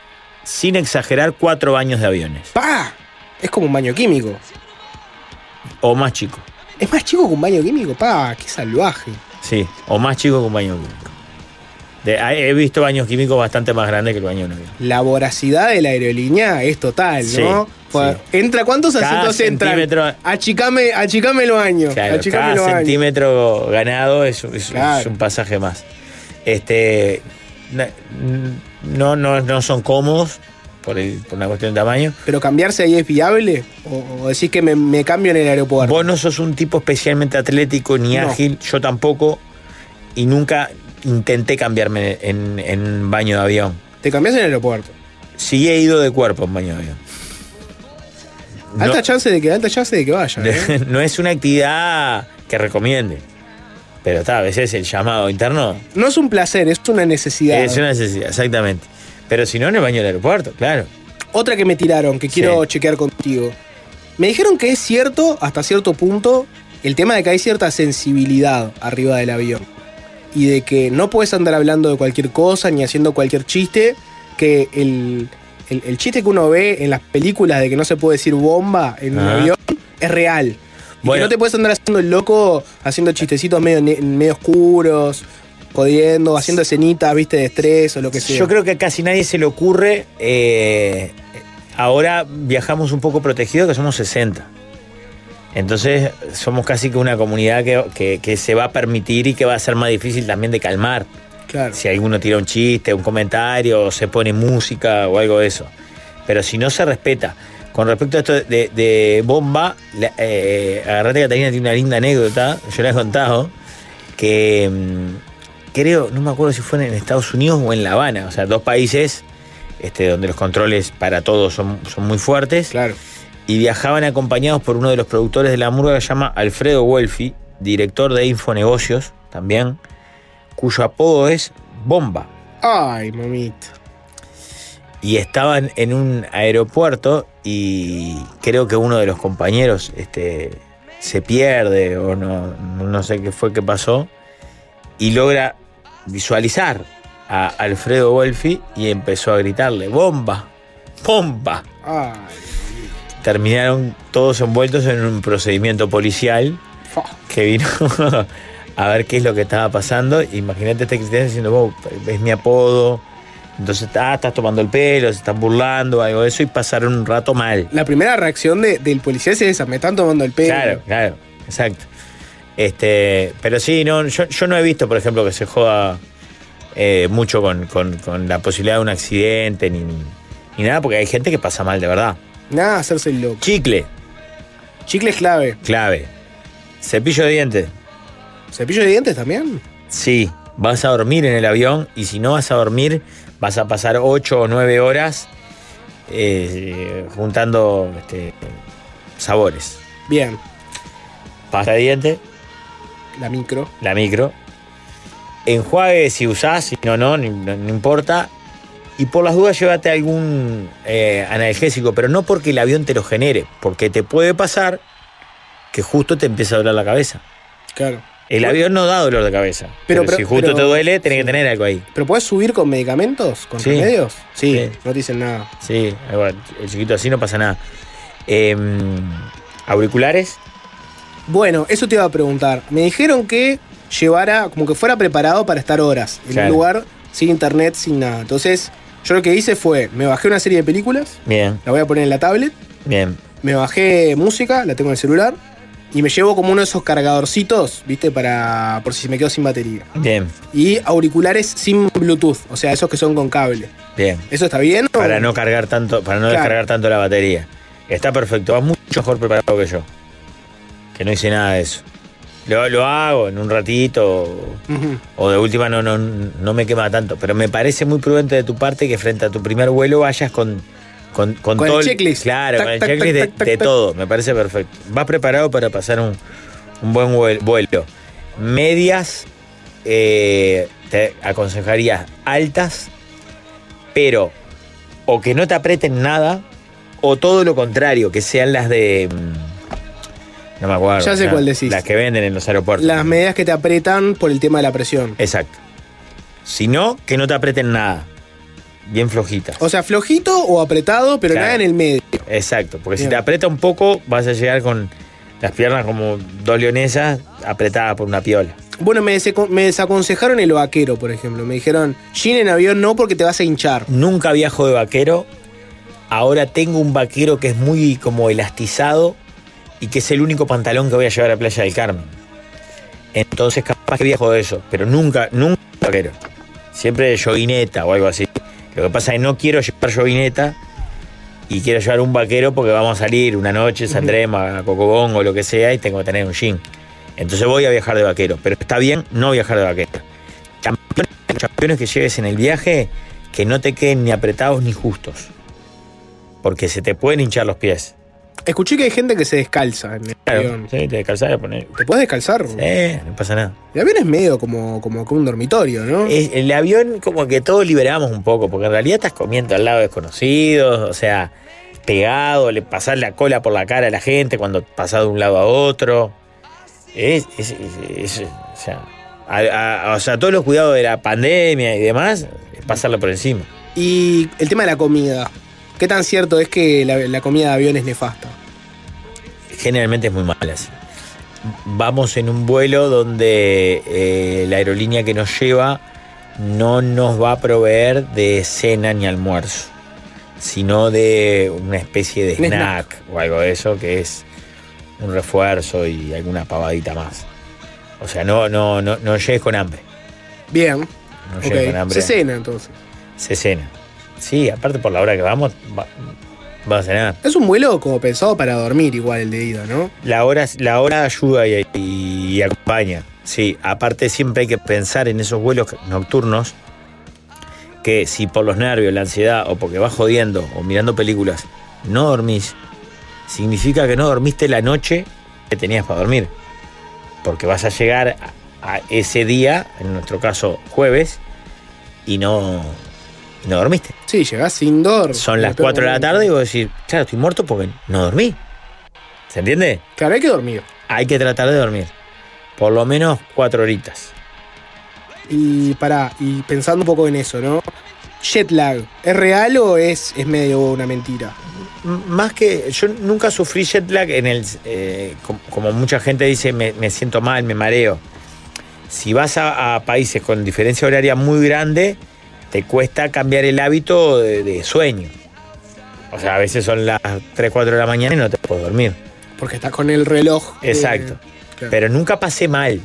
S5: sin exagerar cuatro baños de aviones
S6: ¡Pah! Es como un baño químico.
S5: o más chico.
S6: Es más chico que un baño químico. ¡Pah! ¡Qué salvaje!
S5: Sí, o más chico que un baño químico. De- ah, he visto baños químicos bastante más grandes que el baño de un avión.
S6: La voracidad de la aerolínea es total,
S5: Sí,
S6: ¿no? Fue-
S5: sí.
S6: Entra, ¿cuántos
S5: Cada
S6: asientos entran?
S5: centímetro-
S6: Achicame, achicame el baño.
S5: Claro,
S6: achicame
S5: cada
S6: el baño.
S5: centímetro ganado es, es-
S6: Claro.
S5: es un pasaje más. Este, na- no, no, no son cómodos por, el- por una cuestión de tamaño.
S6: Pero cambiarse ahí es viable o, o decís que me, me cambio en el aeropuerto.
S5: Vos no sos un tipo especialmente atlético ni
S6: No.
S5: ágil, yo tampoco, y nunca intenté cambiarme en, en baño de avión.
S6: Te cambias en el aeropuerto.
S5: Sí he ido de cuerpo en baño de avión.
S6: Alta
S5: No-
S6: chance de que, alta chance de que vaya. ¿eh?
S5: no es una actividad que recomiende. Pero está, a veces el llamado interno
S6: no es un placer, es una necesidad.
S5: es una necesidad, exactamente. Pero si no, en el baño del aeropuerto, claro.
S6: Otra que me tiraron, que quiero
S5: Sí.
S6: chequear contigo. Me dijeron que es cierto, hasta cierto punto, el tema de que hay cierta sensibilidad arriba del avión. Y de que no puedes andar hablando de cualquier cosa ni haciendo cualquier chiste. Que el, el- el chiste que uno ve en las películas de que no se puede decir bomba en un
S5: Ah.
S6: avión es real. Y
S5: Bueno.
S6: que no te puedes andar haciendo el loco, haciendo chistecitos medio, ne- medio oscuros, jodiendo, haciendo escenitas, viste, de estrés o lo que sea.
S5: Yo creo que a casi nadie se le ocurre. eh, ahora viajamos un poco protegidos, que somos 60. Entonces somos casi que una comunidad que, que- que se va a permitir y que va a ser más difícil también de calmar.
S6: Claro.
S5: Si alguno tira un chiste, un comentario, o se pone música o algo de eso. Pero si no se respeta. Con respecto a esto de, de bomba, la- eh, agarrate Catalina tiene una linda anécdota, yo la he contado, que mm, creo, no me acuerdo si fue en Estados Unidos o en La Habana, o sea, dos países este, donde los controles para todos son, son muy fuertes.
S6: Claro.
S5: Y viajaban acompañados por uno de los productores de la murga que se llama Alfredo Welfi, director de Infonegocios también, cuyo apodo es Bomba.
S6: Ay, mamita.
S5: y estaban en un aeropuerto y creo que uno de los compañeros este, se pierde o no, no sé qué fue que pasó y logra visualizar a Alfredo Wolfi y empezó a gritarle, bomba, bomba.
S6: Ay.
S5: Terminaron todos envueltos en un procedimiento policial que vino a ver qué es lo que estaba pasando. Imagínate este cristiano diciendo, "Vos, es mi apodo. Entonces, ah, estás tomando el pelo, se están burlando, algo de eso, y pasaron un rato mal.
S6: La primera reacción de- del policía es esa, me están tomando el pelo.
S5: Claro, claro, exacto. Este, pero sí, no, yo, yo no he visto, por ejemplo, que se joda eh, mucho con, con- con la posibilidad de un accidente ni, ni- ni nada, porque hay gente que pasa mal, de verdad.
S6: Nada, hacerse el loco.
S5: Chicle,
S6: Chicle es clave.
S5: clave. Cepillo de dientes.
S6: ¿Cepillo de dientes también?
S5: Sí, vas a dormir en el avión y si no vas a dormir, vas a pasar 8 o 9 horas eh, juntando este, sabores.
S6: Bien,
S5: Pasta de diente,
S6: la micro.
S5: la micro. Enjuague si usás, si no, no, ni- no, no importa. Y por las dudas llévate algún eh, analgésico, pero no porque el avión te lo genere, porque te puede pasar que justo te empieza a doler la cabeza.
S6: Claro.
S5: El avión no da dolor de cabeza. Pero,
S6: Pero- pero-
S5: si justo
S6: pero-
S5: te duele, tenés que tener algo ahí.
S6: ¿Pero puedes subir con medicamentos? ¿Con
S5: Sí.
S6: remedios? Sí,
S5: Sí.
S6: no te dicen nada.
S5: Sí, ahí va, el chiquito así no pasa nada. Eh, auriculares,
S6: Bueno, eso te iba a preguntar. Me dijeron que llevara, como que fuera preparado para estar horas en
S5: Claro.
S6: un lugar sin internet, sin nada. Entonces, yo lo que hice fue, me bajé una serie de películas,
S5: bien,
S6: la voy a poner en la tablet,
S5: bien.
S6: me bajé música, la tengo en el celular, y me llevo como uno de esos cargadorcitos, ¿viste? Para, por si me quedo sin batería.
S5: Bien,
S6: y auriculares sin Bluetooth, o sea, esos que son con cable.
S5: bien.
S6: ¿Eso está bien? o-
S5: Para no cargar tanto, para no
S6: Claro.
S5: descargar tanto la batería. Está perfecto, vas mucho mejor preparado que yo. Que no hice nada de eso. Lo, lo hago en un ratito o-
S6: Ujú.
S5: o de última no, no, no me quema tanto. Pero me parece muy prudente de tu parte que frente a tu primer vuelo vayas con, con, con
S6: Con el
S5: todo
S6: checklist.
S5: Claro,
S6: Tac,
S5: con el
S6: tac, tac,
S5: checklist de,
S6: tac, tac,
S5: de
S6: tac.
S5: todo. Me parece perfecto. Vas preparado para pasar un, un buen vuel- vuelo. Medias, eh, te aconsejaría altas, pero o que no te aprieten nada, o todo lo contrario, que sean las de. mm, No me acuerdo.
S6: Ya sé
S5: la-
S6: cuál decís.
S5: Las que venden en los aeropuertos.
S6: Las medidas que te apretan por el tema de la presión.
S5: Exacto. Si no, que no te aprieten nada. Bien flojitas.
S6: O sea, flojito o apretado, pero
S5: Claro.
S6: nada en el medio.
S5: Exacto. Porque si
S6: Bien.
S5: te aprieta un poco, vas a llegar con las piernas como dos leonesas apretadas por una piola.
S6: Bueno, me, deseco- me desaconsejaron el vaquero, por ejemplo. Me dijeron, jean en avión no porque te vas a hinchar.
S5: Nunca viajo de vaquero. Ahora tengo un vaquero que es muy como elastizado y que es el único pantalón que voy a llevar a Playa del Carmen. Entonces capaz que viajo de eso, pero nunca, nunca vaquero. Siempre de joguineta o algo así. Lo que pasa es que no quiero llevar joguineta y quiero llevar un vaquero porque vamos a salir una noche, Sandrema, a Cocobongo, lo que sea, y tengo que tener un jean. Entonces voy a viajar de vaquero, pero está bien no viajar de vaquero. Campeones, campeones que lleves en el viaje que no te queden ni apretados ni justos. Porque se te pueden hinchar los pies.
S6: Escuché que hay gente que se descalza en el avión.
S5: Sí, te calzás y poner.
S6: ¿Te puedes descalzar?
S5: Eh, no pasa nada.
S6: El avión es medio como, como que un dormitorio, ¿no?
S5: Es- el avión como que todos liberamos un poco, porque en realidad estás comiendo al lado de desconocidos, o sea, pegado, le pasás la cola por la cara a la gente cuando pasás de un lado a otro. Es, es- es- es- o, sea, a- a- o sea, todos los cuidados de la pandemia y demás, es pasarla por encima.
S6: Y el tema de la comida. ¿Qué tan cierto es que la, la comida de avión es nefasta?
S5: Generalmente es muy mala. sí. Vamos en un vuelo donde eh, la aerolínea que nos lleva no nos va a proveer de cena ni almuerzo, sino de una especie de
S6: Un
S5: snack,
S6: snack.
S5: o algo de eso que es un refuerzo y alguna pavadita más. O sea, no, no, no, no llegues con hambre.
S6: Bien.
S5: No
S6: ok.
S5: llegues con
S6: Se
S5: hambre.
S6: cena entonces.
S5: Se cena. Sí, aparte por la hora que vamos, va, va a cenar.
S6: Es un vuelo como pensado para dormir igual el de ida, ¿no?
S5: La hora, la hora ayuda y, y acompaña. Sí, aparte siempre hay que pensar en esos vuelos nocturnos que si por los nervios, la ansiedad o porque vas jodiendo o mirando películas no dormís, significa que no dormiste la noche que tenías para dormir. Porque vas a llegar a, a ese día, en nuestro caso jueves, y no, y no dormiste.
S6: Sí, llegás sin dormir.
S5: Son las 4 de la tarde y vos decís, claro, estoy muerto porque no dormí. ¿Se entiende?
S6: Claro, hay que dormir.
S5: hay que tratar de dormir. Por lo menos cuatro horitas.
S6: Y pará, y pensando un poco en eso, ¿no? Jet lag, ¿es real o es, es medio una mentira?
S5: M- Más que. Yo nunca sufrí jet lag en el. eh, com- como, mucha gente dice, me, me siento mal, me mareo. Si vas a, a países con diferencia horaria muy grande, te cuesta cambiar el hábito de, de sueño. O sea, a veces son las 3, 4 de la mañana y no te puedes dormir.
S6: Porque estás con el reloj. de-
S5: Exacto.
S6: claro.
S5: Pero nunca pasé mal.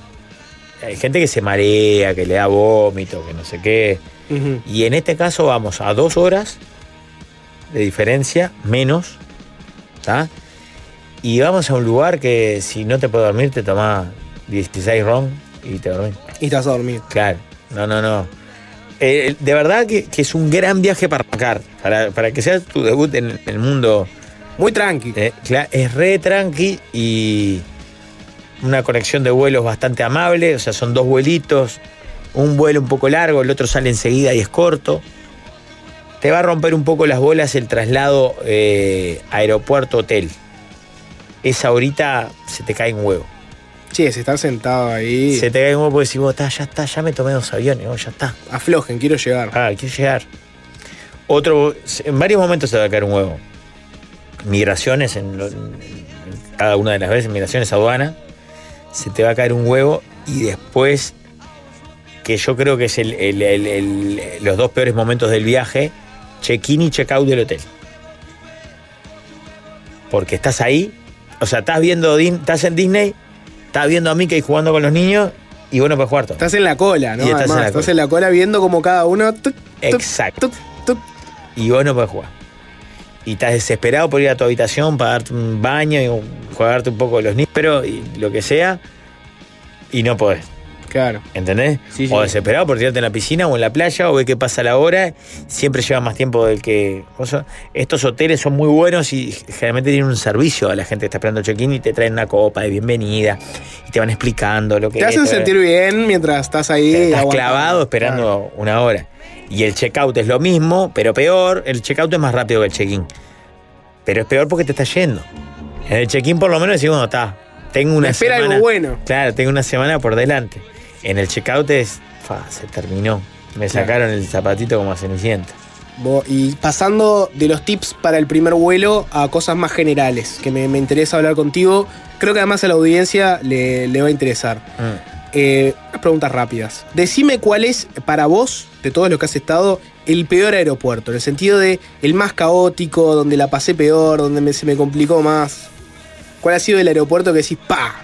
S5: Hay gente que se marea, que le da vómito, que no sé qué.
S6: Ujú.
S5: Y en este caso vamos a dos horas de diferencia, menos. ¿tá? Y vamos a un lugar que si no te puedes dormir, te tomás 16 ron y te dormís.
S6: Y estás a dormir.
S5: Claro, no, no, no. Eh, de verdad que, que es un gran viaje para arrancar, para, para que sea tu debut en el mundo.
S6: Muy tranqui.
S5: Eh, cla- es re tranqui y una conexión de vuelos bastante amable. O sea, son dos vuelitos. Un vuelo un poco largo, el otro sale enseguida y es corto. Te va a romper un poco las bolas el traslado eh, aeropuerto-hotel. Esa horita se te cae un huevo.
S6: Sí, es estar sentado ahí.
S5: Se te cae un huevo porque decís, vos, "Tá, ya está, ya me tomé dos aviones, vos, ya está.
S6: Aflojen, quiero llegar.
S5: Ah, quiero llegar. Otro, en varios momentos se va a caer un huevo. Migraciones, en lo- en cada una de las veces, migraciones aduana, se te va a caer un huevo y después, que yo creo que es el- el- el- el- los dos peores momentos del viaje, check-in y check-out del hotel. Porque estás ahí, o sea, estás viendo, Din- estás en Disney, estás viendo a Mickey jugando con los niños y bueno, pues cuarto.
S6: Estás en la cola, ¿no?
S5: Y estás
S6: Además,
S5: en la
S6: estás
S5: cola.
S6: en la cola viendo como cada uno. tuc, tuc,
S5: Exacto.
S6: tuc, tuc.
S5: y vos no podés jugar. Y estás desesperado por ir a tu habitación para darte un baño y un- jugarte un poco los nísperos y lo que sea, y no podés.
S6: Claro.
S5: ¿Entendés?
S6: Sí, sí.
S5: O desesperado por tirarte en la piscina o en la playa o ver qué pasa a la hora. Siempre lleva más tiempo del que. cosa. Estos hoteles son muy buenos y generalmente tienen un servicio a la gente que está esperando el check-in y te traen una copa de bienvenida y te van explicando lo que
S6: Te
S5: es,
S6: hacen
S5: van-
S6: sentir bien mientras estás ahí.
S5: Estás
S6: aguantando.
S5: clavado esperando una hora. Y el checkout es lo mismo, pero peor. El checkout es más rápido que el check-in. Pero es peor porque te está yendo. En el check-in por lo menos decimos, no, está. Tengo una
S6: Me espera
S5: semana.
S6: algo bueno.
S5: Claro, tengo una semana por delante. En el checkout es, fa, se terminó. Me sacaron el zapatito como a Cenicienta.
S6: Bo- Y pasando de los tips para el primer vuelo a cosas más generales, que me, me interesa hablar contigo. Creo que además a la audiencia le, le va a interesar.
S5: Mm.
S6: Eh, unas preguntas rápidas. Decime cuál es, para vos, de todos los que has estado, el peor aeropuerto. En el sentido de el más caótico, donde la pasé peor, donde me- se me complicó más. ¿Cuál ha sido el aeropuerto que decís, pa?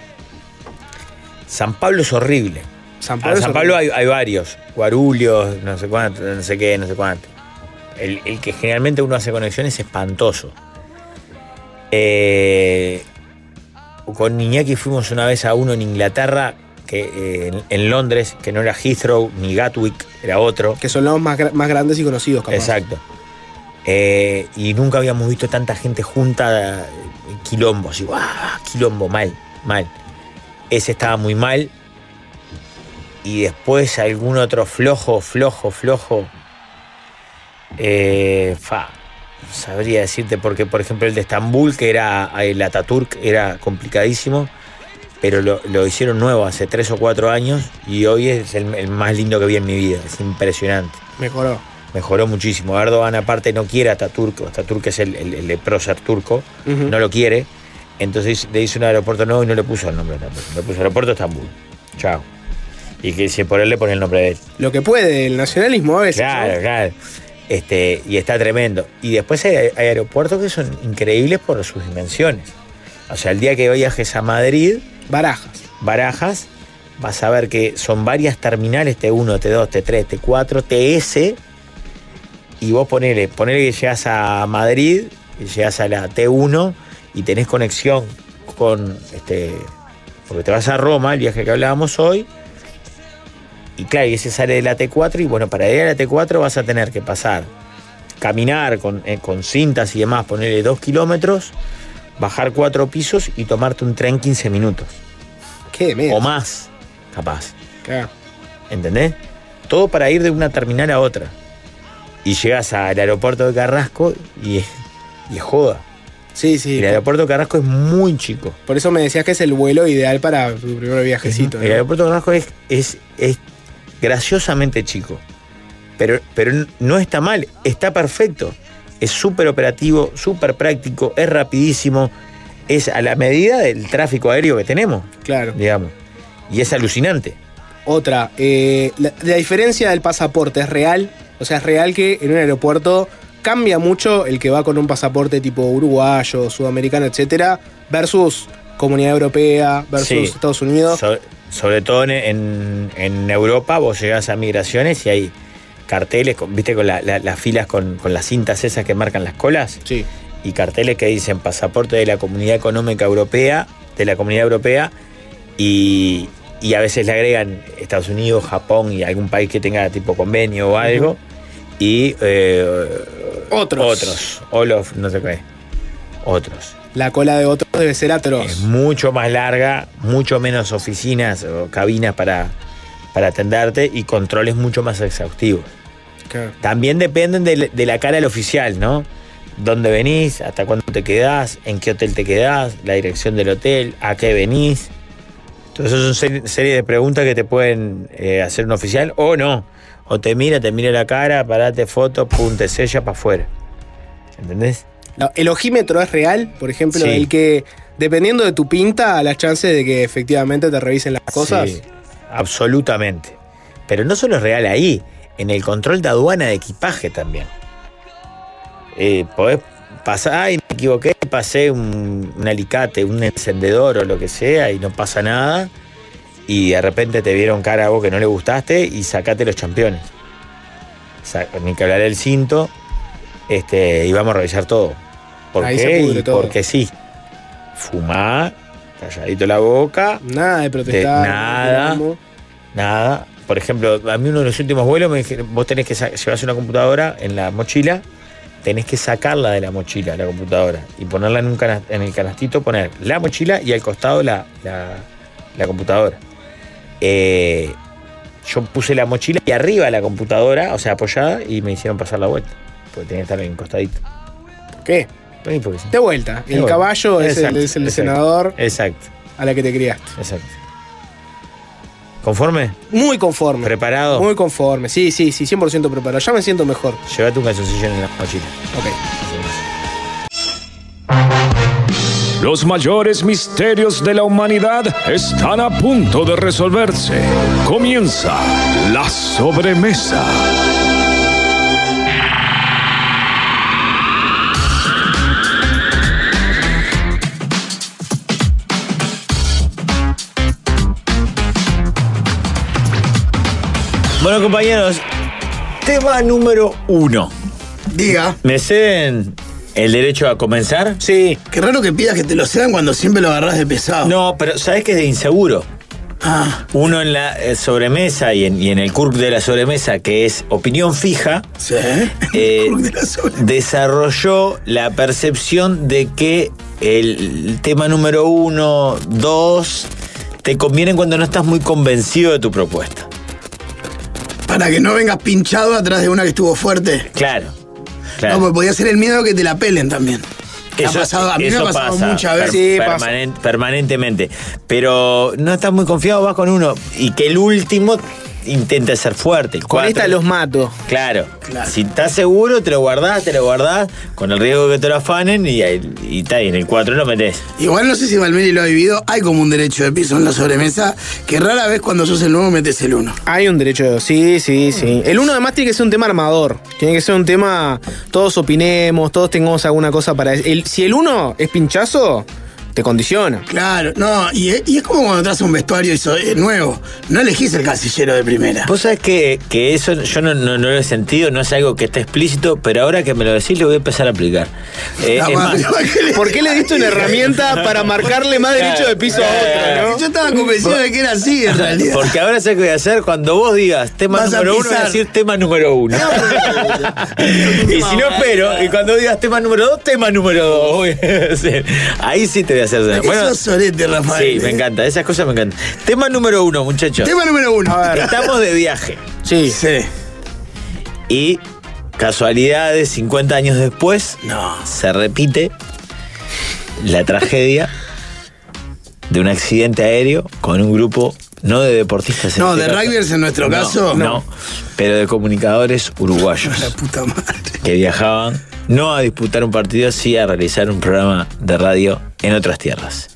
S5: San Pablo es horrible.
S6: San
S5: A
S6: Pablo.
S5: San
S6: es
S5: Pablo
S6: horrible.
S5: hay, hay varios. Guarulhos, no sé cuánto, no sé qué, no sé cuánto. El, el que generalmente uno hace conexión es espantoso. Eh, con Iñaki fuimos una vez a uno en Inglaterra, que, eh, en, en Londres, que no era Heathrow ni Gatwick, era otro.
S6: Que son los más, gra- más grandes y conocidos, capaz.
S5: Exacto. Eh, y nunca habíamos visto tanta gente junta, eh, quilombo, así, ¡guau! quilombo, mal, mal. Ese estaba muy mal. Y después algún otro flojo, flojo, flojo. Eh, fa. sabría decirte, porque por ejemplo el de Estambul, que era el Ataturk, era complicadísimo, pero lo, lo hicieron nuevo hace tres o cuatro años y hoy es el, el más lindo que vi en mi vida, es impresionante.
S6: Mejoró.
S5: Mejoró muchísimo. Erdogan aparte no quiere a Ataturk, Ataturk es el, el, el de prócer turco,
S6: Ujú.
S5: no lo quiere, entonces le hizo un aeropuerto nuevo y no le puso el nombre de Ataturk, le puso aeropuerto Estambul. Chao. Y que si por él le pone el nombre de él.
S6: Lo que puede, el nacionalismo a veces.
S5: Claro, claro. Este, y está tremendo. Y después hay, hay aeropuertos que son increíbles por sus dimensiones. O sea, el día que viajes a Madrid,
S6: ¿no? Barajas.
S5: Barajas, vas a ver que son varias terminales, T1, T2, T3, T4, TS, y vos ponele, ponele que llegas a Madrid, que llegas a la T1 y tenés conexión con, este, porque te vas a Roma, el viaje que hablábamos hoy, y claro, y ese sale de la T4 y bueno, para ir a la T4 vas a tener que pasar, caminar con, eh, con cintas y demás, ponerle dos kilómetros, bajar cuatro pisos y tomarte un tren 15 minutos
S6: Qué
S5: o
S6: miedo.
S5: más, capaz.
S6: Claro.
S5: ¿Entendés? Todo para ir de una terminal a otra. Y llegas al aeropuerto de Carrasco y, y es joda.
S6: Sí,
S5: Y
S6: sí.
S5: el aeropuerto de Carrasco es muy chico.
S6: Por eso me decías que es el vuelo ideal para tu primer viajecito.
S5: El
S6: ¿no?
S5: aeropuerto de Carrasco es, es, es graciosamente chico. Pero, pero no está mal, está perfecto. Es súper operativo, súper práctico, es rapidísimo. Es a la medida del tráfico aéreo que tenemos,
S6: Claro.
S5: digamos. Y es alucinante.
S6: Otra, eh, la, la diferencia del pasaporte es real. O sea, es real que en un aeropuerto cambia mucho el que va con un pasaporte tipo uruguayo, sudamericano, etcétera, versus Comunidad Europea, versus
S5: Sí.
S6: Estados Unidos.
S5: So- sobre todo en, en- en Europa, vos llegás a migraciones y hay carteles, con- viste, con la- la- las filas con, con las cintas esas que marcan las colas,
S6: sí.
S5: y carteles que dicen pasaporte de la Comunidad Económica Europea, de la Comunidad Europea, y, y a veces le agregan Estados Unidos, Japón y algún país que tenga tipo convenio o algo, y eh,
S6: Otros.
S5: otros, Olof, no sé qué, otros.
S6: La cola de otros debe ser
S5: Es
S6: atroz.
S5: mucho más larga, mucho menos oficinas o cabinas para, para atenderte y controles mucho más exhaustivos.
S6: Claro.
S5: También dependen de, la- de la cara del oficial, ¿no? ¿Dónde venís? ¿Hasta cuándo te quedás? ¿En qué hotel te quedás? ¿La dirección del hotel? ¿A qué venís? Entonces son ser- serie de preguntas que te pueden eh, hacer un oficial o no. O te mira, te mira la cara, parate foto, punte sella para afuera. ¿Entendés?
S6: La- El ojímetro es real, por ejemplo,
S5: Sí.
S6: el que dependiendo de tu pinta, las chances de que efectivamente te revisen las cosas.
S5: Sí, absolutamente. Pero no solo es real ahí, en el control de aduana de equipaje también. Eh, podés pasar, ay, me equivoqué, pasé un, un alicate, un encendedor o lo que sea y no pasa nada. Y de repente te vieron cara a vos que no le gustaste y sacate los campeones. Sa- Ni que hablar el cinto este, y vamos a revisar todo. ¿Por
S6: Ahí
S5: qué?
S6: se pudre
S5: Y
S6: todo.
S5: Porque sí. Fumá, calladito la boca,
S6: Nada de protestar.
S5: De nada. Nada. Por ejemplo, a mí uno de los últimos vuelos me dijeron, vos tenés que sa- llevarse una computadora en la mochila, tenés que sacarla de la mochila, la computadora, y ponerla en, un cana- en el canastito, poner la mochila y al costado la, la- la computadora. Eh, yo puse la mochila y arriba la computadora, o sea, apoyada, y me hicieron pasar la vuelta, porque tenía que estar en el costadito.
S6: ¿Qué?
S5: Y porque sí.
S6: De vuelta.
S5: De
S6: El
S5: vuelta.
S6: caballo es el,
S5: Exacto,
S6: es el
S5: exacto.
S6: senador
S5: Exacto,
S6: a la que te criaste.
S5: exacto. ¿Conforme?
S6: Muy conforme.
S5: ¿Preparado?
S6: Muy conforme. Sí, sí, sí, 100% preparado. Ya me siento mejor.
S5: Llévate un calzoncillo en la mochila.
S6: Ok.
S9: Los mayores misterios de la humanidad están a punto de resolverse. Comienza la sobremesa.
S5: Bueno, compañeros, tema número uno.
S11: Diga.
S5: ¿Me ceden el derecho a comenzar?
S6: Sí.
S11: Qué raro que pidas que te lo cedan cuando siempre lo agarrás de pesado.
S5: No, pero ¿sabes que es de inseguro?
S11: Ah,
S5: Uno en la eh, sobremesa y en, y en el CURC de la sobremesa, que es opinión fija,
S11: sí.
S5: eh,
S11: Club de la sola.
S5: desarrolló la percepción de que el tema número uno, dos, te convienen cuando no estás muy convencido de tu propuesta.
S11: Para que no vengas pinchado atrás de una que estuvo fuerte.
S5: Claro. Claro.
S11: No, porque podía ser el miedo que te la pelen también. Que ha
S5: Eso-
S11: pasado, a mí me
S5: eso
S11: ha pasado
S5: pasa,
S11: muchas
S5: per-
S11: veces.
S5: permanen- Permanentemente. Pero no estás muy confiado, vas con uno. Y que el último intenta ser fuerte. el
S6: Con
S5: cuatro.
S6: esta los mato.
S5: Claro. Si estás seguro, te lo guardás, te lo guardás, con el riesgo que te lo afanen y, ahí- y, está ahí, en el 4 lo metés.
S11: Igual no sé si Valmeri lo ha vivido, hay como un derecho de piso en la sobremesa, que rara vez cuando sos el nuevo metes el uno.
S6: Hay un derecho, sí, sí, sí. El uno además tiene que ser un tema armador. Tiene que ser un tema. Todos opinemos, todos tengamos alguna cosa para. El, si el uno es pinchazo, te condiciona.
S11: Claro, no, y es, y es como cuando traes un vestuario y so- eh, nuevo. No elegís el casillero de primera.
S5: Vos sabés que, que eso yo no, no- no lo he sentido, no es algo que esté explícito, pero ahora que me lo decís lo voy a empezar a aplicar. Eh,
S11: La
S5: es
S11: madre,
S5: más-
S6: ¿Por qué le diste una herramienta para marcarle más derecho de piso a otro, no?
S11: Yo estaba convencido de que era así en realidad.
S5: Porque ahora sé qué voy a hacer cuando vos digas tema
S11: Vas a
S5: número uno, voy a
S11: pisar.
S5: decir tema número uno. y si no, pero, y cuando digas tema número dos, tema número dos. voy a hacer. Ahí sí te voy a hacer.
S11: Eso es sorete, Rafael.
S5: sí, me encanta, esas cosas me encantan. Tema número uno, muchachos.
S11: Tema número uno.
S5: Estamos de viaje.
S6: Sí.
S11: Sí.
S5: Y casualidades, 50 años después,
S11: No.
S5: se repite la tragedia de un accidente aéreo con un grupo no de deportistas. en
S11: No,
S5: este
S11: de
S5: caso.
S11: rugbyers en nuestro
S5: No,
S11: caso,
S5: No,
S11: no.
S5: pero de comunicadores
S11: La
S5: uruguayos
S11: puta madre.
S5: que viajaban no a disputar un partido, sí a realizar un programa de radio en otras tierras.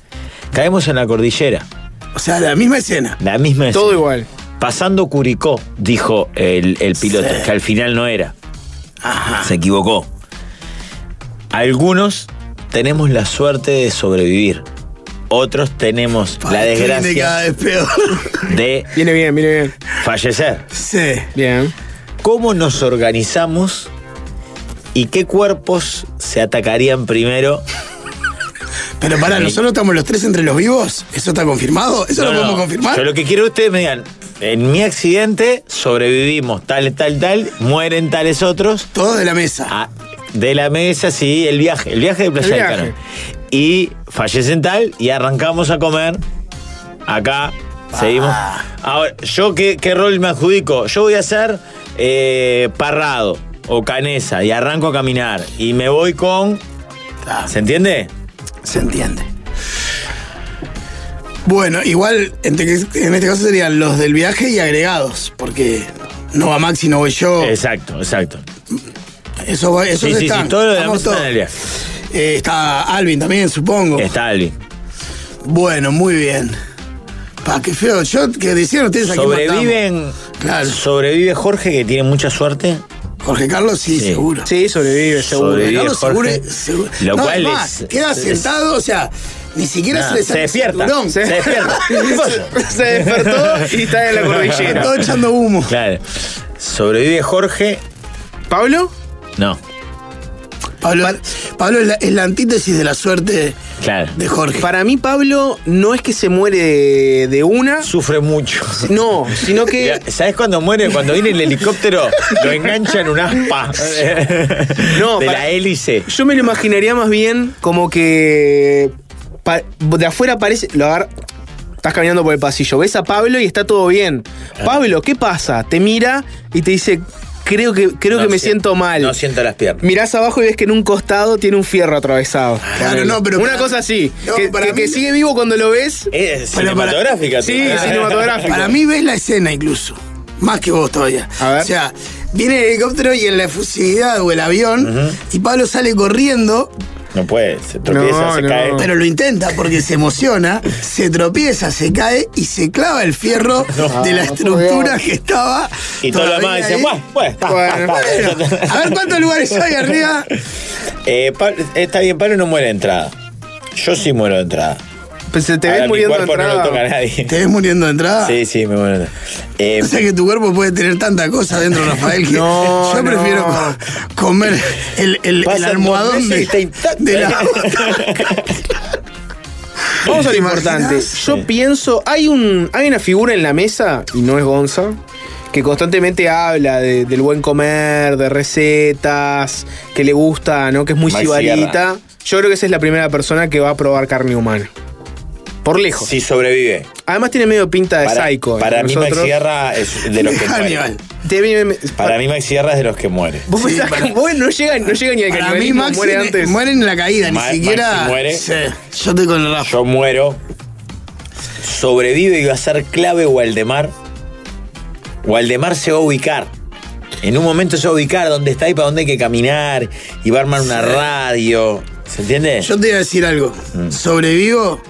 S5: Caemos en la cordillera,
S11: O sea, la misma escena.
S5: la misma escena.
S6: Todo igual.
S5: Pasando Curicó, dijo el, el piloto,
S11: Sí.
S5: que al final no era.
S11: Ajá.
S5: Se equivocó. Algunos tenemos la suerte de sobrevivir. Otros tenemos la
S11: Viene cada
S5: desgracia
S11: vez peor.
S5: de
S6: Viene bien, viene bien.
S5: fallecer.
S11: sí.
S6: Bien.
S5: ¿Cómo nos organizamos y qué cuerpos se atacarían primero?
S11: Pero pará,
S5: Sí.
S11: ¿nosotros estamos los tres entre los vivos? ¿Eso está confirmado? ¿Eso lo
S5: No, no,
S11: podemos confirmar?
S5: Yo lo que quiero que ustedes me digan, en mi accidente sobrevivimos tal, tal, tal, mueren tales otros.
S11: Todo de la mesa.
S5: Ah, de la mesa, sí, el viaje, el viaje de Playa
S6: El
S5: del
S6: viaje.
S5: Carmen. Y fallecen tal y arrancamos a comer. Acá, seguimos. Ahora, ¿yo qué, qué rol me adjudico? Yo voy a ser eh, parrado o canesa y arranco a caminar. Y me voy con.
S11: Ah.
S5: ¿Se entiende?
S11: Se entiende. Bueno, igual entre que- en este caso serían los del viaje y agregados, porque no va Maxi, no voy yo.
S5: Exacto, exacto.
S11: Eso va, esos
S5: Sí, sí,
S11: están.
S5: sí, todo lo de la
S11: estamos
S5: mesa está en el viaje.
S11: todos. Eh, está Alvin también, supongo.
S5: Está Alvin.
S11: Bueno, muy bien. Pa, qué feo. Yo que decían ustedes aquí.
S5: Sobreviven.
S11: Claro.
S5: Sobrevive Jorge, que tiene mucha suerte.
S11: Jorge Carlos, sí,
S5: Sí.
S11: seguro.
S6: Sí, sobrevive, seguro.
S5: Sobrevive.
S11: Carlos seguro,
S5: Jorge.
S11: seguro.
S5: Lo
S11: No,
S5: cual
S11: más,
S5: es-
S11: Queda
S5: es-
S11: sentado, o sea, ni siquiera
S5: Nada,
S11: se le
S5: se
S11: sale el
S5: despierta.
S11: cinturón.
S5: Se despierta. ¿Qué pasa?
S6: Se despertó y está en la
S11: Todo
S6: cordillera.
S11: echando humo.
S5: Claro. Sobrevive Jorge.
S6: ¿Pablo?
S5: No,
S11: Pablo, Pablo es, la, es la antítesis de la suerte
S5: claro.
S11: de Jorge.
S6: Para mí, Pablo no es que se muere de, de una.
S5: Sufre mucho.
S6: No, sino que.
S5: ¿Sabes cuándo muere? Cuando viene el helicóptero, lo engancha en un aspa
S6: No,
S5: de
S6: para-
S5: la hélice.
S6: Yo me lo imaginaría más bien como que. pa- de afuera parece. Lo agar- Estás caminando por el pasillo, ves a Pablo y está todo bien. Pablo, ¿qué pasa? Te mira y te dice, creo que, creo
S5: No
S6: que me
S5: sien-
S6: siento mal.
S5: No siento las piernas.
S6: Mirás abajo y ves que en un costado tiene un fierro atravesado.
S11: Claro, Ah, no, pero
S6: Una
S11: para-
S6: cosa así.
S11: No,
S6: que,
S11: para
S6: que- que
S11: mí-
S6: sigue vivo cuando lo ves.
S5: Es
S11: Pero para-
S5: cinematográfica. tú.
S6: Sí, cinematográfico.
S11: Para mí ves la escena incluso. Más que vos todavía.
S6: A ver.
S11: O sea, viene el helicóptero y en la efusividad o el avión, y Pablo sale corriendo,
S5: No puede, se tropieza,
S6: No,
S5: se
S6: no.
S5: cae.
S11: pero lo intenta porque se emociona, se tropieza, se cae y se clava el fierro de la estructura que estaba.
S5: Y todos los demás
S11: todavía
S5: dicen,
S11: ahí.
S5: bueno, bueno, pa,
S6: Bueno,
S5: pa, pa".
S11: Bueno, a ver cuántos lugares hay arriba.
S5: Eh, Pablo- está bien, Pablo no muere de entrada. Yo sí muero de entrada.
S6: Pues se te
S5: Ahora
S6: ves
S5: mi
S6: muriendo de
S5: cuerpo no lo toca a
S6: entrada.
S5: nadie.
S11: ¿Te ves muriendo de entrada?
S5: Sí, sí, me muero de entrada. Eh,
S11: O sea que tu cuerpo puede tener tanta cosa dentro, Rafael, que
S6: No,
S11: yo
S6: no.
S11: prefiero co- comer el, el, el
S5: Pasan dos
S11: almohadón
S5: meses y
S11: de,
S5: está intacto. ¿eh?
S11: de la
S6: Vamos a lo
S11: ¿Te
S6: importante.
S11: imaginas?
S6: Yo pienso, hay un, hay una figura en la mesa, y no es Gonza, que constantemente habla de- del buen comer, de recetas, que le gusta, ¿no? Que es muy
S5: Mike
S6: sibarita. Yo creo que esa es la primera persona que va a probar carne humana. Por lejos.
S5: Si sobrevive.
S6: Además tiene medio pinta de
S5: Para,
S6: psycho. ¿eh?
S5: para mí Max
S6: nosotros.
S5: Sierra es de los que muere.
S6: Te-
S5: Para mí Max Sierra es de los que muere.
S6: Vos pensás que vos no llega, no llega ni al
S11: Para mí
S6: canibalismo,
S11: Maxi
S6: muere
S11: ne-
S6: antes.
S11: muere en la caída, ni
S5: Ma-
S11: siquiera.
S5: Maxi muere.
S11: yo estoy con el Rafa.
S5: Yo muero. Sobrevive y va a ser clave Waldemar. Waldemar se va a ubicar. En un momento se va a ubicar dónde está y para dónde hay que caminar. Y va a armar una
S11: Sí.
S5: radio. ¿Se entiende? Mm.
S11: Yo te iba a decir algo. Sobrevivo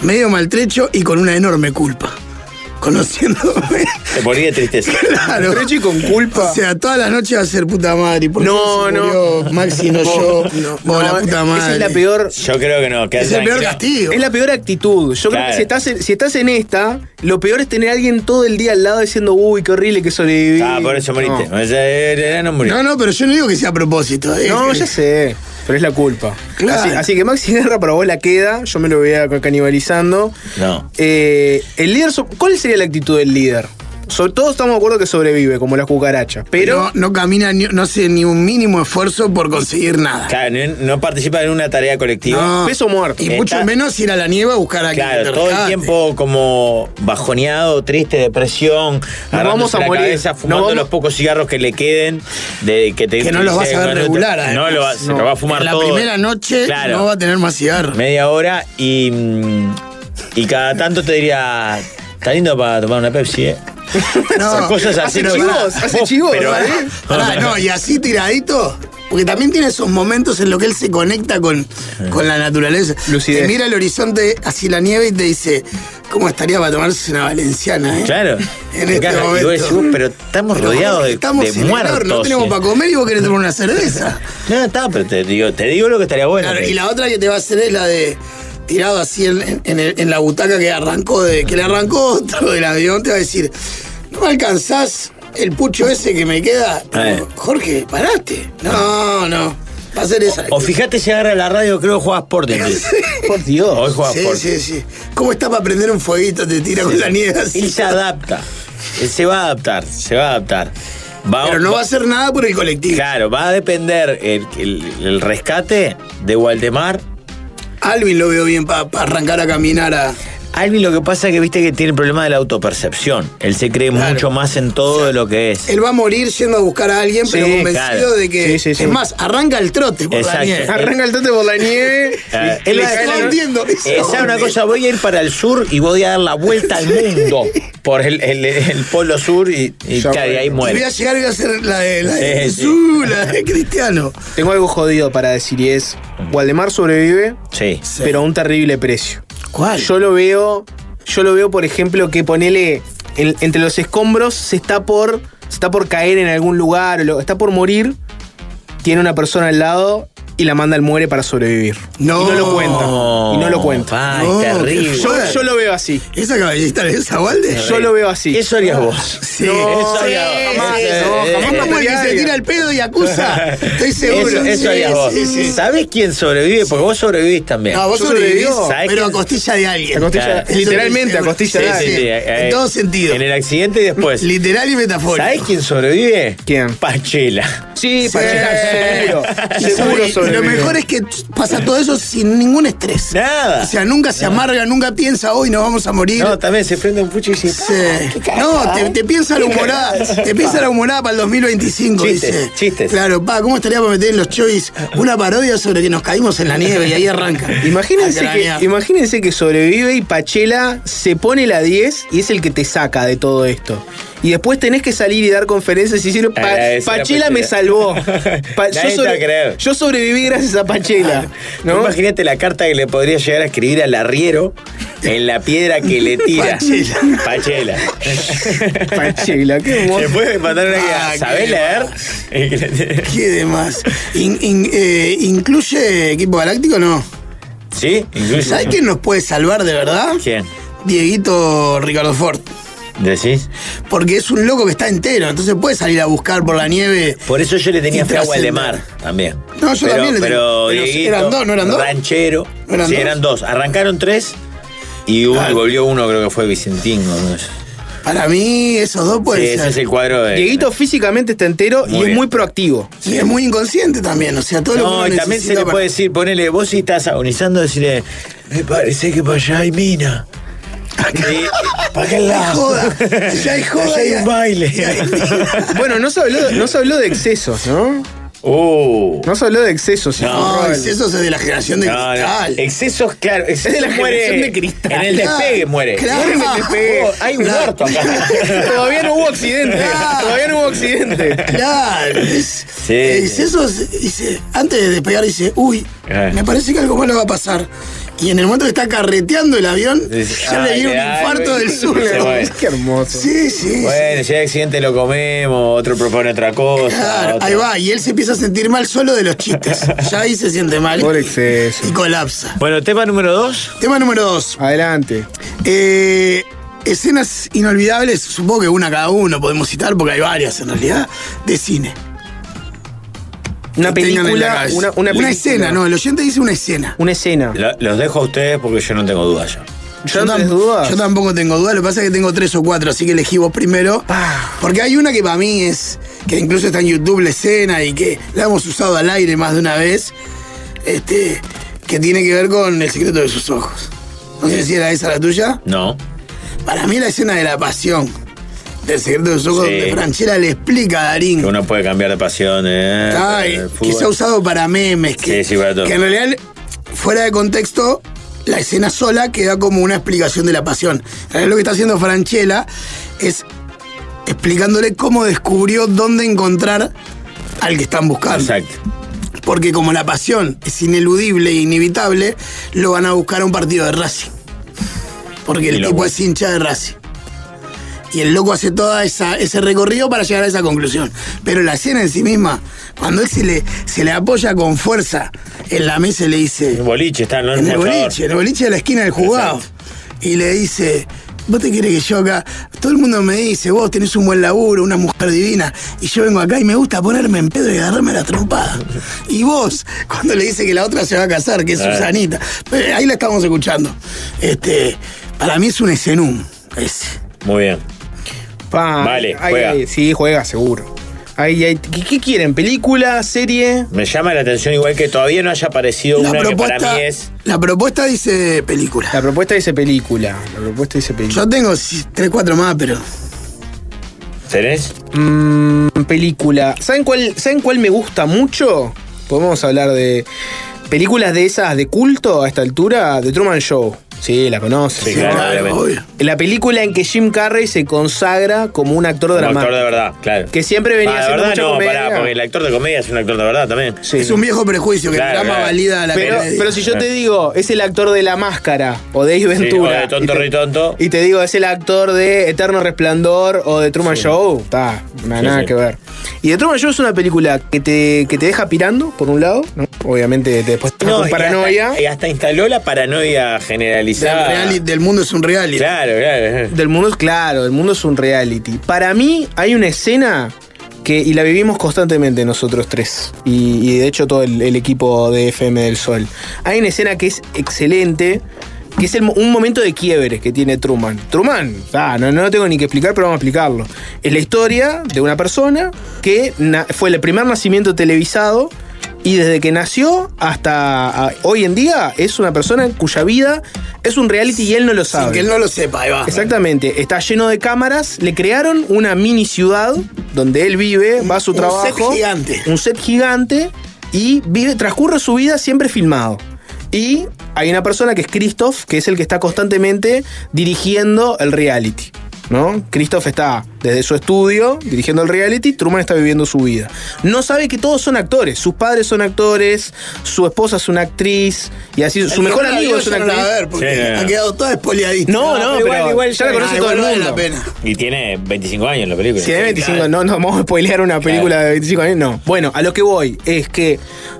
S11: medio maltrecho y con una enorme culpa. Conociéndome.
S5: Te morí de tristeza.
S11: Claro.
S6: Maltrecho y con culpa.
S11: O sea, todas las noches va a ser puta madre. ¿Por qué
S6: No,
S11: se
S6: no.
S11: murió Maxi, no
S6: Vos-
S11: yo.
S6: no,
S11: Vos, la
S6: no, eh.
S11: puta madre.
S6: Esa es la peor.
S5: Yo creo que no. quedá
S11: Es el peor
S5: tranquilo.
S11: castigo.
S6: Es la peor actitud. Yo creo
S5: Claro.
S6: que si estás, en, si estás en esta, lo peor es tener a alguien todo el día al lado diciendo, uy, qué horrible que sobreviví.
S5: Ah, por eso moriste.
S6: No.
S5: O sea, eh, eh, no murió.
S11: No, no, pero yo no digo que sea a propósito. eh. es-
S6: No,
S11: es-
S6: ya sé. Pero es la Eh, culpa.
S11: Claro.
S6: Así, así que Maxi Guerra para vos la queda. Yo me lo voy a ca- canibalizando.
S5: No.
S6: Eh, el líder, so- ¿cuál sería la actitud del líder? Sobre todo estamos de acuerdo que sobrevive, como la cucaracha. Pero
S11: no, no camina, ni- no hace ni un mínimo esfuerzo por conseguir nada.
S5: Claro, no, no participa en una tarea colectiva.
S11: No.
S6: peso muerto.
S11: Y
S5: Está-
S11: mucho menos ir a la nieve a buscar a quien te
S5: Claro, todo el
S11: rescate.
S5: tiempo como bajoneado, triste, depresión,
S6: vamos a
S5: la
S6: morir.
S5: cabeza,
S6: Nos
S5: fumando
S6: vamos-
S5: los pocos cigarros que le queden, de que te
S11: Que no los vas a ver
S5: no te-
S11: regular,
S5: No
S11: además.
S5: lo va- se
S11: No.
S5: lo va a fumar
S11: La
S5: todo.
S11: primera noche
S5: Claro.
S11: no va a tener más cigarro.
S5: media hora y mm, y cada tanto te diría Está lindo para tomar una Pepsi, ¿eh?
S11: No,
S5: Son cosas
S11: hace
S5: así. pero-
S11: chivos,
S6: hace
S5: Vos,
S6: chivos,
S5: pero-
S6: ¿eh?
S11: Pará, no, y así tiradito. Porque también tiene esos momentos en los que él se conecta con,
S5: Eh.
S11: con la naturaleza.
S6: Lucidez.
S11: Te mira el horizonte, así la nieve, y te dice, ¿cómo estaría para tomarse una valenciana? eh?"
S5: Claro.
S11: En este
S5: Claro, y vos decís,
S11: momento.
S5: vos, pero estamos
S11: Pero
S5: rodeados de,
S11: estamos
S5: de
S11: en el horno,
S5: muertos.
S11: No tenemos
S5: ¿eh?
S11: para comer y vos querés tomar una cerveza.
S5: No, está, pero te digo, te digo lo que estaría bueno.
S11: Claro,
S5: que-
S11: y la otra que te va a hacer es la de tirado así en, en- en el- en la butaca que arrancó de, que le arrancó otro del avión, te va a decir, no alcanzás el pucho ese que me queda.
S5: Eh.
S11: Jorge, paraste. No, no. Va a ser esa.
S5: O fíjate si agarra la radio, creo que juega Sporting.
S6: por Dios.
S5: Hoy juega
S11: Sí,
S5: Sporting.
S11: sí, sí. ¿Cómo está para prender un fueguito? Te tira con la nieve
S5: Él
S11: así.
S5: se adapta. Él se va a adaptar, se va a adaptar. Va-
S11: Pero no va a hacer nada por el colectivo.
S5: Claro, va a depender el, el- el rescate de Waldemar.
S11: Alvin lo veo bien para arrancar a caminar a.
S5: Alvin lo que pasa es que viste que tiene el problema de la autopercepción. Él se cree
S11: Claro.
S5: mucho más en todo de lo que es.
S11: Él va a morir yendo a buscar a alguien, pero
S5: Sí,
S11: convencido
S5: claro.
S11: de que.
S6: Sí, sí, sí.
S11: Es más, arranca el trote por
S5: Exacto.
S11: la nieve.
S6: Arranca el tate por la nieve.
S5: Ah,
S6: y
S5: él
S6: le
S5: va a
S6: cae la-
S11: No entiendo.
S5: Eh, ¿sabe una cosa? Voy a ir para el sur y voy a dar la vuelta al mundo por el, el- el polo sur y, y
S6: Ya
S5: claro, y ahí
S6: bueno.
S11: Y voy
S5: muere.
S11: a llegar y voy a hacer la de, la de
S5: Sí, sí.
S11: Jesús, la de Cristiano.
S6: Tengo algo jodido para decir y es, Waldemar sobrevive,
S5: Mm. Sí.
S6: pero a un terrible precio.
S11: ¿Cuál?
S6: Yo lo veo, yo lo veo, por ejemplo, que ponele en- entre los escombros se está por se está por caer en algún lugar, o lo- está por morir, tiene una persona al lado y la manda al muere para sobrevivir.
S11: No.
S6: Y no lo cuenta. Y no lo cuenta.
S5: Ay,
S11: No,
S5: terrible.
S11: qué
S6: Yo, yo lo veo así.
S11: ¿Esa caballista de esa balde?
S6: Yo lo veo así.
S5: Eso harías vos.
S11: Sí.
S5: eso haría- jamás, no, jamás
S11: Es como el que se tira el pedo y acusa. Estoy seguro.
S5: Eso, eso
S11: Sí,
S5: harías vos.
S11: sí, sí.
S5: ¿Sabés quién sobrevive? Porque vos sobrevivís también.
S11: No, vos
S6: Yo sobrevivió,
S11: sobrevivís,
S5: ¿sabés
S11: pero
S5: qué?
S11: a costilla de alguien.
S6: A costilla-
S5: Claro.
S6: Literalmente, a costilla de
S11: Sí, sí,
S6: alguien.
S11: sí.
S5: eh,
S11: En
S5: eh,
S11: todo sentido.
S5: En el accidente y después.
S11: Literal y metafórico.
S5: ¿Sabés quién sobrevive?
S6: ¿Quién?
S5: Pachela.
S6: Sí,
S11: Sí.
S6: Pacheco,
S11: Y
S6: seguro. Seguro
S11: sobre- y Lo
S6: sobrevive.
S11: mejor es que pasa todo eso sin ningún estrés.
S5: Nada.
S11: O sea, nunca se amarga, nunca piensa, hoy nos vamos a morir.
S5: no, también se prende un pucho y dice. "Ah,
S11: Sí. No,
S5: ¿eh?
S11: te, te piensa la humorada. Te piensa la humorada para el 2025,
S5: Chistes,
S11: dice.
S5: chistes.
S11: Claro, pa, ¿cómo estaría para meter en los choice una parodia sobre que nos caímos en la nieve y ahí arranca?
S6: Imagínense
S11: Acá la
S6: que,
S11: nieve.
S6: imagínense que sobrevive y Pachela se pone la 10 y es el que te saca de todo esto. Y después tenés que salir y dar conferencias y decir, "Pa-
S5: Agradecer a
S6: Pachela me
S5: Pachela".
S6: salvó. Pa-
S5: Nadie te va a creer.
S6: yo sobreviví gracias a Pachela. ¿no?
S5: Imagínate la carta que le podría llegar a escribir al arriero en la piedra que le tira.
S11: Pachela.
S5: Pachela.
S6: Pachela, qué
S5: Le
S6: hermoso.
S5: puedes mandar una que
S11: Ah,
S5: sabés
S11: qué
S5: leer. Y que le tire.
S11: ¿Qué demás? In- in- eh, ¿Incluye equipo galáctico no?
S5: ¿Sí? Incluso.
S11: ¿Sabes quién nos puede salvar de verdad?
S5: ¿Quién?
S11: Dieguito Ricardo Ford.
S5: ¿Decís?
S11: Porque es un loco que está entero, entonces puede salir a buscar por la nieve.
S5: Por eso yo le tenía
S11: Y
S5: fe a Waldemar
S11: trascender.
S5: también.
S11: No, yo también le tenía-
S5: Pero,
S11: pero si
S5: Dieguito,
S11: eran dos, ¿no eran dos?
S5: Ranchero.
S11: ¿No eran
S5: sí,
S11: dos?
S5: eran dos. Arrancaron tres y uno,
S11: Claro.
S5: volvió uno, creo que fue Vicentín. ¿no?
S11: Para mí, esos dos pueden
S12: Sí, ese
S11: ser.
S12: es el cuadro de-
S6: Dieguito físicamente está entero y
S12: Muy
S6: es
S12: bien.
S6: muy proactivo.
S11: Y es muy inconsciente también, o sea, todo lo que
S12: No,
S11: uno
S12: y también se
S11: necesita
S12: le
S11: para-
S12: puede decir, ponele, vos si estás agonizando, decirle, me parece que para allá hay mina. Y- ¿Para qué lado?
S11: Joda, ya hay joda.
S12: Allá hay un baile.
S6: Bueno, no se habló, no se habló de excesos, ¿no? No se habló de excesos.
S11: No,
S6: Rol.
S11: excesos es de la generación de
S12: Uh. No, no.
S11: cristal.
S12: Excesos, claro. Excesos
S6: Es de la
S12: muere.
S6: generación de cristal.
S12: En el despegue muere.
S11: Claro.
S12: Muere en el despegue.
S11: Claro.
S12: Hay un
S11: Claro.
S12: muerto acá.
S6: Todavía no hubo accidente.
S11: Claro.
S6: Todavía no hubo accidente.
S11: Claro, es- eh, excesos, dice, antes de despegar dice, uy,
S12: Eh.
S11: me parece que algo malo va a pasar. Y en el momento que está carreteando el avión,
S12: Dice,
S11: ya le
S12: ay,
S11: dio un
S12: ay,
S11: infarto
S12: güey.
S11: del sur.
S12: Se muere.
S6: Qué hermoso.
S11: Sí, sí.
S12: Bueno, si hay accidente lo comemos, otro propone otra cosa.
S11: Claro,
S12: otro-
S11: ahí va, y él se empieza a sentir mal solo de los chistes. Ya ahí se siente mal
S6: Por exceso.
S11: y colapsa.
S5: Bueno, tema número dos.
S11: Tema número dos.
S6: Adelante.
S11: Eh, escenas inolvidables, supongo que una cada uno podemos citar, porque hay varias en realidad, de cine.
S6: Una
S11: Que tengan en la
S6: película.
S11: cabeza.
S6: Una, una película.
S11: escena, no, el oyente dice una escena.
S6: Una escena.
S12: Lo- los dejo a ustedes porque yo no tengo duda ya.
S6: Yo no
S11: tam-
S6: tenés dudas.
S11: yo tampoco tengo dudas, lo que pasa es que tengo tres o cuatro, así que elegí vos primero. Porque hay una que para mí es, que incluso está en YouTube la escena y que la hemos usado al aire más de una vez, este, que tiene que ver con el secreto de sus ojos. No sé si era esa la tuya.
S12: No.
S11: Para mí la escena de la pasión, del secreto de sus ojos,
S12: Sí.
S11: donde Franchella le explica a Darín.
S12: Que uno puede cambiar de pasión, ¿eh?
S11: Ay,
S12: El fútbol.
S11: que se ha usado para memes. Que,
S12: Sí, sí, para todo.
S11: que en realidad, fuera de contexto, la escena sola queda como una explicación de la pasión. En realidad lo que está haciendo Franchella es explicándole cómo descubrió dónde encontrar al que están buscando.
S12: Exacto.
S11: Porque como la pasión es ineludible e inevitable, lo van a buscar a un partido de Racing. Porque
S12: Y
S11: el
S12: lo
S11: tipo
S12: busca.
S11: es hincha de Racing. Y el loco hace todo ese recorrido para llegar a esa conclusión. Pero la escena en sí misma, cuando él se le, se le apoya con fuerza en la mesa y le dice,
S12: El boliche está ¿no?
S11: en el
S12: mostrador.
S11: boliche, en el boliche de la esquina del jugado. Y le dice, ¿vos te querés que yo acá? Todo el mundo me dice, vos tenés un buen laburo, una mujer divina. Y yo vengo acá y me gusta ponerme en pedo y agarrarme la trompada. Y vos, cuando le dice que la otra se va a casar, que es
S12: Ah.
S11: Susanita. Pero ahí la estamos escuchando. Este, para mí es un escenum. ese.
S12: Muy bien.
S6: Pa,
S12: Vale,
S6: ahí-
S12: juega.
S6: ahí- sí, juega, seguro. Ahí, ahí- ¿qué, qué quieren? ¿Película? ¿Serie?
S12: Me llama la atención igual que todavía no haya aparecido
S11: La
S12: una que para
S11: propuesta,
S12: mí es.
S11: la propuesta dice película.
S6: La propuesta dice película. La propuesta dice película.
S11: Yo tengo si- tres, cuatro más, pero.
S12: ¿Tenés?
S6: Mm, película. ¿Saben cuál, ¿Saben cuál me gusta mucho? Podemos hablar de películas de esas de culto a esta altura. The Truman Show. Sí, la conoces.
S12: Sí, claro, obviamente.
S11: obvio.
S6: La película en que Jim Carrey se consagra como un actor
S12: Un
S6: dramático.
S12: actor de verdad, claro.
S6: Que siempre venía
S12: Ah, de
S6: haciendo
S12: verdad
S6: mucha
S12: no,
S6: comedia.
S12: pará, porque el actor de comedia es un actor de verdad también.
S6: Sí.
S11: Es un viejo prejuicio que
S12: Claro,
S11: el drama
S12: claro.
S11: valida la
S6: Pero,
S11: comedia.
S6: pero si yo te digo, es el actor de La Máscara o de Ace Ventura.
S12: o de Tonto
S6: y te-
S12: Rey Tonto.
S6: Y te digo, es el actor de Eterno Resplandor o de Truman Show. Está, nada,
S12: Sí,
S6: nada
S12: sí.
S6: que ver. Y The Truman Show es una película que te, que te deja pirando, por un lado. ¿no? Obviamente, te- después te deja
S12: No,
S6: con
S12: y
S6: paranoia
S12: hasta- Y hasta instaló la paranoia generalizada.
S11: del, reali- del mundo es un reality.
S12: Claro, claro.
S6: del mundo. es- Claro, el mundo es un reality. Para mí, hay una escena que, y la vivimos constantemente nosotros tres. Y, y de hecho, todo el, el equipo de FM del Sol. Hay una escena que es excelente. Que es el mo- un momento de quiebre que tiene Truman. Truman, ah, no, no lo tengo ni que explicar, pero vamos a explicarlo. Es la historia de una persona que na- fue el primer nacimiento televisado y desde que nació hasta ah, hoy en día es una persona cuya vida es un reality y él no lo sabe.
S11: Sin que él no lo sepa, ahí va.
S6: Exactamente, está lleno de cámaras, le crearon una mini ciudad donde él vive, va a su
S11: un
S6: trabajo.
S11: set gigante.
S6: Un set gigante y vive, transcurre su vida siempre filmado. Y hay una persona que es Christoph, que es el que está constantemente dirigiendo el reality. ¿No? Christoph está desde su estudio dirigiendo el reality, Truman está viviendo su vida. No sabe que todos son actores, sus padres son actores, su esposa es una actriz, y así,
S11: El
S6: su mejor
S11: que no la
S6: amigo
S11: vio
S6: es una
S11: ya no la
S6: actriz.
S11: va a ver, porque
S12: Sí, no, no.
S11: ha quedado toda espoliadita.
S6: No, no, pero, ya la conoce
S11: Ah,
S6: todo el
S11: igual vale
S6: mundo.
S11: la pena.
S12: Y tiene 25 años la película.
S6: Si hay 25,
S12: Claro.
S6: no, no vamos a spoilear una película de 25 años, no. Bueno, a lo que voy es que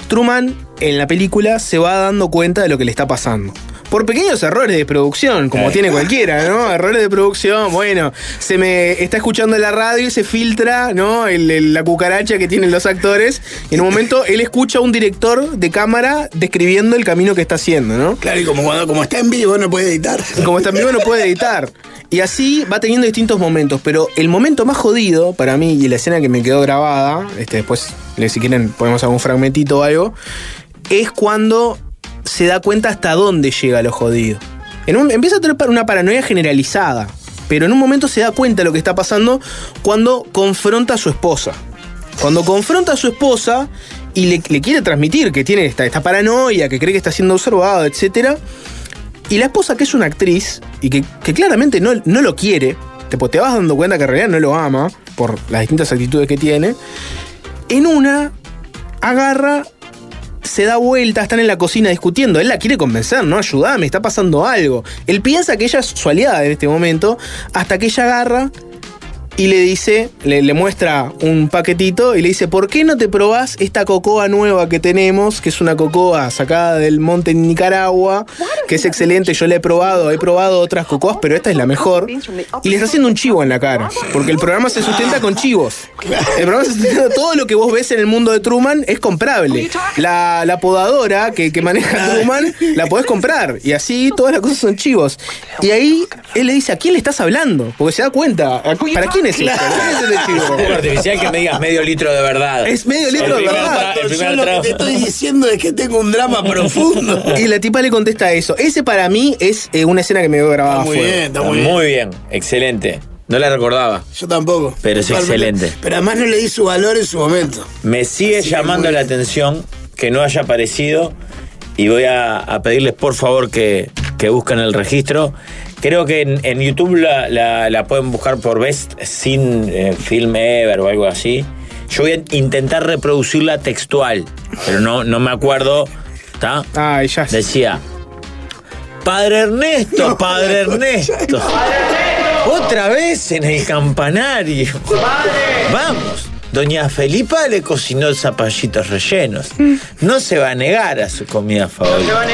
S6: Truman en la película se va dando cuenta de lo que le está pasando. Por pequeños errores de producción, como
S12: Claro.
S6: tiene cualquiera, ¿no? Errores de producción, bueno, se me está escuchando en la radio y se filtra, ¿no? El- el- la cucaracha que tienen los actores. Y en un momento él escucha a un director de cámara describiendo el camino que está haciendo, ¿no?
S11: Claro, y como, cuando, como está en vivo, no puede editar.
S6: Y como está en vivo no puede editar. Y así va teniendo distintos momentos, pero el momento más jodido para mí y la escena que me quedó grabada, este, después le- si quieren ponemos algún fragmentito o algo, es cuando se da cuenta hasta dónde llega lo jodido. En un- empieza a tener par- una paranoia generalizada, pero en un momento se da cuenta de lo que está pasando cuando confronta a su esposa. Cuando confronta a su esposa y le, le quiere transmitir que tiene esta, esta paranoia, que cree que está siendo observado, etcétera, y la esposa, que es una actriz y que, que claramente no, no lo quiere, tipo, te vas dando cuenta que en realidad no lo ama por las distintas actitudes que tiene, en una agarra, se da vuelta, están en la cocina discutiendo. Él la quiere convencer, ¿no? Ayudame, está pasando algo. Él piensa que ella es su aliada en este momento, hasta que ella agarra y le dice, le, le muestra un paquetito y le dice, ¿por qué no te probás esta cocoa nueva que tenemos? Que es una cocoa sacada del monte en Nicaragua, que es excelente, yo la he probado, he probado otras cocoas, pero esta es la mejor. Y le está haciendo un chivo en la cara, porque el programa se sustenta con chivos. El programa se sustenta, todo lo que vos ves en el mundo de Truman es comprable. La, la podadora que, que maneja Truman, la podés comprar. Y así todas las cosas son chivos. Y ahí él le dice, ¿a quién le estás hablando? Porque se da cuenta, ¿a- ¿para quién es esto? ¿Quién es este chivo?
S5: Es artificial que me digas medio litro de verdad.
S6: Es medio litro de
S5: El primer
S6: verdad.
S5: tra- el primer
S11: Yo lo que
S5: trago.
S11: te estoy diciendo es que tengo un drama profundo.
S6: Y la tipa le contesta eso. Ese para mí es eh, una escena que me veo grabada. a
S11: Ah, muy
S6: fuego.
S11: bien, está muy
S5: Muy
S11: bien.
S5: bien. excelente. No la recordaba,
S11: Yo tampoco.
S5: pero es
S11: Totalmente.
S5: excelente.
S11: Pero además no le di su valor en su momento.
S5: Me sigue llamando la atención que no haya aparecido y voy a, a pedirles por favor que, que busquen el registro. Creo que en, en YouTube la, la- la pueden buscar por Best Sin eh, Film Ever o algo así. Yo voy a intentar reproducirla textual, pero no, no me acuerdo. ¿Está?
S6: Ay, ya sé.
S5: Decía, Padre Ernesto, Padre Ernesto. Otra vez en el campanario. Vamos. Doña Felipa le cocinó zapallitos rellenos. No se va a negar a su comida favorita.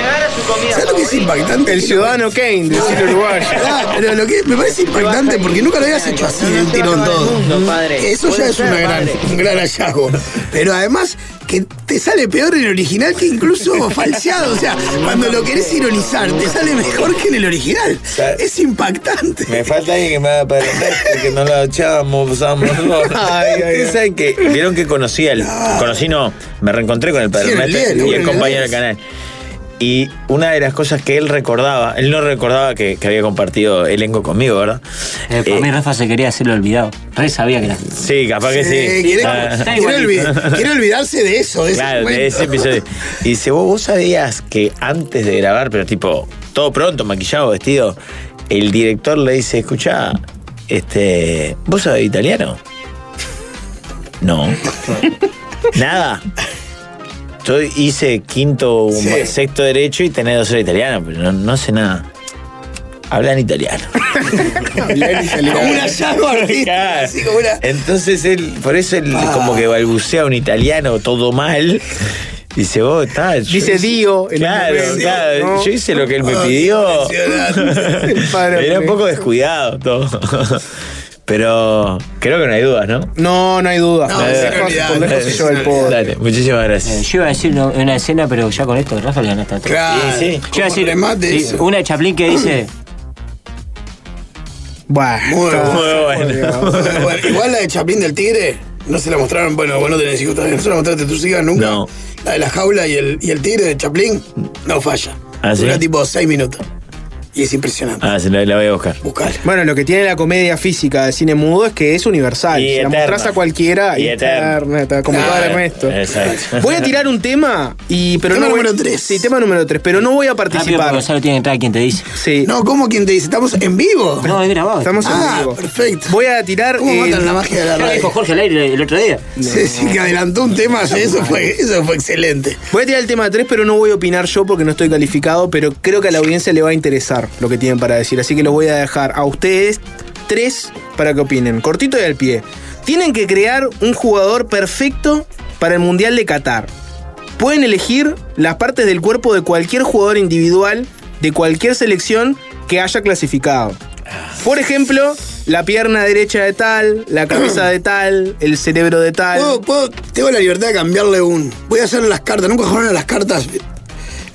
S11: ¿Sabes lo que es impactante?
S6: El ciudadano Kane del cine uruguayo.
S11: Ah, pero lo que me parece impactante porque nunca lo habías hecho así de un tirón todo. Eso ya es una gran, un gran hallazgo. Pero además que te sale peor en el original que incluso falseado. O sea, cuando lo querés ironizar, te sale mejor que en el original. Es impactante.
S5: Me falta alguien que me haga Padre Ernesto, que no lo echábamos, usábamos.
S6: Ay, ay, ay.
S5: Ustedes saben que vieron que conocí al. Conocí, no, me reencontré con el
S11: Sí,
S5: Padre
S11: en el
S5: Ernesto
S11: diario,
S5: y el
S11: en el
S5: compañero del
S11: diario.
S5: canal. Y una de las cosas que él recordaba, él no recordaba que, que había compartido elenco conmigo, ¿verdad? Eh,
S13: para Eh, mí Rafa se quería hacerlo olvidado. Re sabía que era.
S5: Sí, capaz que
S11: Eh,
S5: sí.
S11: quiere-
S5: Ah.
S11: quiere olvid- quiere olvidarse de eso. de ese
S5: Claro, de
S11: momento.
S5: ese episodio. Y dice, vos, vos sabías que antes de grabar, pero tipo, todo pronto, maquillado, vestido, el director le dice, escuchá, este, ¿vos sabés italiano? No. Nada. Yo hice quinto,
S11: Sí.
S5: sexto derecho y tenés dos horas de italiano, pero no, no sé nada. Hablan italiano.
S11: Como un hallazgo artístico.
S5: Claro.
S11: así como una- Ah.
S5: Entonces él, por eso él como que balbucea un italiano todo mal. Dice, vos, está. yo
S6: Dice
S5: hice-
S6: Dio en un
S5: Claro,
S6: momento,
S5: claro.
S6: ¿no?
S5: Yo hice lo que él me
S11: Ah,
S5: pidió.
S11: impresionante.
S6: Padre
S5: Era un
S6: Ernesto.
S5: poco descuidado todo. Pero creo que no hay dudas, ¿no?
S6: No, no hay duda.
S11: No,
S6: Esa
S11: sin
S6: cosa,
S11: olvidar,
S6: por lejos se lleva el poder.
S5: Dale, muchísimas
S13: Eh,
S5: gracias.
S13: yo iba a decir lo- una escena, pero ya con esto Rafa le ganaste a todos.
S11: Claro.
S5: Sí, sí.
S13: Yo iba a
S11: como
S13: decir
S11: remate
S13: sí,
S11: eso.
S13: una de Chaplin que dice,
S6: Bah,
S11: Muy
S6: está-
S11: bueno.
S5: Muy bueno.
S11: Bueno, igual la de Chaplín del Tigre, no se la mostraron, bueno, vos no tenés hijos todavía, no se la mostraste a tus hijas nunca.
S5: No.
S11: La de la jaula y el, y el tigre de Chaplín, no falla.
S5: ¿Ah, sí?
S11: Dura tipo seis minutos. Y es impresionante.
S5: Ah, se la, la voy a buscar.
S11: Buscala.
S6: Bueno, lo que tiene la comedia física de cine mudo es que es universal.
S5: Y
S6: Se la
S5: eterna.
S6: mostrás a cualquiera
S5: Y eterna.
S6: está como el padre Ernesto.
S5: Exacto.
S6: Voy a tirar un tema y pero
S11: Tema
S6: no voy-
S11: número tres.
S6: Sí, tema número 3, pero no voy a
S13: rápido porque
S6: participar.
S13: Gonzalo tiene que entrar quien te dice.
S6: Sí.
S11: No, ¿cómo quien te dice? ¿Estamos en vivo?
S13: No, es grabado.
S6: Estamos en
S11: ah,
S6: vivo.
S11: perfecto.
S6: Voy a tirar eh,
S11: ¿Cómo
S6: el-
S11: matan la magia de la
S13: Ya lo dijo
S11: radio?
S13: Jorge al aire el otro día.
S11: Sí, sí, que adelantó un tema, eso fue, eso fue excelente.
S6: Voy a tirar el tema 3, pero no voy a opinar yo porque no estoy calificado, pero creo que a la audiencia le va a interesar lo que tienen para decir. Así que los voy a dejar a ustedes tres para que opinen. Cortito y al pie. Tienen que crear un jugador perfecto para el Mundial de Qatar. Pueden elegir las partes del cuerpo de cualquier jugador individual de cualquier selección que haya clasificado. Por ejemplo, la pierna derecha de tal, la cabeza de tal, el cerebro de tal.
S11: Puedo, puedo- tengo la libertad de cambiarle un. Voy a hacer las cartas, nunca jugaron a las cartas.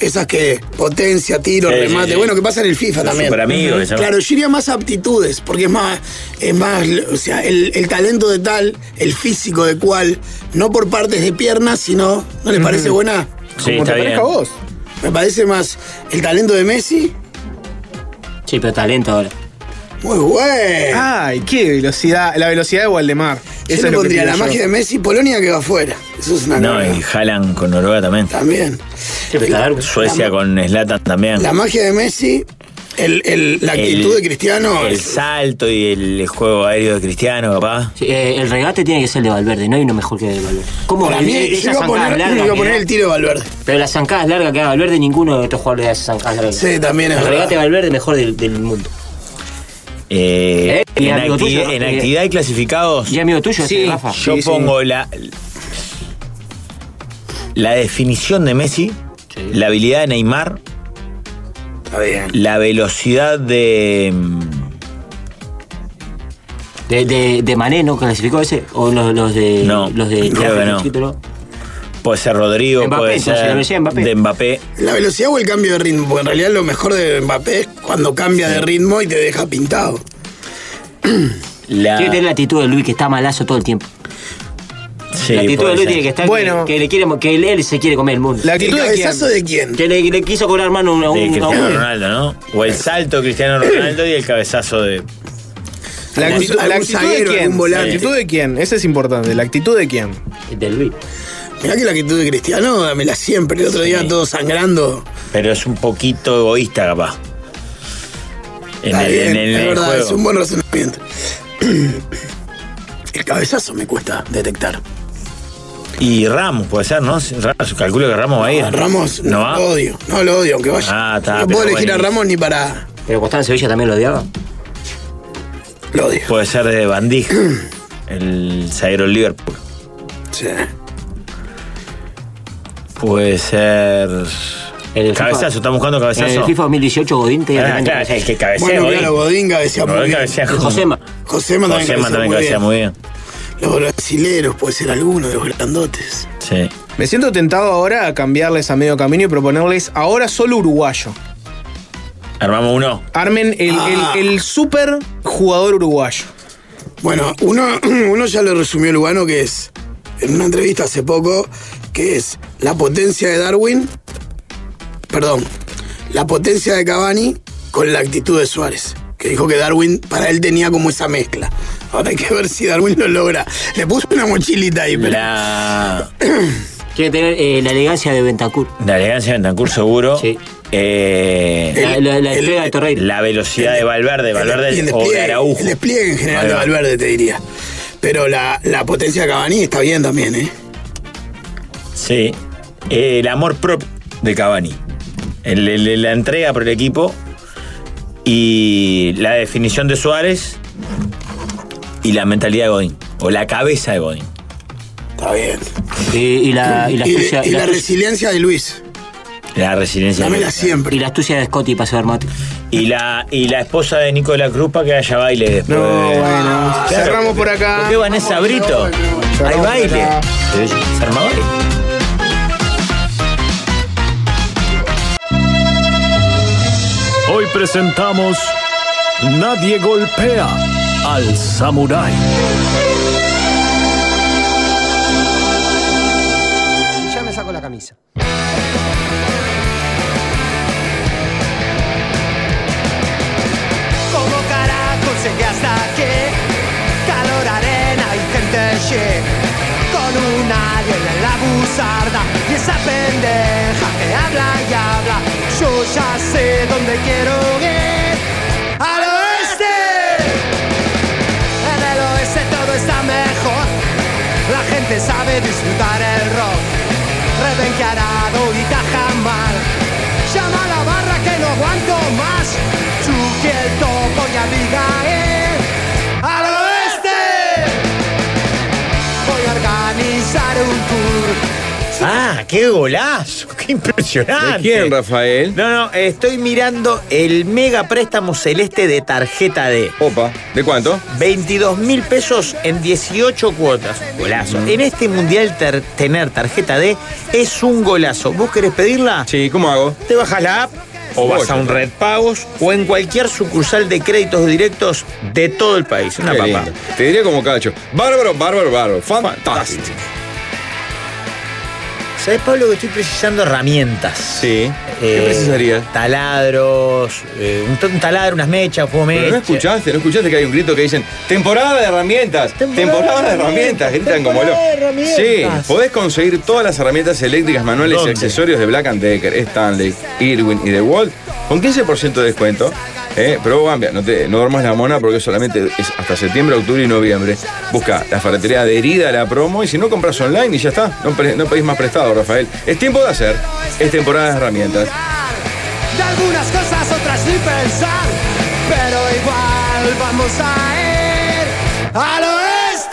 S11: esas que potencia, tiro,
S12: Sí, sí,
S11: remate.
S12: sí.
S11: Bueno, que pasa en el FIFA
S12: Los
S11: también.
S12: superamigos,
S11: Ujú.
S12: esa-
S11: Claro, yo iría más aptitudes, porque es más, es más, o sea, el, el talento de tal, el físico de cual, no por partes de piernas, sino, ¿no les parece
S6: Ujú.
S11: buena?
S6: Sí, Como te está parezca bien. a vos.
S11: Me parece más el talento de Messi.
S13: Sí, pero talento ahora.
S11: Muy bueno.
S6: Ay, qué velocidad. La velocidad de Waldemar.
S11: Yo
S6: Eso
S11: le
S6: es lo que
S11: pondría
S6: pido
S11: la
S6: yo.
S11: magia de Messi, Polonia que va afuera. Eso es una
S5: No,
S11: cosa.
S5: y Haaland con Noruega también.
S11: También.
S5: Suecia con Slatan también.
S11: La magia de Messi, el- el- la actitud de Cristiano.
S5: El salto y el juego aéreo de Cristiano, papá.
S13: Sí, eh, el regate tiene que ser el de Valverde, no hay uno mejor que el de Valverde. ¿Cómo? Eh,
S11: Para mí,
S13: Esa
S11: yo iba a
S13: zancada
S11: poner-
S13: larga
S11: yo iba a
S13: que
S11: poner
S13: da-
S11: el tiro de Valverde.
S13: Pero las zancadas largas que haga Valverde, ninguno de estos jugadores hace zancadas largas.
S11: Sí, también es
S13: El
S11: verdad.
S13: regate de Valverde, mejor del, del mundo.
S5: Eh,
S13: Eh, y
S5: en,
S13: amigo
S5: acti-
S13: tuyo,
S5: en
S13: eh,
S5: actividad y clasificados.
S13: Y amigo tuyo,
S5: sí,
S13: ese, Rafa.
S5: Yo
S13: Sí, sí.
S5: pongo la. La definición de Messi, la habilidad de Neymar,
S11: Está bien.
S5: la velocidad de.
S13: De, de, de Mané, ¿no? ¿Clasificó ese? ¿O los, los de.
S5: No,
S13: los de.
S5: creo que no. Puede ser Rodrigo,
S13: Mbappé,
S5: puede
S13: entonces, la
S5: ser
S13: velocidad de Mbappé.
S5: de Mbappé.
S11: La velocidad o el cambio de ritmo, porque en realidad lo mejor de Mbappé es cuando cambia de ritmo y te deja pintado.
S5: La...
S13: Tiene que tener la actitud de Luis, que está malazo todo el tiempo. la actitud
S5: puede
S13: de Luis
S5: ser.
S13: tiene que estar.
S5: Bueno.
S13: que, que le quiere, que él, él se quiere comer el mundo.
S5: ¿La actitud
S13: ¿El
S5: de quién?
S13: cabezazo
S11: de quién?
S13: Que le, le quiso cobrar mano a un. a
S5: De
S13: un- a
S5: Cristiano
S13: un-
S5: Ronaldo, ¿no? O el salto de Cristiano Ronaldo y el cabezazo de.
S6: La
S5: Algún-
S6: actitud, la
S5: algún
S6: actitud
S5: zaguero,
S6: de
S5: algún
S6: quién. La
S5: volante.
S6: actitud de quién. Ese es importante. La actitud de quién.
S13: De Luis.
S11: Mirá que la actitud de Cristiano, dámela siempre. El otro día todo sangrando.
S5: Pero es un poquito egoísta, capaz. En
S11: Está
S5: el,
S11: bien,
S5: en el- en
S11: es
S5: el
S11: verdad,
S5: juego.
S11: es un buen razonamiento. El cabezazo me cuesta detectar.
S5: Y Ramos puede ser, ¿no? Ramos, calculo que Ramos va a ir.
S11: Ah, Ramos,
S5: ¿No
S11: no
S5: va?
S11: lo odio. No lo odio, aunque vaya.
S5: Ah,
S11: no
S5: está. pero
S11: puedo elegir
S5: bueno,
S11: a Ramos ni para.
S13: Pero Constante Sevilla también lo odiaba.
S5: Puede ser de Van Dijk, el zaguero del Liverpool.
S11: Sí.
S5: Puede ser.
S13: El
S5: cabezazo,
S13: FIFA-
S5: estamos buscando cabezazo.
S13: En el FIFA 2018, Godín tenía
S5: Ah,
S13: tremendo
S5: claro,
S13: cabezazo.
S5: el que cabecea, Bueno, Godín. claro, Godín cabecea muy Godín bien. cabecea como-
S13: Josema.
S11: Josema también
S5: Josema
S11: cabecea
S5: también
S11: muy
S5: cabecea
S11: bien.
S5: muy bien.
S11: Los brasileros, puede ser alguno de los grandotes.
S5: Sí.
S6: Me siento tentado ahora a cambiarles a medio camino y proponerles ahora solo uruguayo.
S5: Armamos uno.
S6: Armen el,
S11: Ah.
S6: el, el super jugador uruguayo.
S11: Bueno, uno, uno ya lo resumió Lugano, que es, en una entrevista hace poco, que es la potencia de Darwin, perdón, la potencia de Cavani con la actitud de Suárez, que dijo que Darwin para él tenía como esa mezcla. Ahora hay que ver si Darwin lo logra. Le puso una mochilita ahí, pero...
S5: La,
S13: Tiene que tener eh, la elegancia de Bentancur.
S5: la elegancia de Bentancur, seguro. Eh,
S13: La- la- la entrega de Torreira.
S5: La velocidad de Valverde,
S11: y el
S5: Valverde o de
S11: despliegue,
S5: Araujo.
S11: el despliegue en general de
S5: Valverde.
S11: Valverde, te diría. Pero la, la potencia de Cavani está bien también, ¿eh?
S5: Sí. Eh, el amor propio de Cavani. El- el- la entrega por el equipo. Y la definición de Suárez. Y la mentalidad de Godín. O la cabeza de Godín.
S11: Está bien.
S13: Y, y la, y la
S11: Y-
S13: astucia.
S11: y la
S13: astucia-
S11: resiliencia de Luis.
S5: La resiliencia. de Godín.
S11: siempre.
S13: Y la astucia de Scotty para hacer mate.
S5: Y la, y la esposa de Nico de la Cruz para que haya baile después.
S6: No, bueno. Cerramos por acá.
S5: ¿Por qué Vanessa Brito? Hay baile. Se arma baile.
S9: Hoy presentamos Nadie golpea al samurái.
S13: Ya me saco la camisa.
S14: ¿Cómo carajo llegué hasta aquí? Calor, arena y gente chic Con un alien en la buzarda Y esa pendeja que habla y habla Yo ya sé dónde quiero ir ¡Al oeste! En el oeste todo está mejor La gente sabe disfrutar el rock Rebenquearado y tajamar Llama a la barra que no aguanto más Chucky el topo y Abigail ¡Al oeste! Voy a organizar un tour
S5: Ah, qué golazo, qué impresionante.
S10: ¿De quién, Rafael?
S5: No, no, estoy mirando el mega préstamo celeste de tarjeta D.
S10: Opa, ¿de cuánto?
S5: 22 mil pesos en 18 cuotas. Golazo.
S10: Mm.
S5: En este mundial ter- tener tarjeta D es un golazo. ¿Vos querés pedirla?
S10: Sí, ¿cómo hago?
S5: Te bajas la app o vas a un Red Pagos o en cualquier sucursal de créditos directos de todo el país. Una
S10: Qué
S5: papá.
S10: lindo. Te diría como cacho. Bárbaro, bárbaro, bárbaro. Fantástico.
S5: ¿Sabes, Pablo, que estoy precisando herramientas? Sí.
S10: ¿Qué precisarías?
S5: Taladros, eh, un, t- un taladro, unas mechas, fuego
S10: Pero no
S5: mecha.
S10: escuchaste, no escuchaste que hay un grito que dicen temporada de herramientas, temporada, de herramientas, gritan como lo.
S5: Temporada de herramientas.
S10: Sí, podés conseguir todas las herramientas eléctricas, manuales
S5: ¿Dónde?
S10: y accesorios de Black and Decker, Stanley, Irwin y The Wall con 15% de descuento. Eh, pero Gambia, no, te, no duermas la mona porque solamente es hasta septiembre, octubre y noviembre. Busca la ferretería adherida a la promo y si no compras online y ya está, no, pre- no pedís más prestado, Rafael. Es tiempo de hacer, es temporada de herramientas.
S14: De algunas cosas, otras ni pensar. Pero igual vamos a ir al oeste.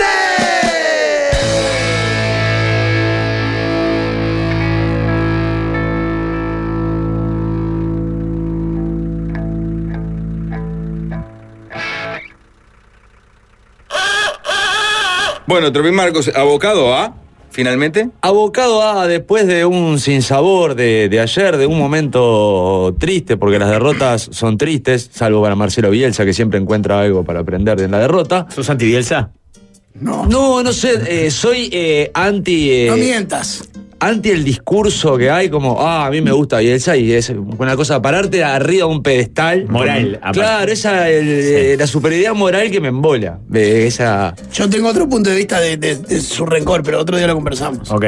S10: Bueno, Tropín Marcos, abocado a, finalmente.
S15: Abocado a, después de un sinsabor de, de ayer, de un momento triste, porque las derrotas son tristes, salvo para Marcelo Bielsa, que siempre encuentra algo para aprender de la derrota.
S5: ¿Sos anti Bielsa?
S15: No. No, no sé, eh, soy eh, anti... eh,
S11: No mientas.
S15: Anti el discurso que hay, como, ah, a mí me gusta Bielsa, y es una cosa, pararte arriba de un pedestal.
S11: Moral, aparte.
S15: Claro, esa, el- eh, la superioridad moral que me embola. De esa...
S11: Yo tengo otro punto de vista de, de- de su rencor, pero otro día lo conversamos.
S15: Ok.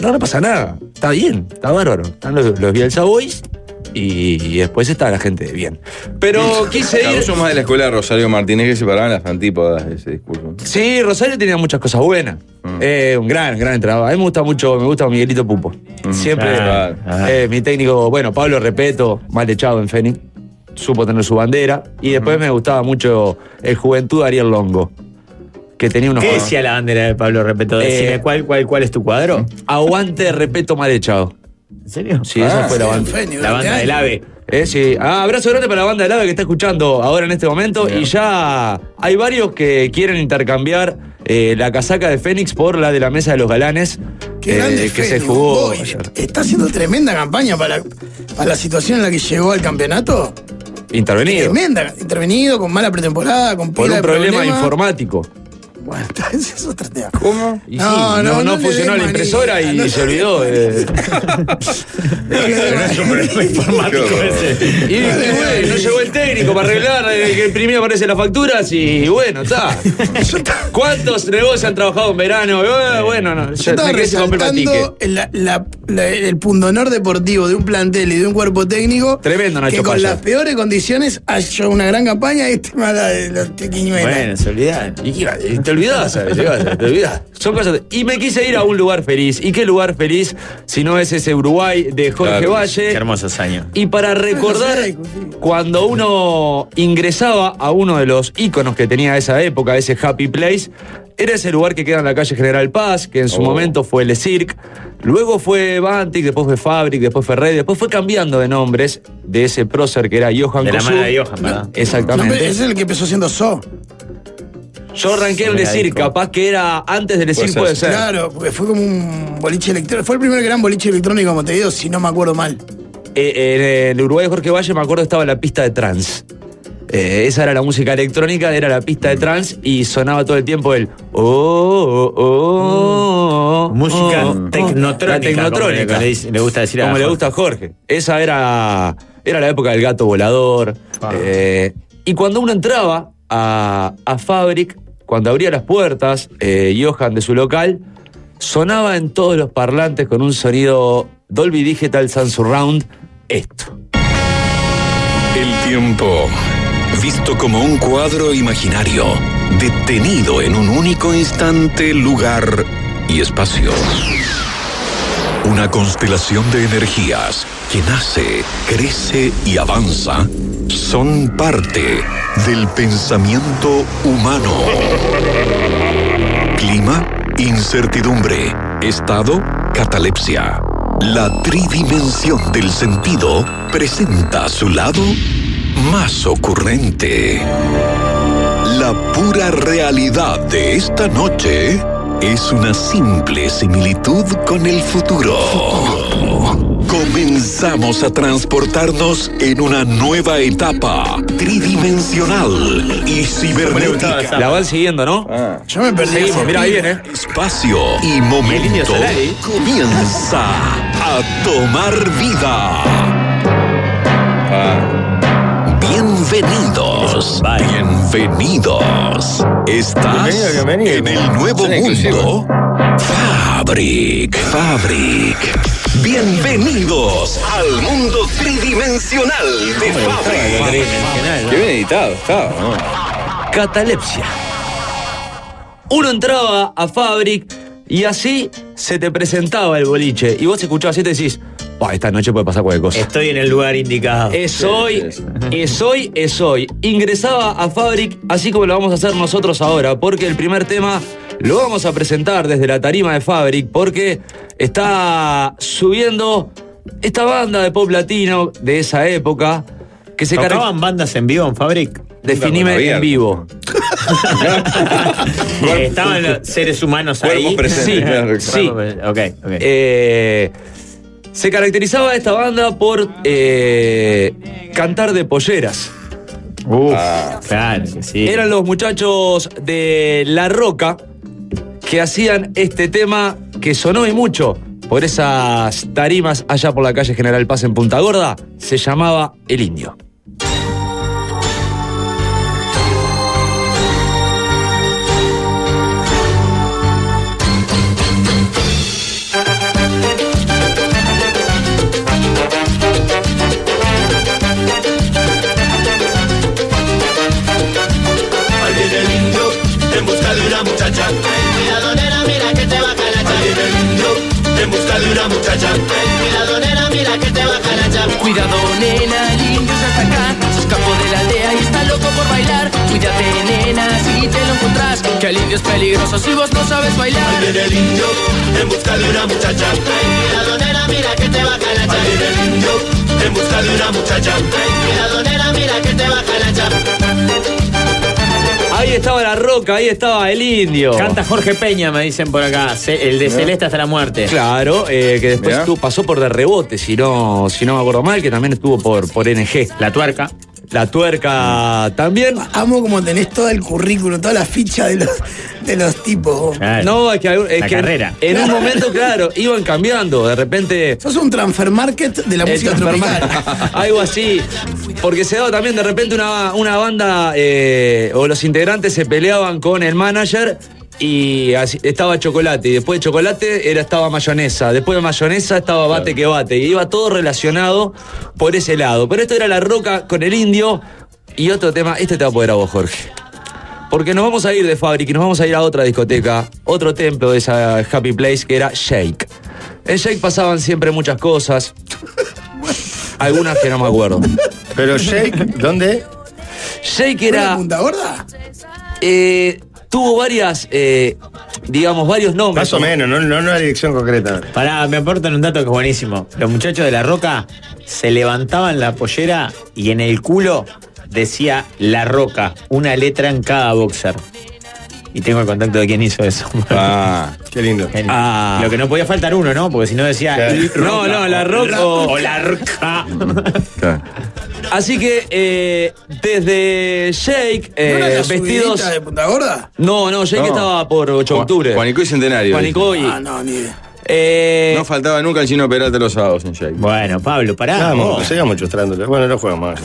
S15: No, no pasa nada. Está bien, está bárbaro. Están los, los Bielsa Boys y, y después está la gente de bien. Pero quise
S10: Claro,
S15: ir.
S10: vos sos más de la escuela de Rosario Martínez que se paraban las antípodas de ese discurso.
S15: Sí, Rosario tenía muchas cosas buenas.
S5: Mm.
S15: Eh, un gran, gran entrenador. A mí me gusta mucho, me gusta Miguelito Pupo.
S5: Mm. Ah,
S15: Siempre.
S10: claro,
S15: eh, mi técnico, bueno, Pablo Repeto, mal echado en Fénix. Supo tener su bandera. Y después me gustaba mucho el Juventud Ariel Longo. Que tenía unos. Eh,
S5: ¿Qué decía la bandera de Pablo Repeto? Decime, ¿cuál, cuál, ¿cuál es tu cuadro?
S15: Aguante, Repeto, mal echado.
S5: ¿En serio? Ah,
S15: Sí, esa fue la banda.
S5: La banda del AVE.
S15: Eh, sí. Ah, abrazo grande para la banda del AVE que está escuchando ahora en este momento. Y ya hay varios que quieren intercambiar eh, la casaca de Fénix por la de la mesa de los galanes. eh,
S11: grande
S15: que se
S11: Fénix,
S15: jugó.
S11: boy. Está haciendo tremenda campaña para, para la situación en la que llegó al campeonato.
S15: Intervenido. Pues-
S11: Tremenda. Intervenido, con mala pretemporada, con
S15: Por
S11: pila
S15: un
S11: de
S15: problema,
S11: problemas.
S15: informático.
S11: Bueno, ese es otro tema.
S10: ¿Cómo?
S15: Y sí, no, no, funcionó la impresora y se olvidó. eh. Y, y bueno, no llegó el técnico para arreglar, el que imprimía aparece las facturas y bueno, está. ¿Cuántos negocios han trabajado en verano? Eh, bueno,
S11: Yo
S15: no, ya
S11: estaba
S15: me quedé sin comprar el ticket.
S11: resaltando la- la- la- el pundonor deportivo de un plantel y de un cuerpo técnico
S15: Tremendo, Nacho
S11: que con
S15: Paya.
S11: las peores condiciones ha hecho una gran campaña y este mala de los tequiñuelas.
S15: Bueno, se olvidan. Y que- y te olvidás, ¿sabes? Llegás, te olvidás. Son cosas. Y me quise ir a un lugar feliz. ¿Y qué lugar feliz si no es ese Uruguay de Jorge
S5: Claro,
S15: Valle?
S5: Qué hermosos años.
S15: Y para recordar cuando uno ingresaba a uno de los íconos que tenía esa época, ese Happy Place, era ese lugar que queda en la calle General Paz, que en su
S10: Oh.
S15: momento fue Le Cirque, luego fue Bantic, después fue Fabric, después fue Red, después fue cambiando de nombres de ese prócer que era Johan
S5: De la
S15: Kossuth.
S5: mano de Johan, ¿verdad?
S11: No, pero
S15: Ah, Exactamente.
S11: es el que empezó siendo So.
S15: Yo arranqué en
S11: Era
S15: Le Cirque,
S11: disco.
S15: capaz que era antes de Le Cirque, puede ser.
S11: Claro, porque fue como un boliche electrónico. Fue el primer gran boliche electrónico como te digo, si no me acuerdo mal.
S15: Eh, en el Uruguay de Jorge Valle, me acuerdo, estaba la pista de trans. Eh, esa era la música electrónica, era la pista de trans y sonaba todo el tiempo el. Oh, oh, oh,
S5: Música tecnotrónica,
S15: La tecnotrónica.
S5: como le- le dice- le gusta decir a
S15: Como le
S5: Jorge.
S15: gusta a Jorge. Esa era, era la época del gato volador. Eh, y cuando uno entraba a, a Fabric, cuando abría las puertas, eh, Johan de su local, sonaba en todos los parlantes con un sonido Dolby Digital Sound Surround esto.
S16: El tiempo, visto como un cuadro imaginario, detenido en un único instante, lugar y espacio. Una constelación de energías que nace, crece y avanza son parte del pensamiento humano. Clima, incertidumbre. Estado, catalepsia. La tridimensión del sentido presenta su lado más ocurrente. La pura realidad de esta noche es una simple similitud con el futuro. Comenzamos a transportarnos en una nueva etapa tridimensional y cibernética.
S15: La van siguiendo, ¿no?
S8: Ah.
S11: Yo me perdí.
S15: Seguimos, mira, ahí viene.
S16: Espacio y momento
S15: ¿eh?
S16: comienza a tomar vida.
S8: Ah.
S16: Bienvenidos, bienvenidos. Estás
S8: Bienvenido, bienvenido.
S16: en el nuevo
S8: Suena
S16: mundo.
S8: inclusivo.
S16: Fabric, Fabric. Bienvenidos al mundo tridimensional de Fabric.
S10: Qué bien editado, estaba, ¿no?
S15: Catalepsia. Uno entraba a Fabric y así se te presentaba el boliche. Y vos escuchabas y te decís, "Pa, esta noche puede pasar cualquier cosa.
S12: Estoy en el lugar indicado.
S15: Es hoy, es hoy, es hoy. Ingresaba a Fabric así como lo vamos a hacer nosotros ahora, porque el primer tema lo vamos a presentar desde la tarima de Fabric, porque está subiendo esta banda de pop latino de esa época que se
S5: ¿Tocaban
S15: bandas en vivo en Fabric? Definime en vivo.
S5: Eh, estaban los seres humanos ahí.
S15: Sí, sí. Eh, se caracterizaba esta banda por eh, cantar de polleras. Ah.
S5: claro, Ah, sí.
S15: Eran los muchachos de La Roca que hacían este tema que sonó y mucho por esas tarimas allá por la calle General Paz en Punta Gorda. Se llamaba El Indio.
S17: Ahí viene el indio en busca de una muchacha.
S18: Mira, donera, mira que te baja la
S17: Ahí viene el indio en busca de una muchacha.
S18: Mira, donera, mira que te baja la chapa.
S19: Cuidado, nena, el indio ya está acá. Se escapó de la aldea y está loco por bailar. Cuídate, nena, si te lo encontrás. Que el indio es peligroso si vos no sabes bailar.
S17: Ahí viene el indio en busca de una muchacha.
S18: Mira, donera, mira que te baja la
S17: Ahí viene
S18: chapa.
S17: el indio en busca de una muchacha.
S18: Mira, donera, mira que te baja la chapa.
S15: Ahí estaba La Roca, ahí estaba El Indio.
S5: Canta Jorge Peña, me dicen por acá. Ce- El de
S15: Mirá.
S5: Celeste hasta la muerte.
S15: Claro, eh, que después
S5: Mirá.
S15: estuvo- pasó por de rebote, si no, si no me acuerdo mal, que también estuvo por, por NG.
S5: La tuerca.
S15: La tuerca también.
S11: Amo como tenés todo el currículum, toda la ficha de los, de los tipos.
S15: No, es que, hay- es
S11: La
S15: que
S11: carrera.
S15: en un momento, claro, iban cambiando. De repente.
S11: Sos un transfer market de la
S15: El
S11: música
S15: transfer
S11: tropical.
S15: Algo así. Porque se daba también de repente una, una banda eh, o los integrantes se peleaban con el manager y así- estaba chocolate. Y después de chocolate era, estaba mayonesa. Después de mayonesa estaba bate que bate. Y iba todo relacionado por ese lado. Pero esto era la roca con el indio. Y otro tema, este te va a poder a vos, Jorge. Porque nos vamos a ir de Fabric y nos vamos a ir a otra discoteca, otro templo de esa Happy Place que era Shake. En Shake pasaban siempre muchas cosas, algunas que no me acuerdo.
S8: Pero Shake, ¿dónde?
S15: Shake era.
S11: ¿Punta gorda?
S15: Eh, tuvo varias, eh, digamos, varios
S8: Más
S15: nombres.
S8: o menos, no, no, no la dirección concreta.
S5: Pará, me aportan un dato que es buenísimo. Los muchachos de La Roca se levantaban la pollera y en el culo decía La Roca, una letra en cada boxer. Y tengo el contacto de quien hizo eso.
S10: Ah,
S8: qué lindo.
S5: Lo que no podía faltar uno, ¿no? Porque si no decía.
S15: Ah. Claro.
S5: "Y
S15: No, no, La Roca o-
S5: o La Roca.
S15: Así que eh, desde Shake, eh,
S11: ¿No era la
S15: vestidos.
S11: subidita de Punta Gorda?
S15: No, no, Shake
S10: No.
S15: estaba por 8 de
S10: Juan-
S15: octubre.
S10: Juanico y Centenario.
S15: Juanico y-
S11: Ah, no, ni idea.
S10: No faltaba nunca el chino Peralta los sábados en Shake.
S5: eh, Bueno, Pablo, pará.
S8: Vamos, sigamos chustrándole. Bueno, no juego más.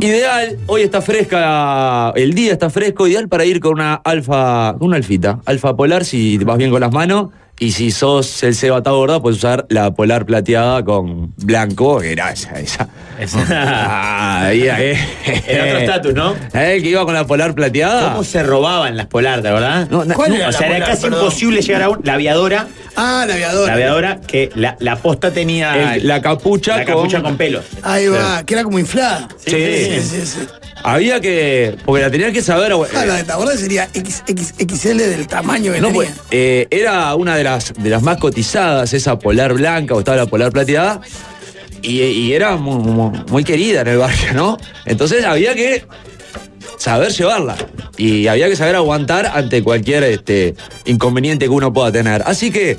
S15: Ideal, hoy está fresca, el día está fresco, ideal para ir con una alfa, una alfita, alfa polar si vas bien con las manos. Y si sos el Seba Taborda, puedes usar la polar plateada con blanco, que era esa, esa. Ah, ahí, ahí.
S5: Era otro estatus, ¿no?
S15: ¿Eh? Que iba con la polar plateada.
S5: ¿Cómo se robaban las polar, de verdad?
S15: No, na- ¿Cuál era
S5: o
S15: la
S5: sea, era
S15: polar?
S5: casi
S15: Perdón.
S5: imposible llegar a un- la aviadora.
S11: Ah, la aviadora.
S5: La aviadora que la, la posta tenía
S15: El- la capucha
S5: la capucha con, pelos.
S11: Ahí va, que era como inflada.
S5: Sí, sí, sí.
S11: sí.
S15: Había que. Porque la tenías que saber. eh,
S11: Ah, la de Taborda sería XXXL del tamaño que
S15: no,
S11: tenía.
S15: pues, eh, era una de las, de las más cotizadas, esa polar blanca o estaba la polar plateada. Y, y era mu- mu- muy, querida en el barrio, ¿no? Entonces había que saber llevarla. Y había que saber aguantar ante cualquier este, inconveniente que uno pueda tener. Así que,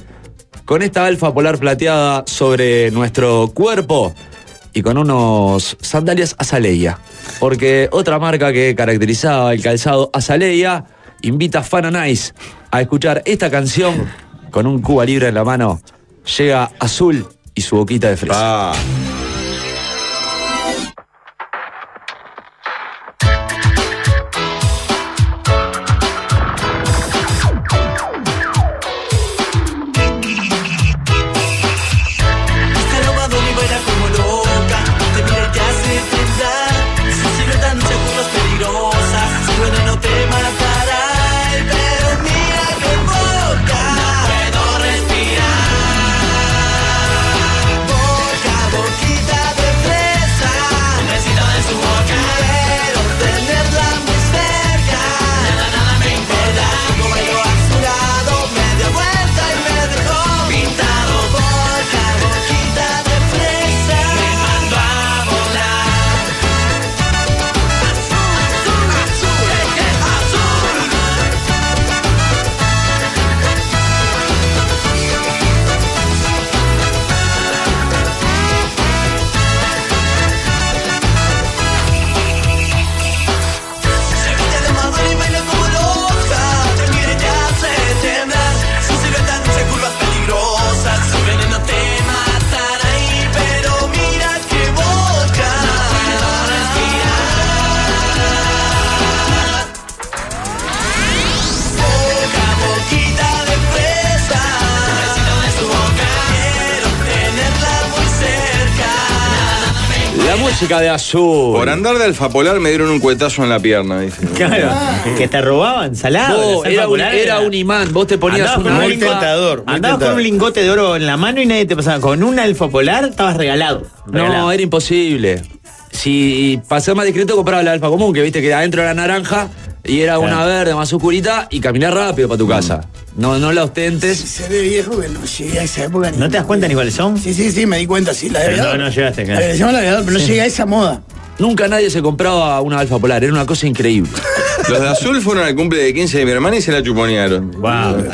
S15: con esta alfa polar plateada sobre nuestro cuerpo y con unos sandalias Azaleia. Porque otra marca que caracterizaba el calzado Azaleia invita a Fana Nice a escuchar esta canción con un Cuba Libre en la mano. Llega azul y su boquita de fresa.
S20: Este robado libera como loca, te mira y te hace temblar. Su silueta anuncia curvas peligrosas, su veneno no te matará. Ay, Pero mira que boca, no puedo respirar. Boca, boquita de fresa, un besito de su boca. Quiero tenerla muy cerca, nada, nada me importa. Como a su lado, me dio vuelta y me dejó pintado. Boca, boquita de fresa, me mandó a volar. Azul, azul, es que es azul. Se viste de madura y baila como loca, te mira y te hace temblar. Su silueta anuncia curvas peligrosas, su veneno te matará. Ay, pero mira que boca, no puedo respirar. Boca, boquita de fresa, un besito de su boca. Quiero tenerla muy cerca.
S15: La música de azul.
S10: Por andar de alfapolar me dieron un cuetazo en la pierna, dice. Ah.
S5: Claro, que te robaban salado.
S15: Vos,
S5: la
S15: era,
S5: salva
S15: un,
S5: polar
S15: era un imán, vos te ponías
S5: Andabas
S15: una
S5: con un,
S15: alfa-
S5: lingote, andabas con un lingote de oro en la mano y nadie te pasaba. Con un alfa polar estabas regalado.
S15: No, era imposible. Si para ser más discreto compraba la alfa común, que viste que adentro era naranja y era una verde más oscurita y caminar rápido
S5: Mm.
S15: para tu casa. No, no la ostentes.
S11: Se ve viejo que no llegué a esa época.
S5: ¿No te das cuenta ni cuáles son?
S11: Sí, sí, sí, me di cuenta, sí, la de
S15: Pero no,
S11: Aviador.
S15: no llegaste,
S11: La
S15: claro.
S11: que le llaman la de Aviador, pero no
S15: Sí.
S11: llegué a esa moda.
S15: Nunca nadie se compraba una alfa polar, era una cosa increíble.
S10: Los de azul fueron al cumple de 15 de mi hermana y se la chuponearon.
S5: Wow,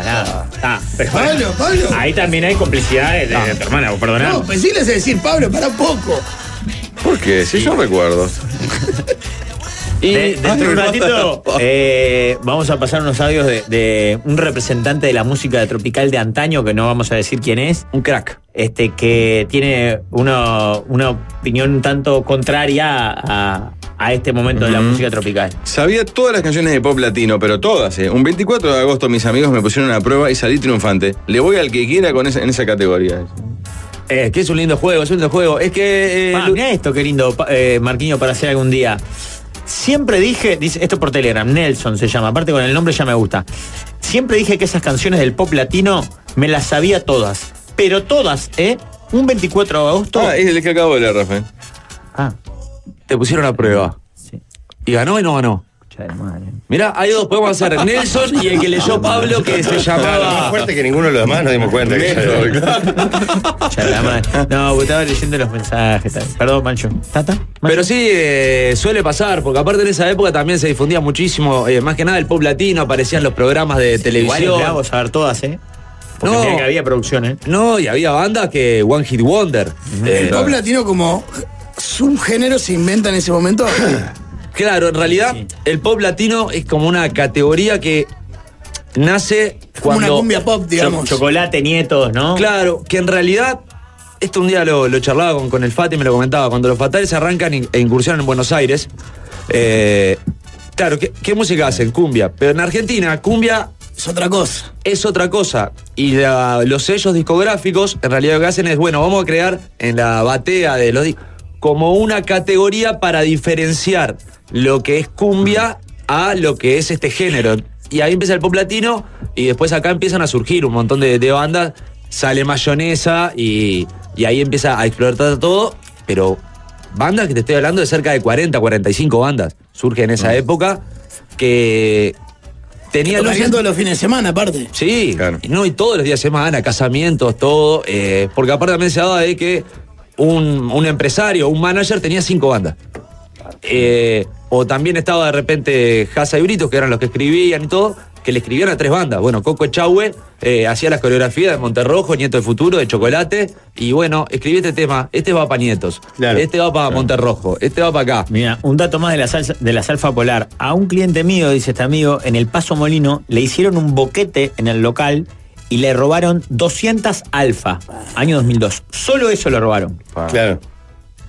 S5: Ah,
S11: Pablo, Pablo.
S5: Ahí también hay complicidad de,
S15: Ah,
S5: de tu eh, hermana, vos perdoná.
S11: No, pensé que Pues le ibas a decir, Pablo, para un poco.
S10: ¿Por qué? Si yo recuerdo.
S5: De- dentro de un ratito eh, vamos a pasar unos audios de, de un representante de la música tropical de antaño, que no vamos a decir quién es.
S15: Un crack.
S5: Este, que tiene una, una opinión un tanto contraria a, a este momento de la
S10: Ujú.
S5: música tropical.
S10: Sabía todas las canciones de pop latino, pero todas, ¿eh? Un 24 de agosto mis amigos me pusieron a prueba y salí triunfante. Le voy al que quiera con esa, en esa categoría.
S15: Es Eh, que es un lindo juego, es un lindo juego. Es que. eh,
S5: Pa, mirá esto, qué lindo, pa- eh, Marquinho, para hacer algún día. Siempre dije, dice, esto por Telegram, Nelson se llama, aparte con el nombre ya me gusta. Siempre dije que esas canciones del pop latino me las sabía todas, pero todas, ¿eh? Un 24 de agosto.
S10: Ah, es el que acabo de leer, Rafael.
S15: Te pusieron a prueba. Y ganó y no ganó. Mirá, hay dos, podemos hacer Nelson y el que leyó Pablo que se
S8: Claro,
S15: llamaba.
S8: más fuerte que ninguno de los demás nos dimos cuenta. que-
S5: Chala, man. No, porque estaba leyendo los mensajes. tal. Perdón, Mancho. ¿Tata?
S15: Pero sí, eh, suele pasar, porque aparte en esa época también se difundía muchísimo, eh, más que nada el pop latino, aparecían los programas de televisión.
S5: Igual es bravo saber todas, ¿eh? Porque mirá que había producción, ¿eh?
S15: No, y había bandas que One Hit Wonder. Eh,
S11: El pop latino como subgénero se inventa en ese momento.
S15: Claro, en realidad el pop latino es como una categoría que nace
S11: como
S15: cuando...
S11: una cumbia pop, digamos.
S5: chocolate, nietos, ¿no?
S15: Claro, que en realidad, esto un día lo, lo charlaba con, con el Fati, me lo comentaba, cuando los Fatales arrancan in- e incursionan en Buenos Aires, eh, claro, ¿qué, qué música hacen? Cumbia. Pero en Argentina, cumbia...
S11: Es otra cosa.
S15: Es otra cosa. Y la- los sellos discográficos, en realidad lo que hacen es, bueno, vamos a crear en la batea de los... di- como una categoría para diferenciar lo que es cumbia a lo que es este género. Y ahí empieza el pop latino y después acá empiezan a surgir un montón de, de bandas, sale mayonesa y, y ahí empieza a explotar todo, pero bandas que te estoy hablando de cerca de 40, 45 bandas. Surge en esa época que tenía
S11: Tocarían todos los fines de semana, aparte.
S15: Sí, y no, y todos los días de semana, casamientos, todo. eh, porque aparte también se daba de que un, un empresario, un manager tenía cinco bandas. Eh, o también estaba de repente Jaza y Britos, que eran los que escribían y todo, que le escribían a tres bandas. Bueno, Coco Echagüe eh, hacía las coreografías de Monterrojo, Nieto del Futuro, de Chocolate. Y bueno, escribí este tema. Este va para Nietos. Este va para Monterrojo. Este va para acá.
S5: Mira, un dato más de la, salsa, de la salfa polar. A un cliente mío, dice este amigo, en el Paso Molino le hicieron un boquete en el local y le robaron 200 alfa, año 2002. Solo eso lo robaron.
S10: Claro.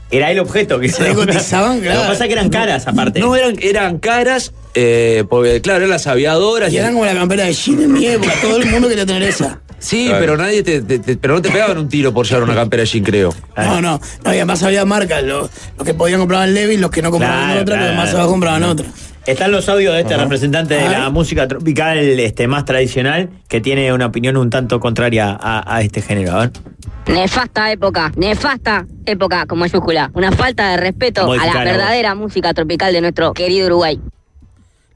S5: Era el objeto que se
S11: cotizaban,
S5: Lo que pasa es que eran caras aparte.
S15: No, eran, eran caras, eh, porque claro, eran las aviadoras.
S11: Y eran como la campera de Gin en mi época. Todo el mundo quería tener esa.
S15: Sí,
S11: Claro.
S15: pero nadie te, te- te- pero no te pegaban un tiro por llevar una campera de jean, creo.
S5: Ah,
S11: No, no. no y además había marcas. Los, los que podían compraban Levi, los que no compraban
S5: Claro,
S11: otra, los
S5: claro.
S11: demás abajo compraban otra.
S5: Están los audios de este
S11: Ajá.
S5: representante de la música tropical este, más tradicional que tiene una opinión un tanto contraria a, a este género. A ver.
S21: Nefasta época, nefasta época con mayúscula. Una falta de respeto a la
S5: Modificala, vos.
S21: verdadera música tropical de nuestro querido Uruguay.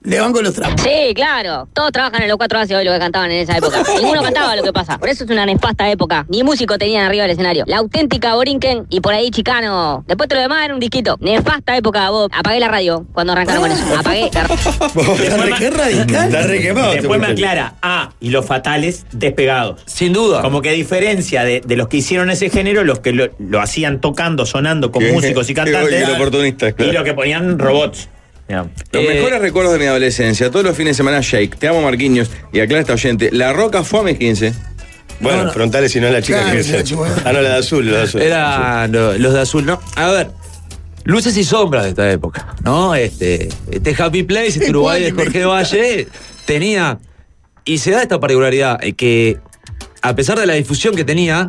S11: Le van con los trapos.
S21: Sí, claro. Todos trabajan en los cuatro hace hoy lo que cantaban en esa época. Ninguno cantaba lo que pasa. Por eso es una nefasta época. Ni músico tenían arriba del escenario. La auténtica Borinquen y por ahí Chicano. Después todo lo demás era un disquito. Nefasta época, vos. Apagué la radio cuando arrancaron con eso. Apagué la
S5: qué
S11: radical.
S5: Está
S10: re quemado este
S5: Después me
S10: muchacho.
S5: aclara, ah, y los fatales despegados.
S15: Sin duda.
S5: Como que a diferencia de, de los que hicieron ese género, los que lo, lo hacían tocando, sonando con
S10: Que-
S5: músicos y
S10: que
S5: cantantes.
S10: los oportunistas, claro.
S5: Y los que ponían robots. Ya.
S10: Los
S5: Eh,
S10: mejores recuerdos de mi adolescencia, todos los fines de semana Shake, te amo Marquinhos, y aclara esta oyente, La Roca fue a mis 15.
S8: Bueno, frontales y no la chica
S10: Claro,
S8: que
S10: sí, la
S8: se. Ah, no, la de azul, la de azul.
S15: Eran lo- los de azul, ¿no? A ver, luces y sombras de esta época, ¿no? Este, este Happy Place, este Uruguay de Jorge Valle, tenía. Y se da esta particularidad, eh, que a pesar de la difusión que tenía,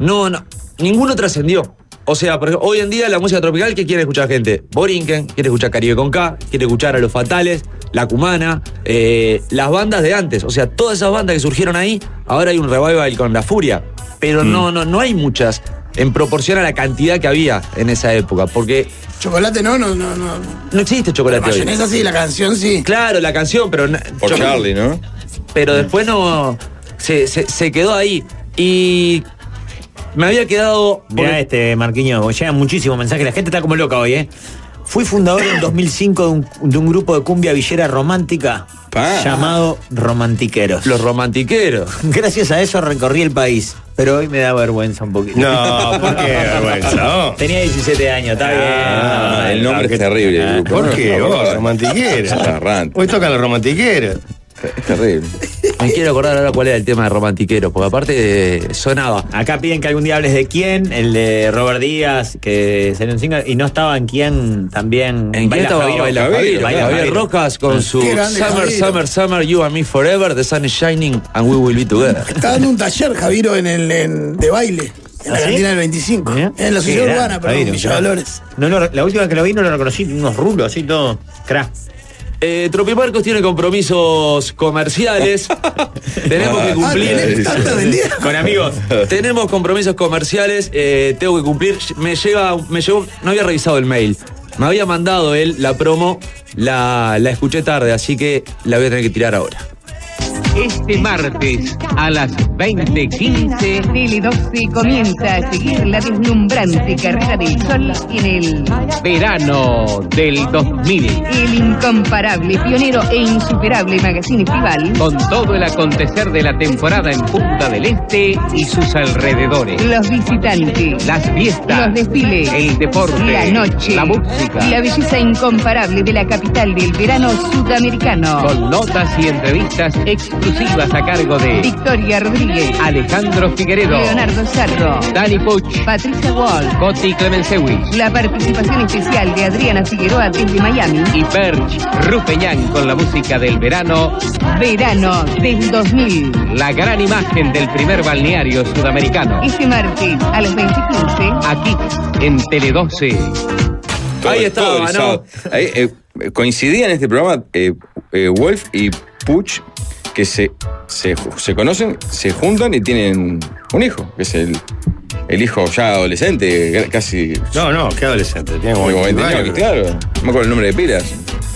S15: no, no, ninguno trascendió. O sea, por ejemplo, hoy en día la música tropical, ¿qué quiere escuchar gente? Borinquen, quiere escuchar Caribe con K, quiere escuchar a Los Fatales, La Cumana, eh, las bandas de antes. O sea, todas esas bandas que surgieron ahí, ahora hay un revival con La Furia.
S10: Mm.
S15: Pero no, no, no hay muchas en proporción a la cantidad que había en esa época. Porque
S11: Chocolate no, no, no. no.
S15: no existe chocolate hoy.
S11: Mayonesa sí, la canción sí.
S15: Claro, la canción, pero. na-
S10: Por
S15: yo-
S10: Charlie, ¿no?
S15: Pero después no. Se, se- se quedó ahí. Y. Me había quedado.
S5: Mirá este, Marquinhos, llegan muchísimos mensajes. La gente está como loca hoy, ¿eh? Fui fundador en 2005 de un, de un grupo de cumbia villera romántica llamado Romantiqueros.
S15: Los Romantiqueros.
S5: Gracias a eso recorrí el país, pero hoy me da vergüenza un poquito.
S10: No, ¿por qué vergüenza? No.
S5: Tenía 17 años, está
S10: Ah,
S5: bien.
S10: el nombre es terrible.
S11: Ah,
S10: Ah, el grupo.
S8: ¿Por qué?
S11: Oh,
S10: No,
S8: Vos,
S10: no,
S8: romantiqueros.
S10: Aberrante.
S8: Hoy tocan los romantiqueros.
S10: Es terrible.
S15: Me quiero acordar ahora cuál era el tema de Romantiqueros, porque aparte eh, sonaba.
S5: Acá piden que algún día hables de quién, el de Robert Díaz, que salió un single, y no estaba en quién también.
S15: ¿En quién estaba Baila Javier? Baila Javier Rojas con su
S11: Qué
S15: Summer,
S11: grande, Javier.
S15: Summer, Summer, You and Me Forever, The Sun is Shining, and We Will Be Together.
S11: Estaba dando un taller, Javiro, en el, en- de baile.
S5: ¿Ah,
S11: En la cantina del 25. En la sociedad urbana, perdón, Villa Dolores.
S5: No, lo- la última que lo vi no lo reconocí, unos rulos así todo. Crack.
S15: Eh, Tropimarcos tiene compromisos comerciales. Tenemos
S10: Ah,
S15: que cumplir.
S5: Con amigos.
S15: Tenemos compromisos comerciales, eh, tengo que cumplir. Me lleva, me llevó, no había revisado el mail. Me había mandado él la promo, la, la escuché tarde, así que la voy a tener que tirar ahora.
S22: Este martes a las 20.15
S23: Tele12 comienza a seguir la deslumbrante carrera del sol en el,
S22: verano del 2000.
S23: el incomparable, pionero e insuperable magazine estival.
S22: Con todo el acontecer de la temporada en Punta del Este y sus alrededores.
S23: Los visitantes,
S22: Las fiestas,
S23: los desfiles,
S22: el deporte,
S23: la noche,
S22: la música.
S23: la belleza incomparable de la capital del verano sudamericano.
S22: Con notas y entrevistas exclusivas a cargo de
S23: Victoria Rodríguez,
S22: Alejandro Figueredo,
S23: Leonardo Sarro,
S22: Dani Puch,
S23: Patricia Wall,
S22: Coti Clemencewicz.
S23: la participación especial de Adriana Figueroa desde Miami.
S22: y Perch Rupeñán con la música del verano,
S23: Verano del 2000.
S22: la gran imagen del primer balneario sudamericano.
S23: Este martes a las 20.15.
S22: Aquí, en Tele 12.
S10: Ahí
S22: estaba, ¿no?
S10: Ahí, eh, coincidían en este programa eh, eh, Wolf y eh, Puch que se, se, ju- se conocen, se juntan y tienen un hijo, que es el, el hijo ya adolescente, gra- casi.
S8: No, no, qué adolescente. Tiene como
S10: como
S8: 20
S10: 20
S8: años,
S10: años, claro. No me acuerdo el nombre de pilas.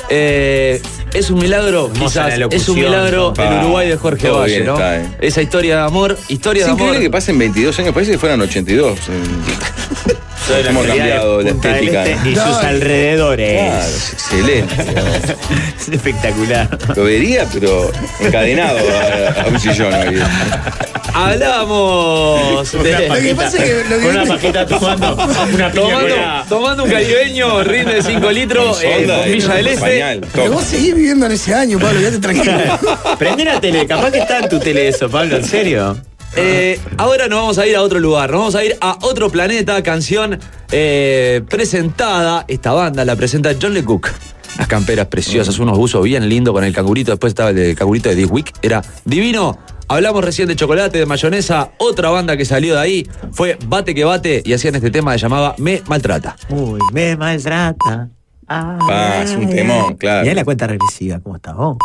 S15: Eh, es un milagro,
S10: la
S15: quizás.
S10: locución,
S15: Es un milagro
S10: papá.
S15: el Uruguay de Jorge
S10: Todo
S15: Valle,
S10: bien
S15: ¿no?
S10: está, eh.
S15: Esa historia de amor, historia
S10: Es
S15: de amor.
S10: increíble que pasen 22 años, parece que fueran 82. eh.
S5: la
S10: Hemos
S5: ciudad de
S10: cambiado la
S5: Punta del
S10: estética.
S5: Este y
S10: ¿no?
S5: sus alrededores.
S10: Claro, es excelente.
S5: Es espectacular.
S10: Lo vería, pero encadenado a, a un sillón. hoy.
S15: Hablábamos de-
S5: Una pajita. Con una pajita tomando una piña
S15: tomando,
S5: colada.
S15: tomando un caribeño, rinde de 5 litros,
S10: Con
S15: eh,
S10: sonda
S15: con
S10: y
S15: Villa del Este.
S10: pañal, todo.
S11: Pero vos seguís viviendo en ese año, Pablo, ya te tranquilo.
S5: Prende la tele, capaz que está en tu tele eso, Pablo, en serio.
S15: Eh, ahora nos vamos a ir a otro lugar, nos vamos a ir a otro planeta, canción eh, presentada, esta banda la presenta John Le Cook. Las camperas preciosas, unos buzos bien lindos con el cangurito, después estaba el de- cangurito de This Week, era divino. Hablamos recién de chocolate, de mayonesa, otra banda que salió de ahí fue Bate que Bate y hacían este tema que llamaba Me Maltrata.
S5: Uy, me maltrata.
S10: Ah, es un temón, claro.
S5: Mirá la cuenta regresiva, ¿cómo está oh. vos?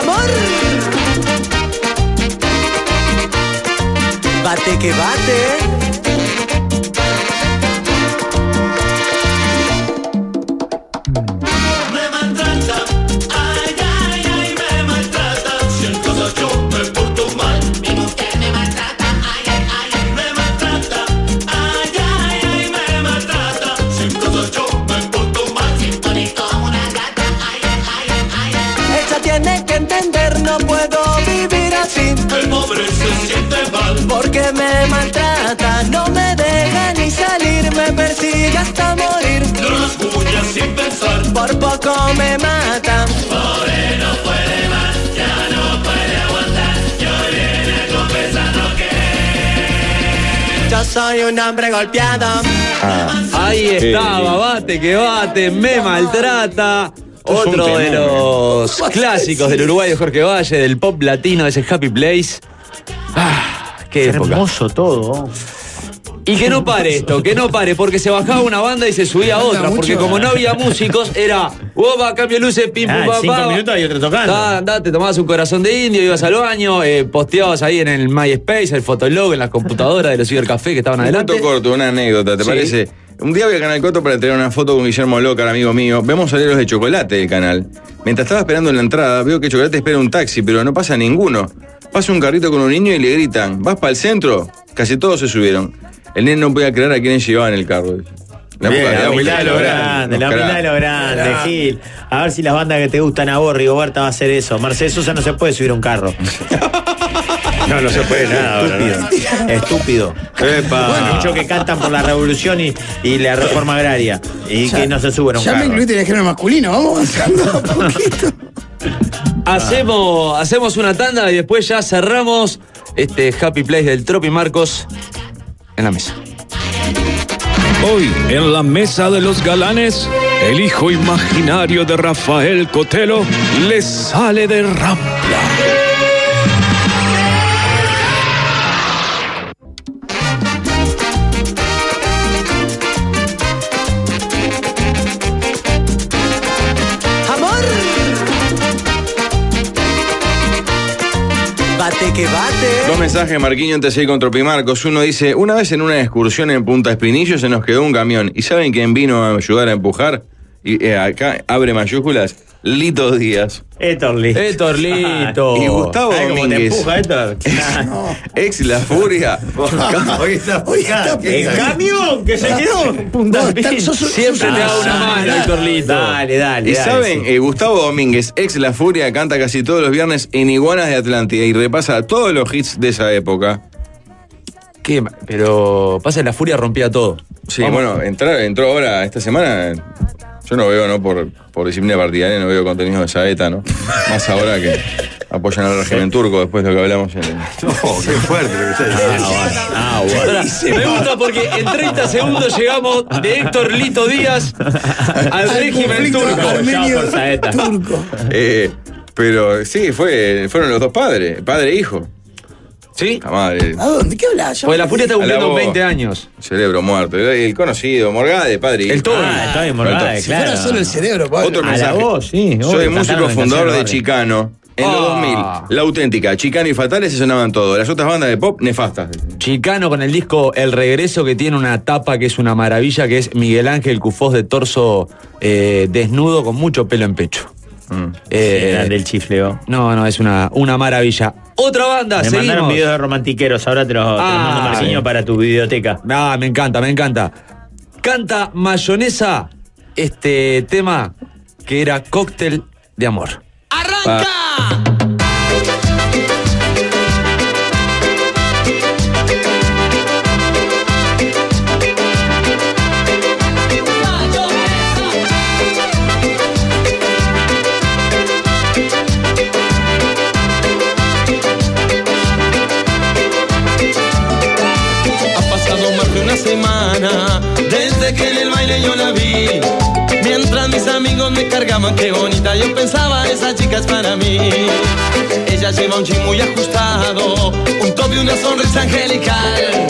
S2: Amor. Bate que bate.
S17: Me maltrata, ay, ay, ay, me maltrata. Siento que yo me porto mal. Mi mujer me maltrata, ay, ay, ay. Me maltrata, ay, ay, ay, me maltrata. Siento que yo me porto mal. Si pones como una gata, ay, ay, ay, ay.
S2: Ella tiene que entender, no puedo vivir así.
S17: El pobre se siente mal.
S2: Porque me maltrata, no me deja ni salir, me persigue hasta morir.
S17: No lo escucha sin pensar.
S2: Por poco me mata.
S17: Pobre no puede más, ya no puede aguantar. Yo viene a confesar lo que
S2: Yo soy un hombre golpeado.
S5: Ah.
S15: Ahí
S2: Sí.
S15: estaba, Bate que Bate, Me Maltrata.
S2: es un
S15: Otro
S2: temón,
S15: de
S2: eh.
S15: los clásicos del Uruguay de Jorge Valle, del pop latino, de ese Happy Place. Ah, qué época.
S5: Hermoso todo. oh.
S15: Y que no pare esto, que no pare, porque se bajaba una banda y se subía otra, porque como no había músicos, era, guapa, cambio luces, pim, pum,
S5: Ah,
S15: pa,
S5: cinco
S15: pa".
S5: minutos hay otro tocando.
S15: Ah, andá, te tomabas un corazón de indio, ibas al baño, eh, posteabas ahí en el MySpace, el Fotolog, en las computadoras de los cibercafés que estaban
S10: Un
S15: adelante.
S10: cuento corto, una anécdota, ¿te
S15: Sí.
S10: parece? Un día voy a Canal Coto para entregar una foto con Guillermo Locar, amigo mío. Vemos salir los de chocolate del canal. Mientras estaba esperando en la entrada, veo que Chocolate espera un taxi, pero no pasa ninguno. Pasa un carrito con un niño y le gritan, ¿vas para el centro? Casi todos se subieron. El nene no podía creer a quiénes llevaban el carro.
S5: Bien,
S10: puta,
S5: la humildad
S10: vuelta
S5: de lo grande, la
S10: Nos
S5: humildad de lo
S10: cagaron.
S5: grande, Gil. A ver si las bandas que te gustan a vos, Rigoberta, va a hacer eso. Mercedes Sosa no se puede subir a un carro.
S8: No, no se puede nada.
S5: Estúpido. Estúpido. Bueno, Mucho que cantan por la revolución y, y la reforma agraria. Y
S11: Ya-
S5: que no se suben a un
S11: Ya me
S5: carro.
S11: incluiste en el género masculino, vamos avanzando.
S15: Hacemos, hacemos una tanda y después ya cerramos este Happy Place del Tropi Marcos en la mesa.
S9: Hoy, en la mesa de los galanes, el hijo imaginario de Rafael Cotelo le sale de rampla.
S2: Amor. Bate que bate.
S10: Dos mensajes, Marquinho, antes de ir con Tropimarcos. Uno dice, una vez en una excursión en Punta Espinillo se nos quedó un camión. ¿Y saben quién vino a ayudar a empujar? Y eh, acá abre mayúsculas, Lito Díaz.
S5: Héctor Lito.
S15: Héctor Lito.
S10: Y Gustavo
S5: Ay, cómo te
S10: Domínguez.
S5: empuja, Héctor.
S10: Ex La Furia.
S5: Hoy
S10: está
S5: El camión que se quedó. Punta Pin.
S15: Siempre te
S5: Ah,
S15: da una mano, Héctor Lito.
S5: Dale, dale.
S10: Y
S5: dale,
S10: saben,
S5: sí.
S10: eh, Gustavo Domínguez, ex La Furia, canta casi todos los viernes en Iguanas de Atlántida y repasa todos los hits de esa época.
S15: ¿Qué? ma- Pero pasa, que la furia rompía todo.
S10: Sí,
S15: Vamos.
S10: bueno, entrar, entró ahora esta semana. eh, Yo no veo, ¿no? Por, por disciplina partidaria, no veo contenido de Saeta, ¿no? Más ahora que apoyan al régimen turco después de lo que hablamos en el.
S8: Oh, qué fuerte lo que está diciendo.
S10: Ah,
S15: Pará, Me gusta porque en 30 segundos llegamos de Héctor Lito Díaz al régimen
S11: conflicto
S15: turco.
S11: armenio
S10: Eh, pero sí, fue, fueron los dos padres, padre e hijo. ¿Sí? La madre.
S11: ¿A dónde? ¿Qué hablas?
S10: Pues la
S15: Furia está cumpliendo 20
S10: años. Cerebro muerto. El, el conocido, Morgade, padre. e El Toby.
S5: Ah, el Toby Morgade,
S11: Si fuera solo el cerebro, Pablo.
S10: Otro mensaje.
S5: sí.
S10: Soy
S5: obvio,
S10: músico
S5: cantaron en Canción
S10: fundador de
S5: de
S10: Chicano. En los 2000, la auténtica, Chicano y Fatales se sonaban todo. Las otras bandas de pop, nefastas.
S15: Chicano con el disco El Regreso, que tiene una tapa que es una maravilla, que es Miguel Ángel Cufós de torso eh, desnudo con mucho pelo en pecho.
S11: Mm.
S5: del chifleo.
S15: No, no, es una, una maravilla. Otra banda,
S5: Me
S15: seguimos.
S5: mandaron videos de romantiqueros, ahora te los, te los
S15: Ah,
S5: mando Marquiño
S15: sí.
S5: para tu biblioteca.
S15: Ah, me encanta, me encanta. Canta Mayonesa este tema que era Cóctel de Amor. ¡Arranca!
S3: Ha pasado más de una semana desde que en el baile yo la vi. Mientras mis amigos me cargaban, qué bonita, yo pensaba, esa chica es para mí. Ella lleva un jean muy ajustado, un top y una sonrisa angelical.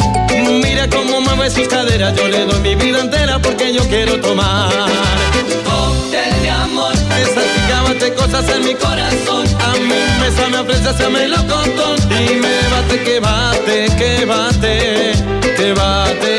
S3: Mira cómo mueve sus caderas, yo le doy mi vida entera porque yo quiero tomar. Cóctel de amor, esa chica bate cosas en mi corazón. A mi mesa me aprecia, se me locotón. Y me bate, que bate, que bate, que bate.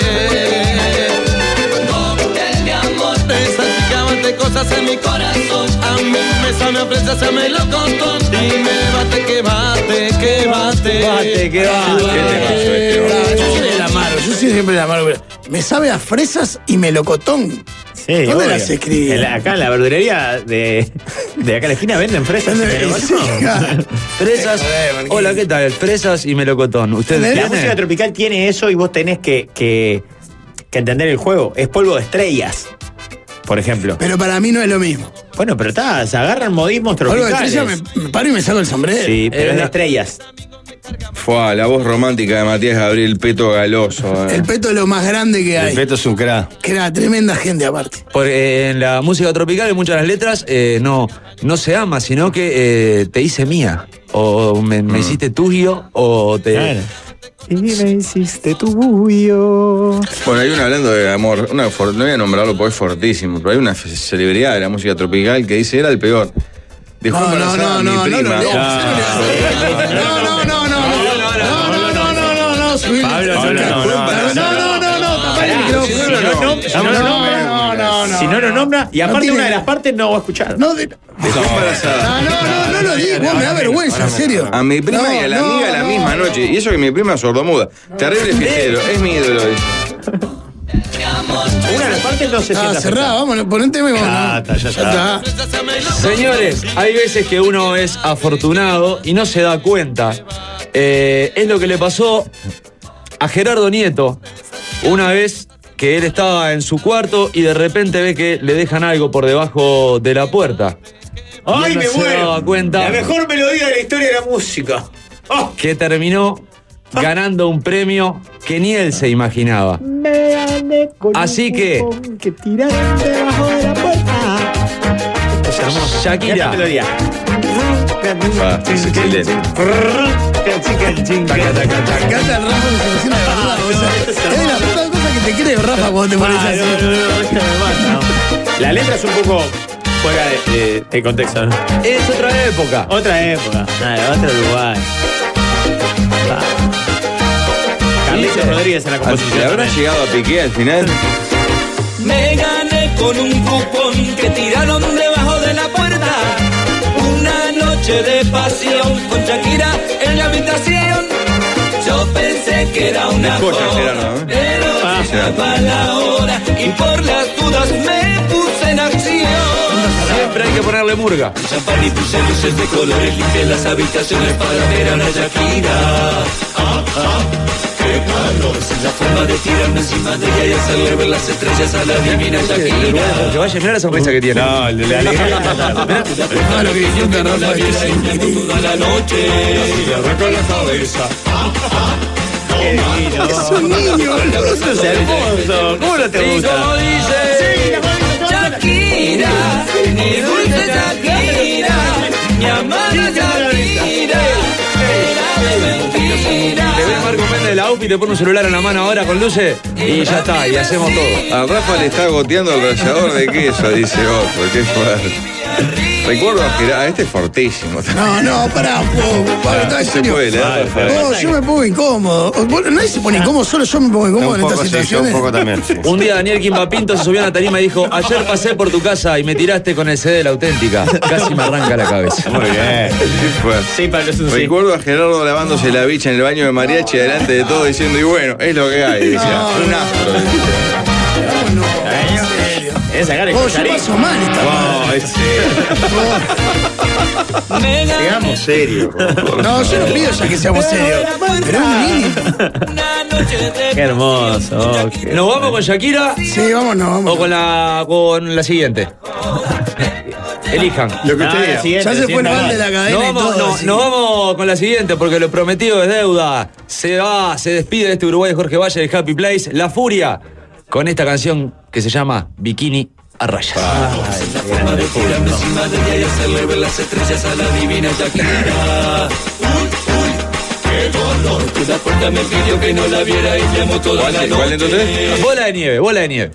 S3: Cóctel de amor Esa chica bate cosas en mi corazón A mi mesa me aprecia, se me lo contó Dime, bate, que bate, que bate Bate, que este
S11: Eh, Yo soy el amargo, yo soy siempre el amargo. pero Me sabe a fresas y melocotón.
S5: Sí,
S11: ¿Dónde
S5: Eh, obvio.
S11: las escribí?
S5: En la- acá en la verdulería de, de acá en la esquina venden fresas. pero bueno.
S15: Fresas. Hola, ¿qué tal? Fresas y melocotón. ¿Ustedes
S5: La
S15: tienen?
S5: música tropical tiene eso y vos tenés que, que, que entender el juego. Es polvo de estrellas, por ejemplo.
S11: Pero para mí no es lo mismo.
S5: Bueno, pero está, se agarran modismos
S11: Algo
S5: tropicales.
S11: de estrella me, me paro y me saco el sombrero. Eh,
S5: Sí, pero es de estrellas.
S10: Fua, la voz romántica de Matías Gabriel Peto Galoso. eh.
S11: El peto es lo más grande que hay.
S10: Peto es un crack.
S11: Que era tremenda gente aparte.
S15: Porque eh, en la música tropical, en muchas de las letras, eh, no, no se ama, sino que eh, te hice mía. O me,
S5: Mm.
S15: me hiciste tuyo, o te.
S5: Y me hiciste tuyo.
S10: Bueno, hay una hablando de amor, una, for- no voy a nombrarlo porque es fortísimo, pero hay una f- celebridad de la música tropical que dice era el peor. Dejó
S11: No, no,
S10: embarazada
S11: no,
S10: a mi
S11: no, no,
S10: prima.
S11: no, no, no,
S10: no,
S11: no, no, no, no, no, no, no, subí. No, no, no, no, tapá el micrófono. No, no, no.
S5: Si no lo nombra, y
S11: No
S5: aparte
S11: tiene-
S5: una de las partes no va a escuchar.
S11: No, de-
S10: Dejó embarazada.
S11: no, no lo digas, vos me da vergüenza, en serio.
S10: A mi prima
S11: No,
S10: y a la
S11: no,
S10: amiga la
S11: no.
S10: misma noche. Y eso que mi prima es sordomuda. Terrible fiestero, es mi ídolo. dice.
S5: Una de las partes no se
S11: Ah,
S5: sienta
S11: cerrá, vámonos, ponete vos.
S5: Ah, está, ya está.
S15: Señores, hay veces que uno es afortunado y no se da cuenta. Eh, es lo que le pasó a Gerardo Nieto una vez que él estaba en su cuarto y de repente ve que le dejan algo por debajo de la puerta. Y
S5: ¡Ay,
S15: él no
S5: me
S15: se
S5: muero!
S15: daba cuenta.
S5: La mejor melodía de la historia de la música. Ah.
S15: que terminó ganando un premio que ni él se imaginaba. Así que-
S5: Que tiraste debajo de la puerta.
S15: Shakira.
S10: Ah, es excelente.
S11: Canta el Rafa que se encima de verdad, o sea, Es la puta cosa que te cree Rafa cuando te pones así.
S5: La letra es un poco fuera de, de- de contexto, ¿no?
S15: Es otra época.
S5: Otra época. Nada, otro lugar. Ah. Carlitos Rodríguez en la composición.
S10: ¿Le habrá
S5: también.
S10: llegado a Piqué al final?
S3: Me gané con un cupón que tiraron debajo de la puerta Una noche de pasión con Shakira en la habitación Yo pensé que era una
S10: Escucha,
S3: joda,
S10: Gerardo, ¿eh?
S3: pero
S1: Ah.
S3: llegaba la hora Y por las dudas me puse en acción
S15: Siempre hay que ponerle murga.
S3: Champán y puse luces de colores, limpié las habitaciones para ver a la Shakira. Ah, ah, qué calor. Esa es la forma de tirarme encima de ella y hacerle ver las estrellas a la divina Shakira.
S15: Que vaya, mirá la sonrisa que tiene. No, la
S3: Ah, lo que disfruta Rafa es toda la noche. Y arranca la cabeza. Ah, ah,
S11: Es un niño, boludo.
S3: es hermoso. ¿Cómo no te gusta? como dice Shakira, mi dulce Shakira, mi amada Shakira, era
S15: Le ve Marco Méndez el outfit, te pone un celular en la mano ahora con luces y ya está, y hacemos todo.
S10: A Rafa le está goteando el rallador de queso, dice otro. Qué fuerte. Recuerdo a Gerardo. Este es fortísimo.
S11: No, no, pará, po, Pablo, está en
S10: Se
S11: serio.
S10: puede, ¿eh?
S11: No, yo me pongo incómodo. Vos- Nadie se
S5: Ah.
S11: pone incómodo, solo yo me pongo incómodo en estas situaciones.
S15: Un día Daniel Quimbapinto se subió a una tarima y dijo, ayer pasé por tu casa y me tiraste con el CD de la auténtica. Casi me arranca la cabeza.
S10: Muy bien. Sí, Recuerdo a Gerardo lavándose la bicha en el baño de mariachi delante de todo diciendo, y bueno, es lo que hay. Decía, un astro.
S5: Es ¿eh? sacar el
S11: Oh, yo paso mal esta
S10: No, es
S8: Seamos serios.
S11: No, yo no pido ya que seamos serios. Pero un mínimo.
S5: Qué hermoso. oh, qué-
S15: ¿Nos vamos con Shakira?
S11: Sí, vámonos, vámonos.
S15: ¿O con la, con la siguiente? Elijan.
S11: Lo que No, usted la diga. siguiente, Ya se fue el siguiente, mal de la cadena
S15: Nos
S11: y
S15: vamos,
S11: todo,
S15: no,
S11: así
S15: nos
S11: que-
S15: vamos con la siguiente porque lo prometido es deuda. Se va, se despide de este Uruguay Jorge Valle del Happy Place, La Furia, con esta canción que se llama Bikini a rayas.
S11: Ah.
S1: encima de ella y hacerle ver las estrellas a la divina Shakira. Uy, uy, qué dolor. Una puerta me pidió que no la viera y llamó toda la noche.
S15: Bola de nieve, bola de nieve.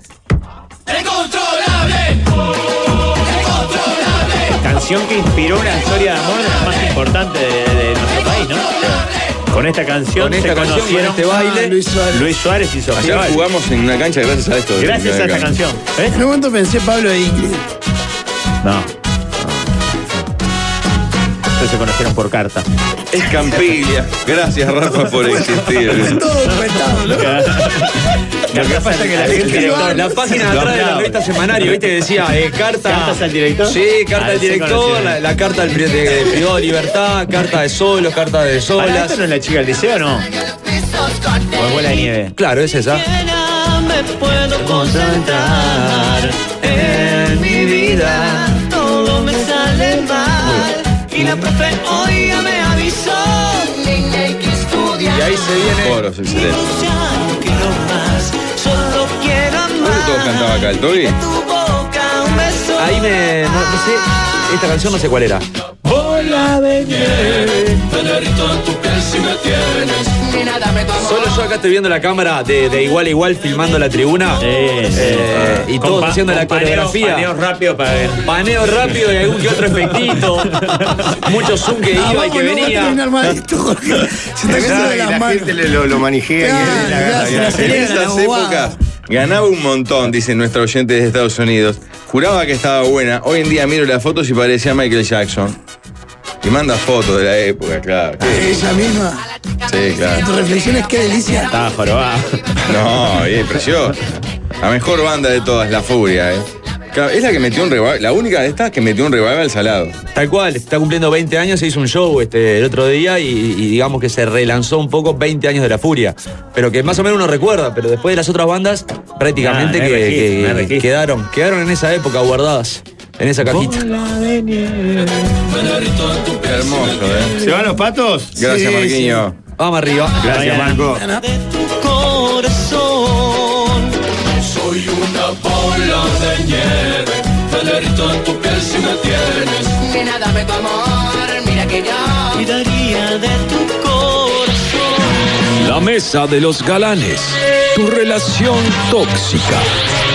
S5: Canción que inspiró una historia de amor de las más importante de, de nuestro país, ¿no? Con esta canción
S10: Con esta
S5: se
S10: canción,
S5: conocieron
S10: con este baile.
S5: Ah, Luis Suárez, Luis Suárez y Sofía.
S10: Ayer
S5: Valls.
S10: jugamos en una cancha gracias a esto.
S5: Gracias a esta canción. ¿eh?
S11: En un momento pensé Pablo e Ingrid.
S5: No. Ustedes se conocieron por carta.
S10: Es Campiglia. Gracias, Rafa, por existir.
S11: Todo cuentado, ¿no?
S5: Lo que pasa es que la gente.
S15: La página de atrás de la revista semanario, ¿viste? Decía, eh, carta.
S5: ¿Cartas al director?
S15: Sí, carta
S5: Ah,
S15: al
S5: sí
S15: director,
S5: conocía.
S15: la, la carta al pri- de, de privado de libertad, carta de solos, carta de
S5: Pará,
S15: solas.
S5: ¿Esta no es la chica del liceo no? O es bola de nieve.
S15: Claro, es esa.
S1: me puedo concentrar en mi vida. Todo me sale mal. Y la profe hoy ya me avisó. Nena, hay que
S15: Y
S1: estudiar.
S15: ahí se viene.
S10: Coros, excelente.
S1: Ya no quiero más. Solo quiero amar.
S10: Todos cantaba acá el Toby.
S1: Tu boca, un beso.
S15: Ahí me. No, no sé, esta canción no sé cuál era.
S1: Bola de nieve. Venerito en tu piel si me tienes.
S24: Nena, dame tu
S15: Solo yo acá estoy viendo la cámara de, de igual a igual filmando la tribuna. Eh, y
S5: Con
S15: todos
S5: pa-
S15: haciendo
S5: con
S15: la
S5: paneo-
S15: coreografía.
S5: Paneo rápido para ver.
S15: Paneo rápido y algún que otro efectito. Mucho zoom que
S11: Ah,
S15: iba y
S11: vamos,
S15: que
S11: no va a
S15: venía.
S11: terminar mal esto, Jorge. Se está cayendo
S8: Pensaba
S11: de
S8: y
S11: las
S8: la
S11: manos.
S8: gente le- lo, lo manijea.
S11: Claro,
S8: que la gana,
S11: gracias,
S8: ya.
S11: la
S10: En
S11: Era la
S10: esas
S11: bobada.
S10: épocas ganaba un montón, dice nuestro oyente de Estados Unidos. Juraba que estaba buena. Hoy en día miro las fotos y parecía Michael Jackson. Y manda fotos de la época, claro. Sí,
S11: Ella misma.
S10: sí,
S11: Tus
S10: claro.
S11: reflexiones, qué delicia.
S5: Estaba jorobado.
S10: No, bien, precioso. La mejor banda de todas, La Furia, ¿eh? Claro, es la que metió un revival, la única de estas que metió un revival al salado.
S15: Tal cual, está cumpliendo 20 años, se hizo un show este, el otro día y, y digamos que se relanzó un poco 20 años de la furia. Pero que más o menos uno recuerda, pero después de las otras bandas, prácticamente
S5: Nah, no
S15: que,
S5: hay registro,
S15: que-
S5: no hay registro.
S15: quedaron, quedaron en esa época guardadas, en esa cajita.
S10: Hermoso, ¿eh?
S5: ¿Se van los patos?
S10: Gracias,
S15: Sí,
S10: Marquinho.
S15: Vamos arriba.
S5: Gracias, Marco.
S1: corazón. Soy una bola de nieve, velerito en tu piel si me tienes.
S24: Nena, dame tu amor, mira que yo.
S1: Cuidaría de tu corazón.
S9: La mesa de los galanes. Tu relación tóxica.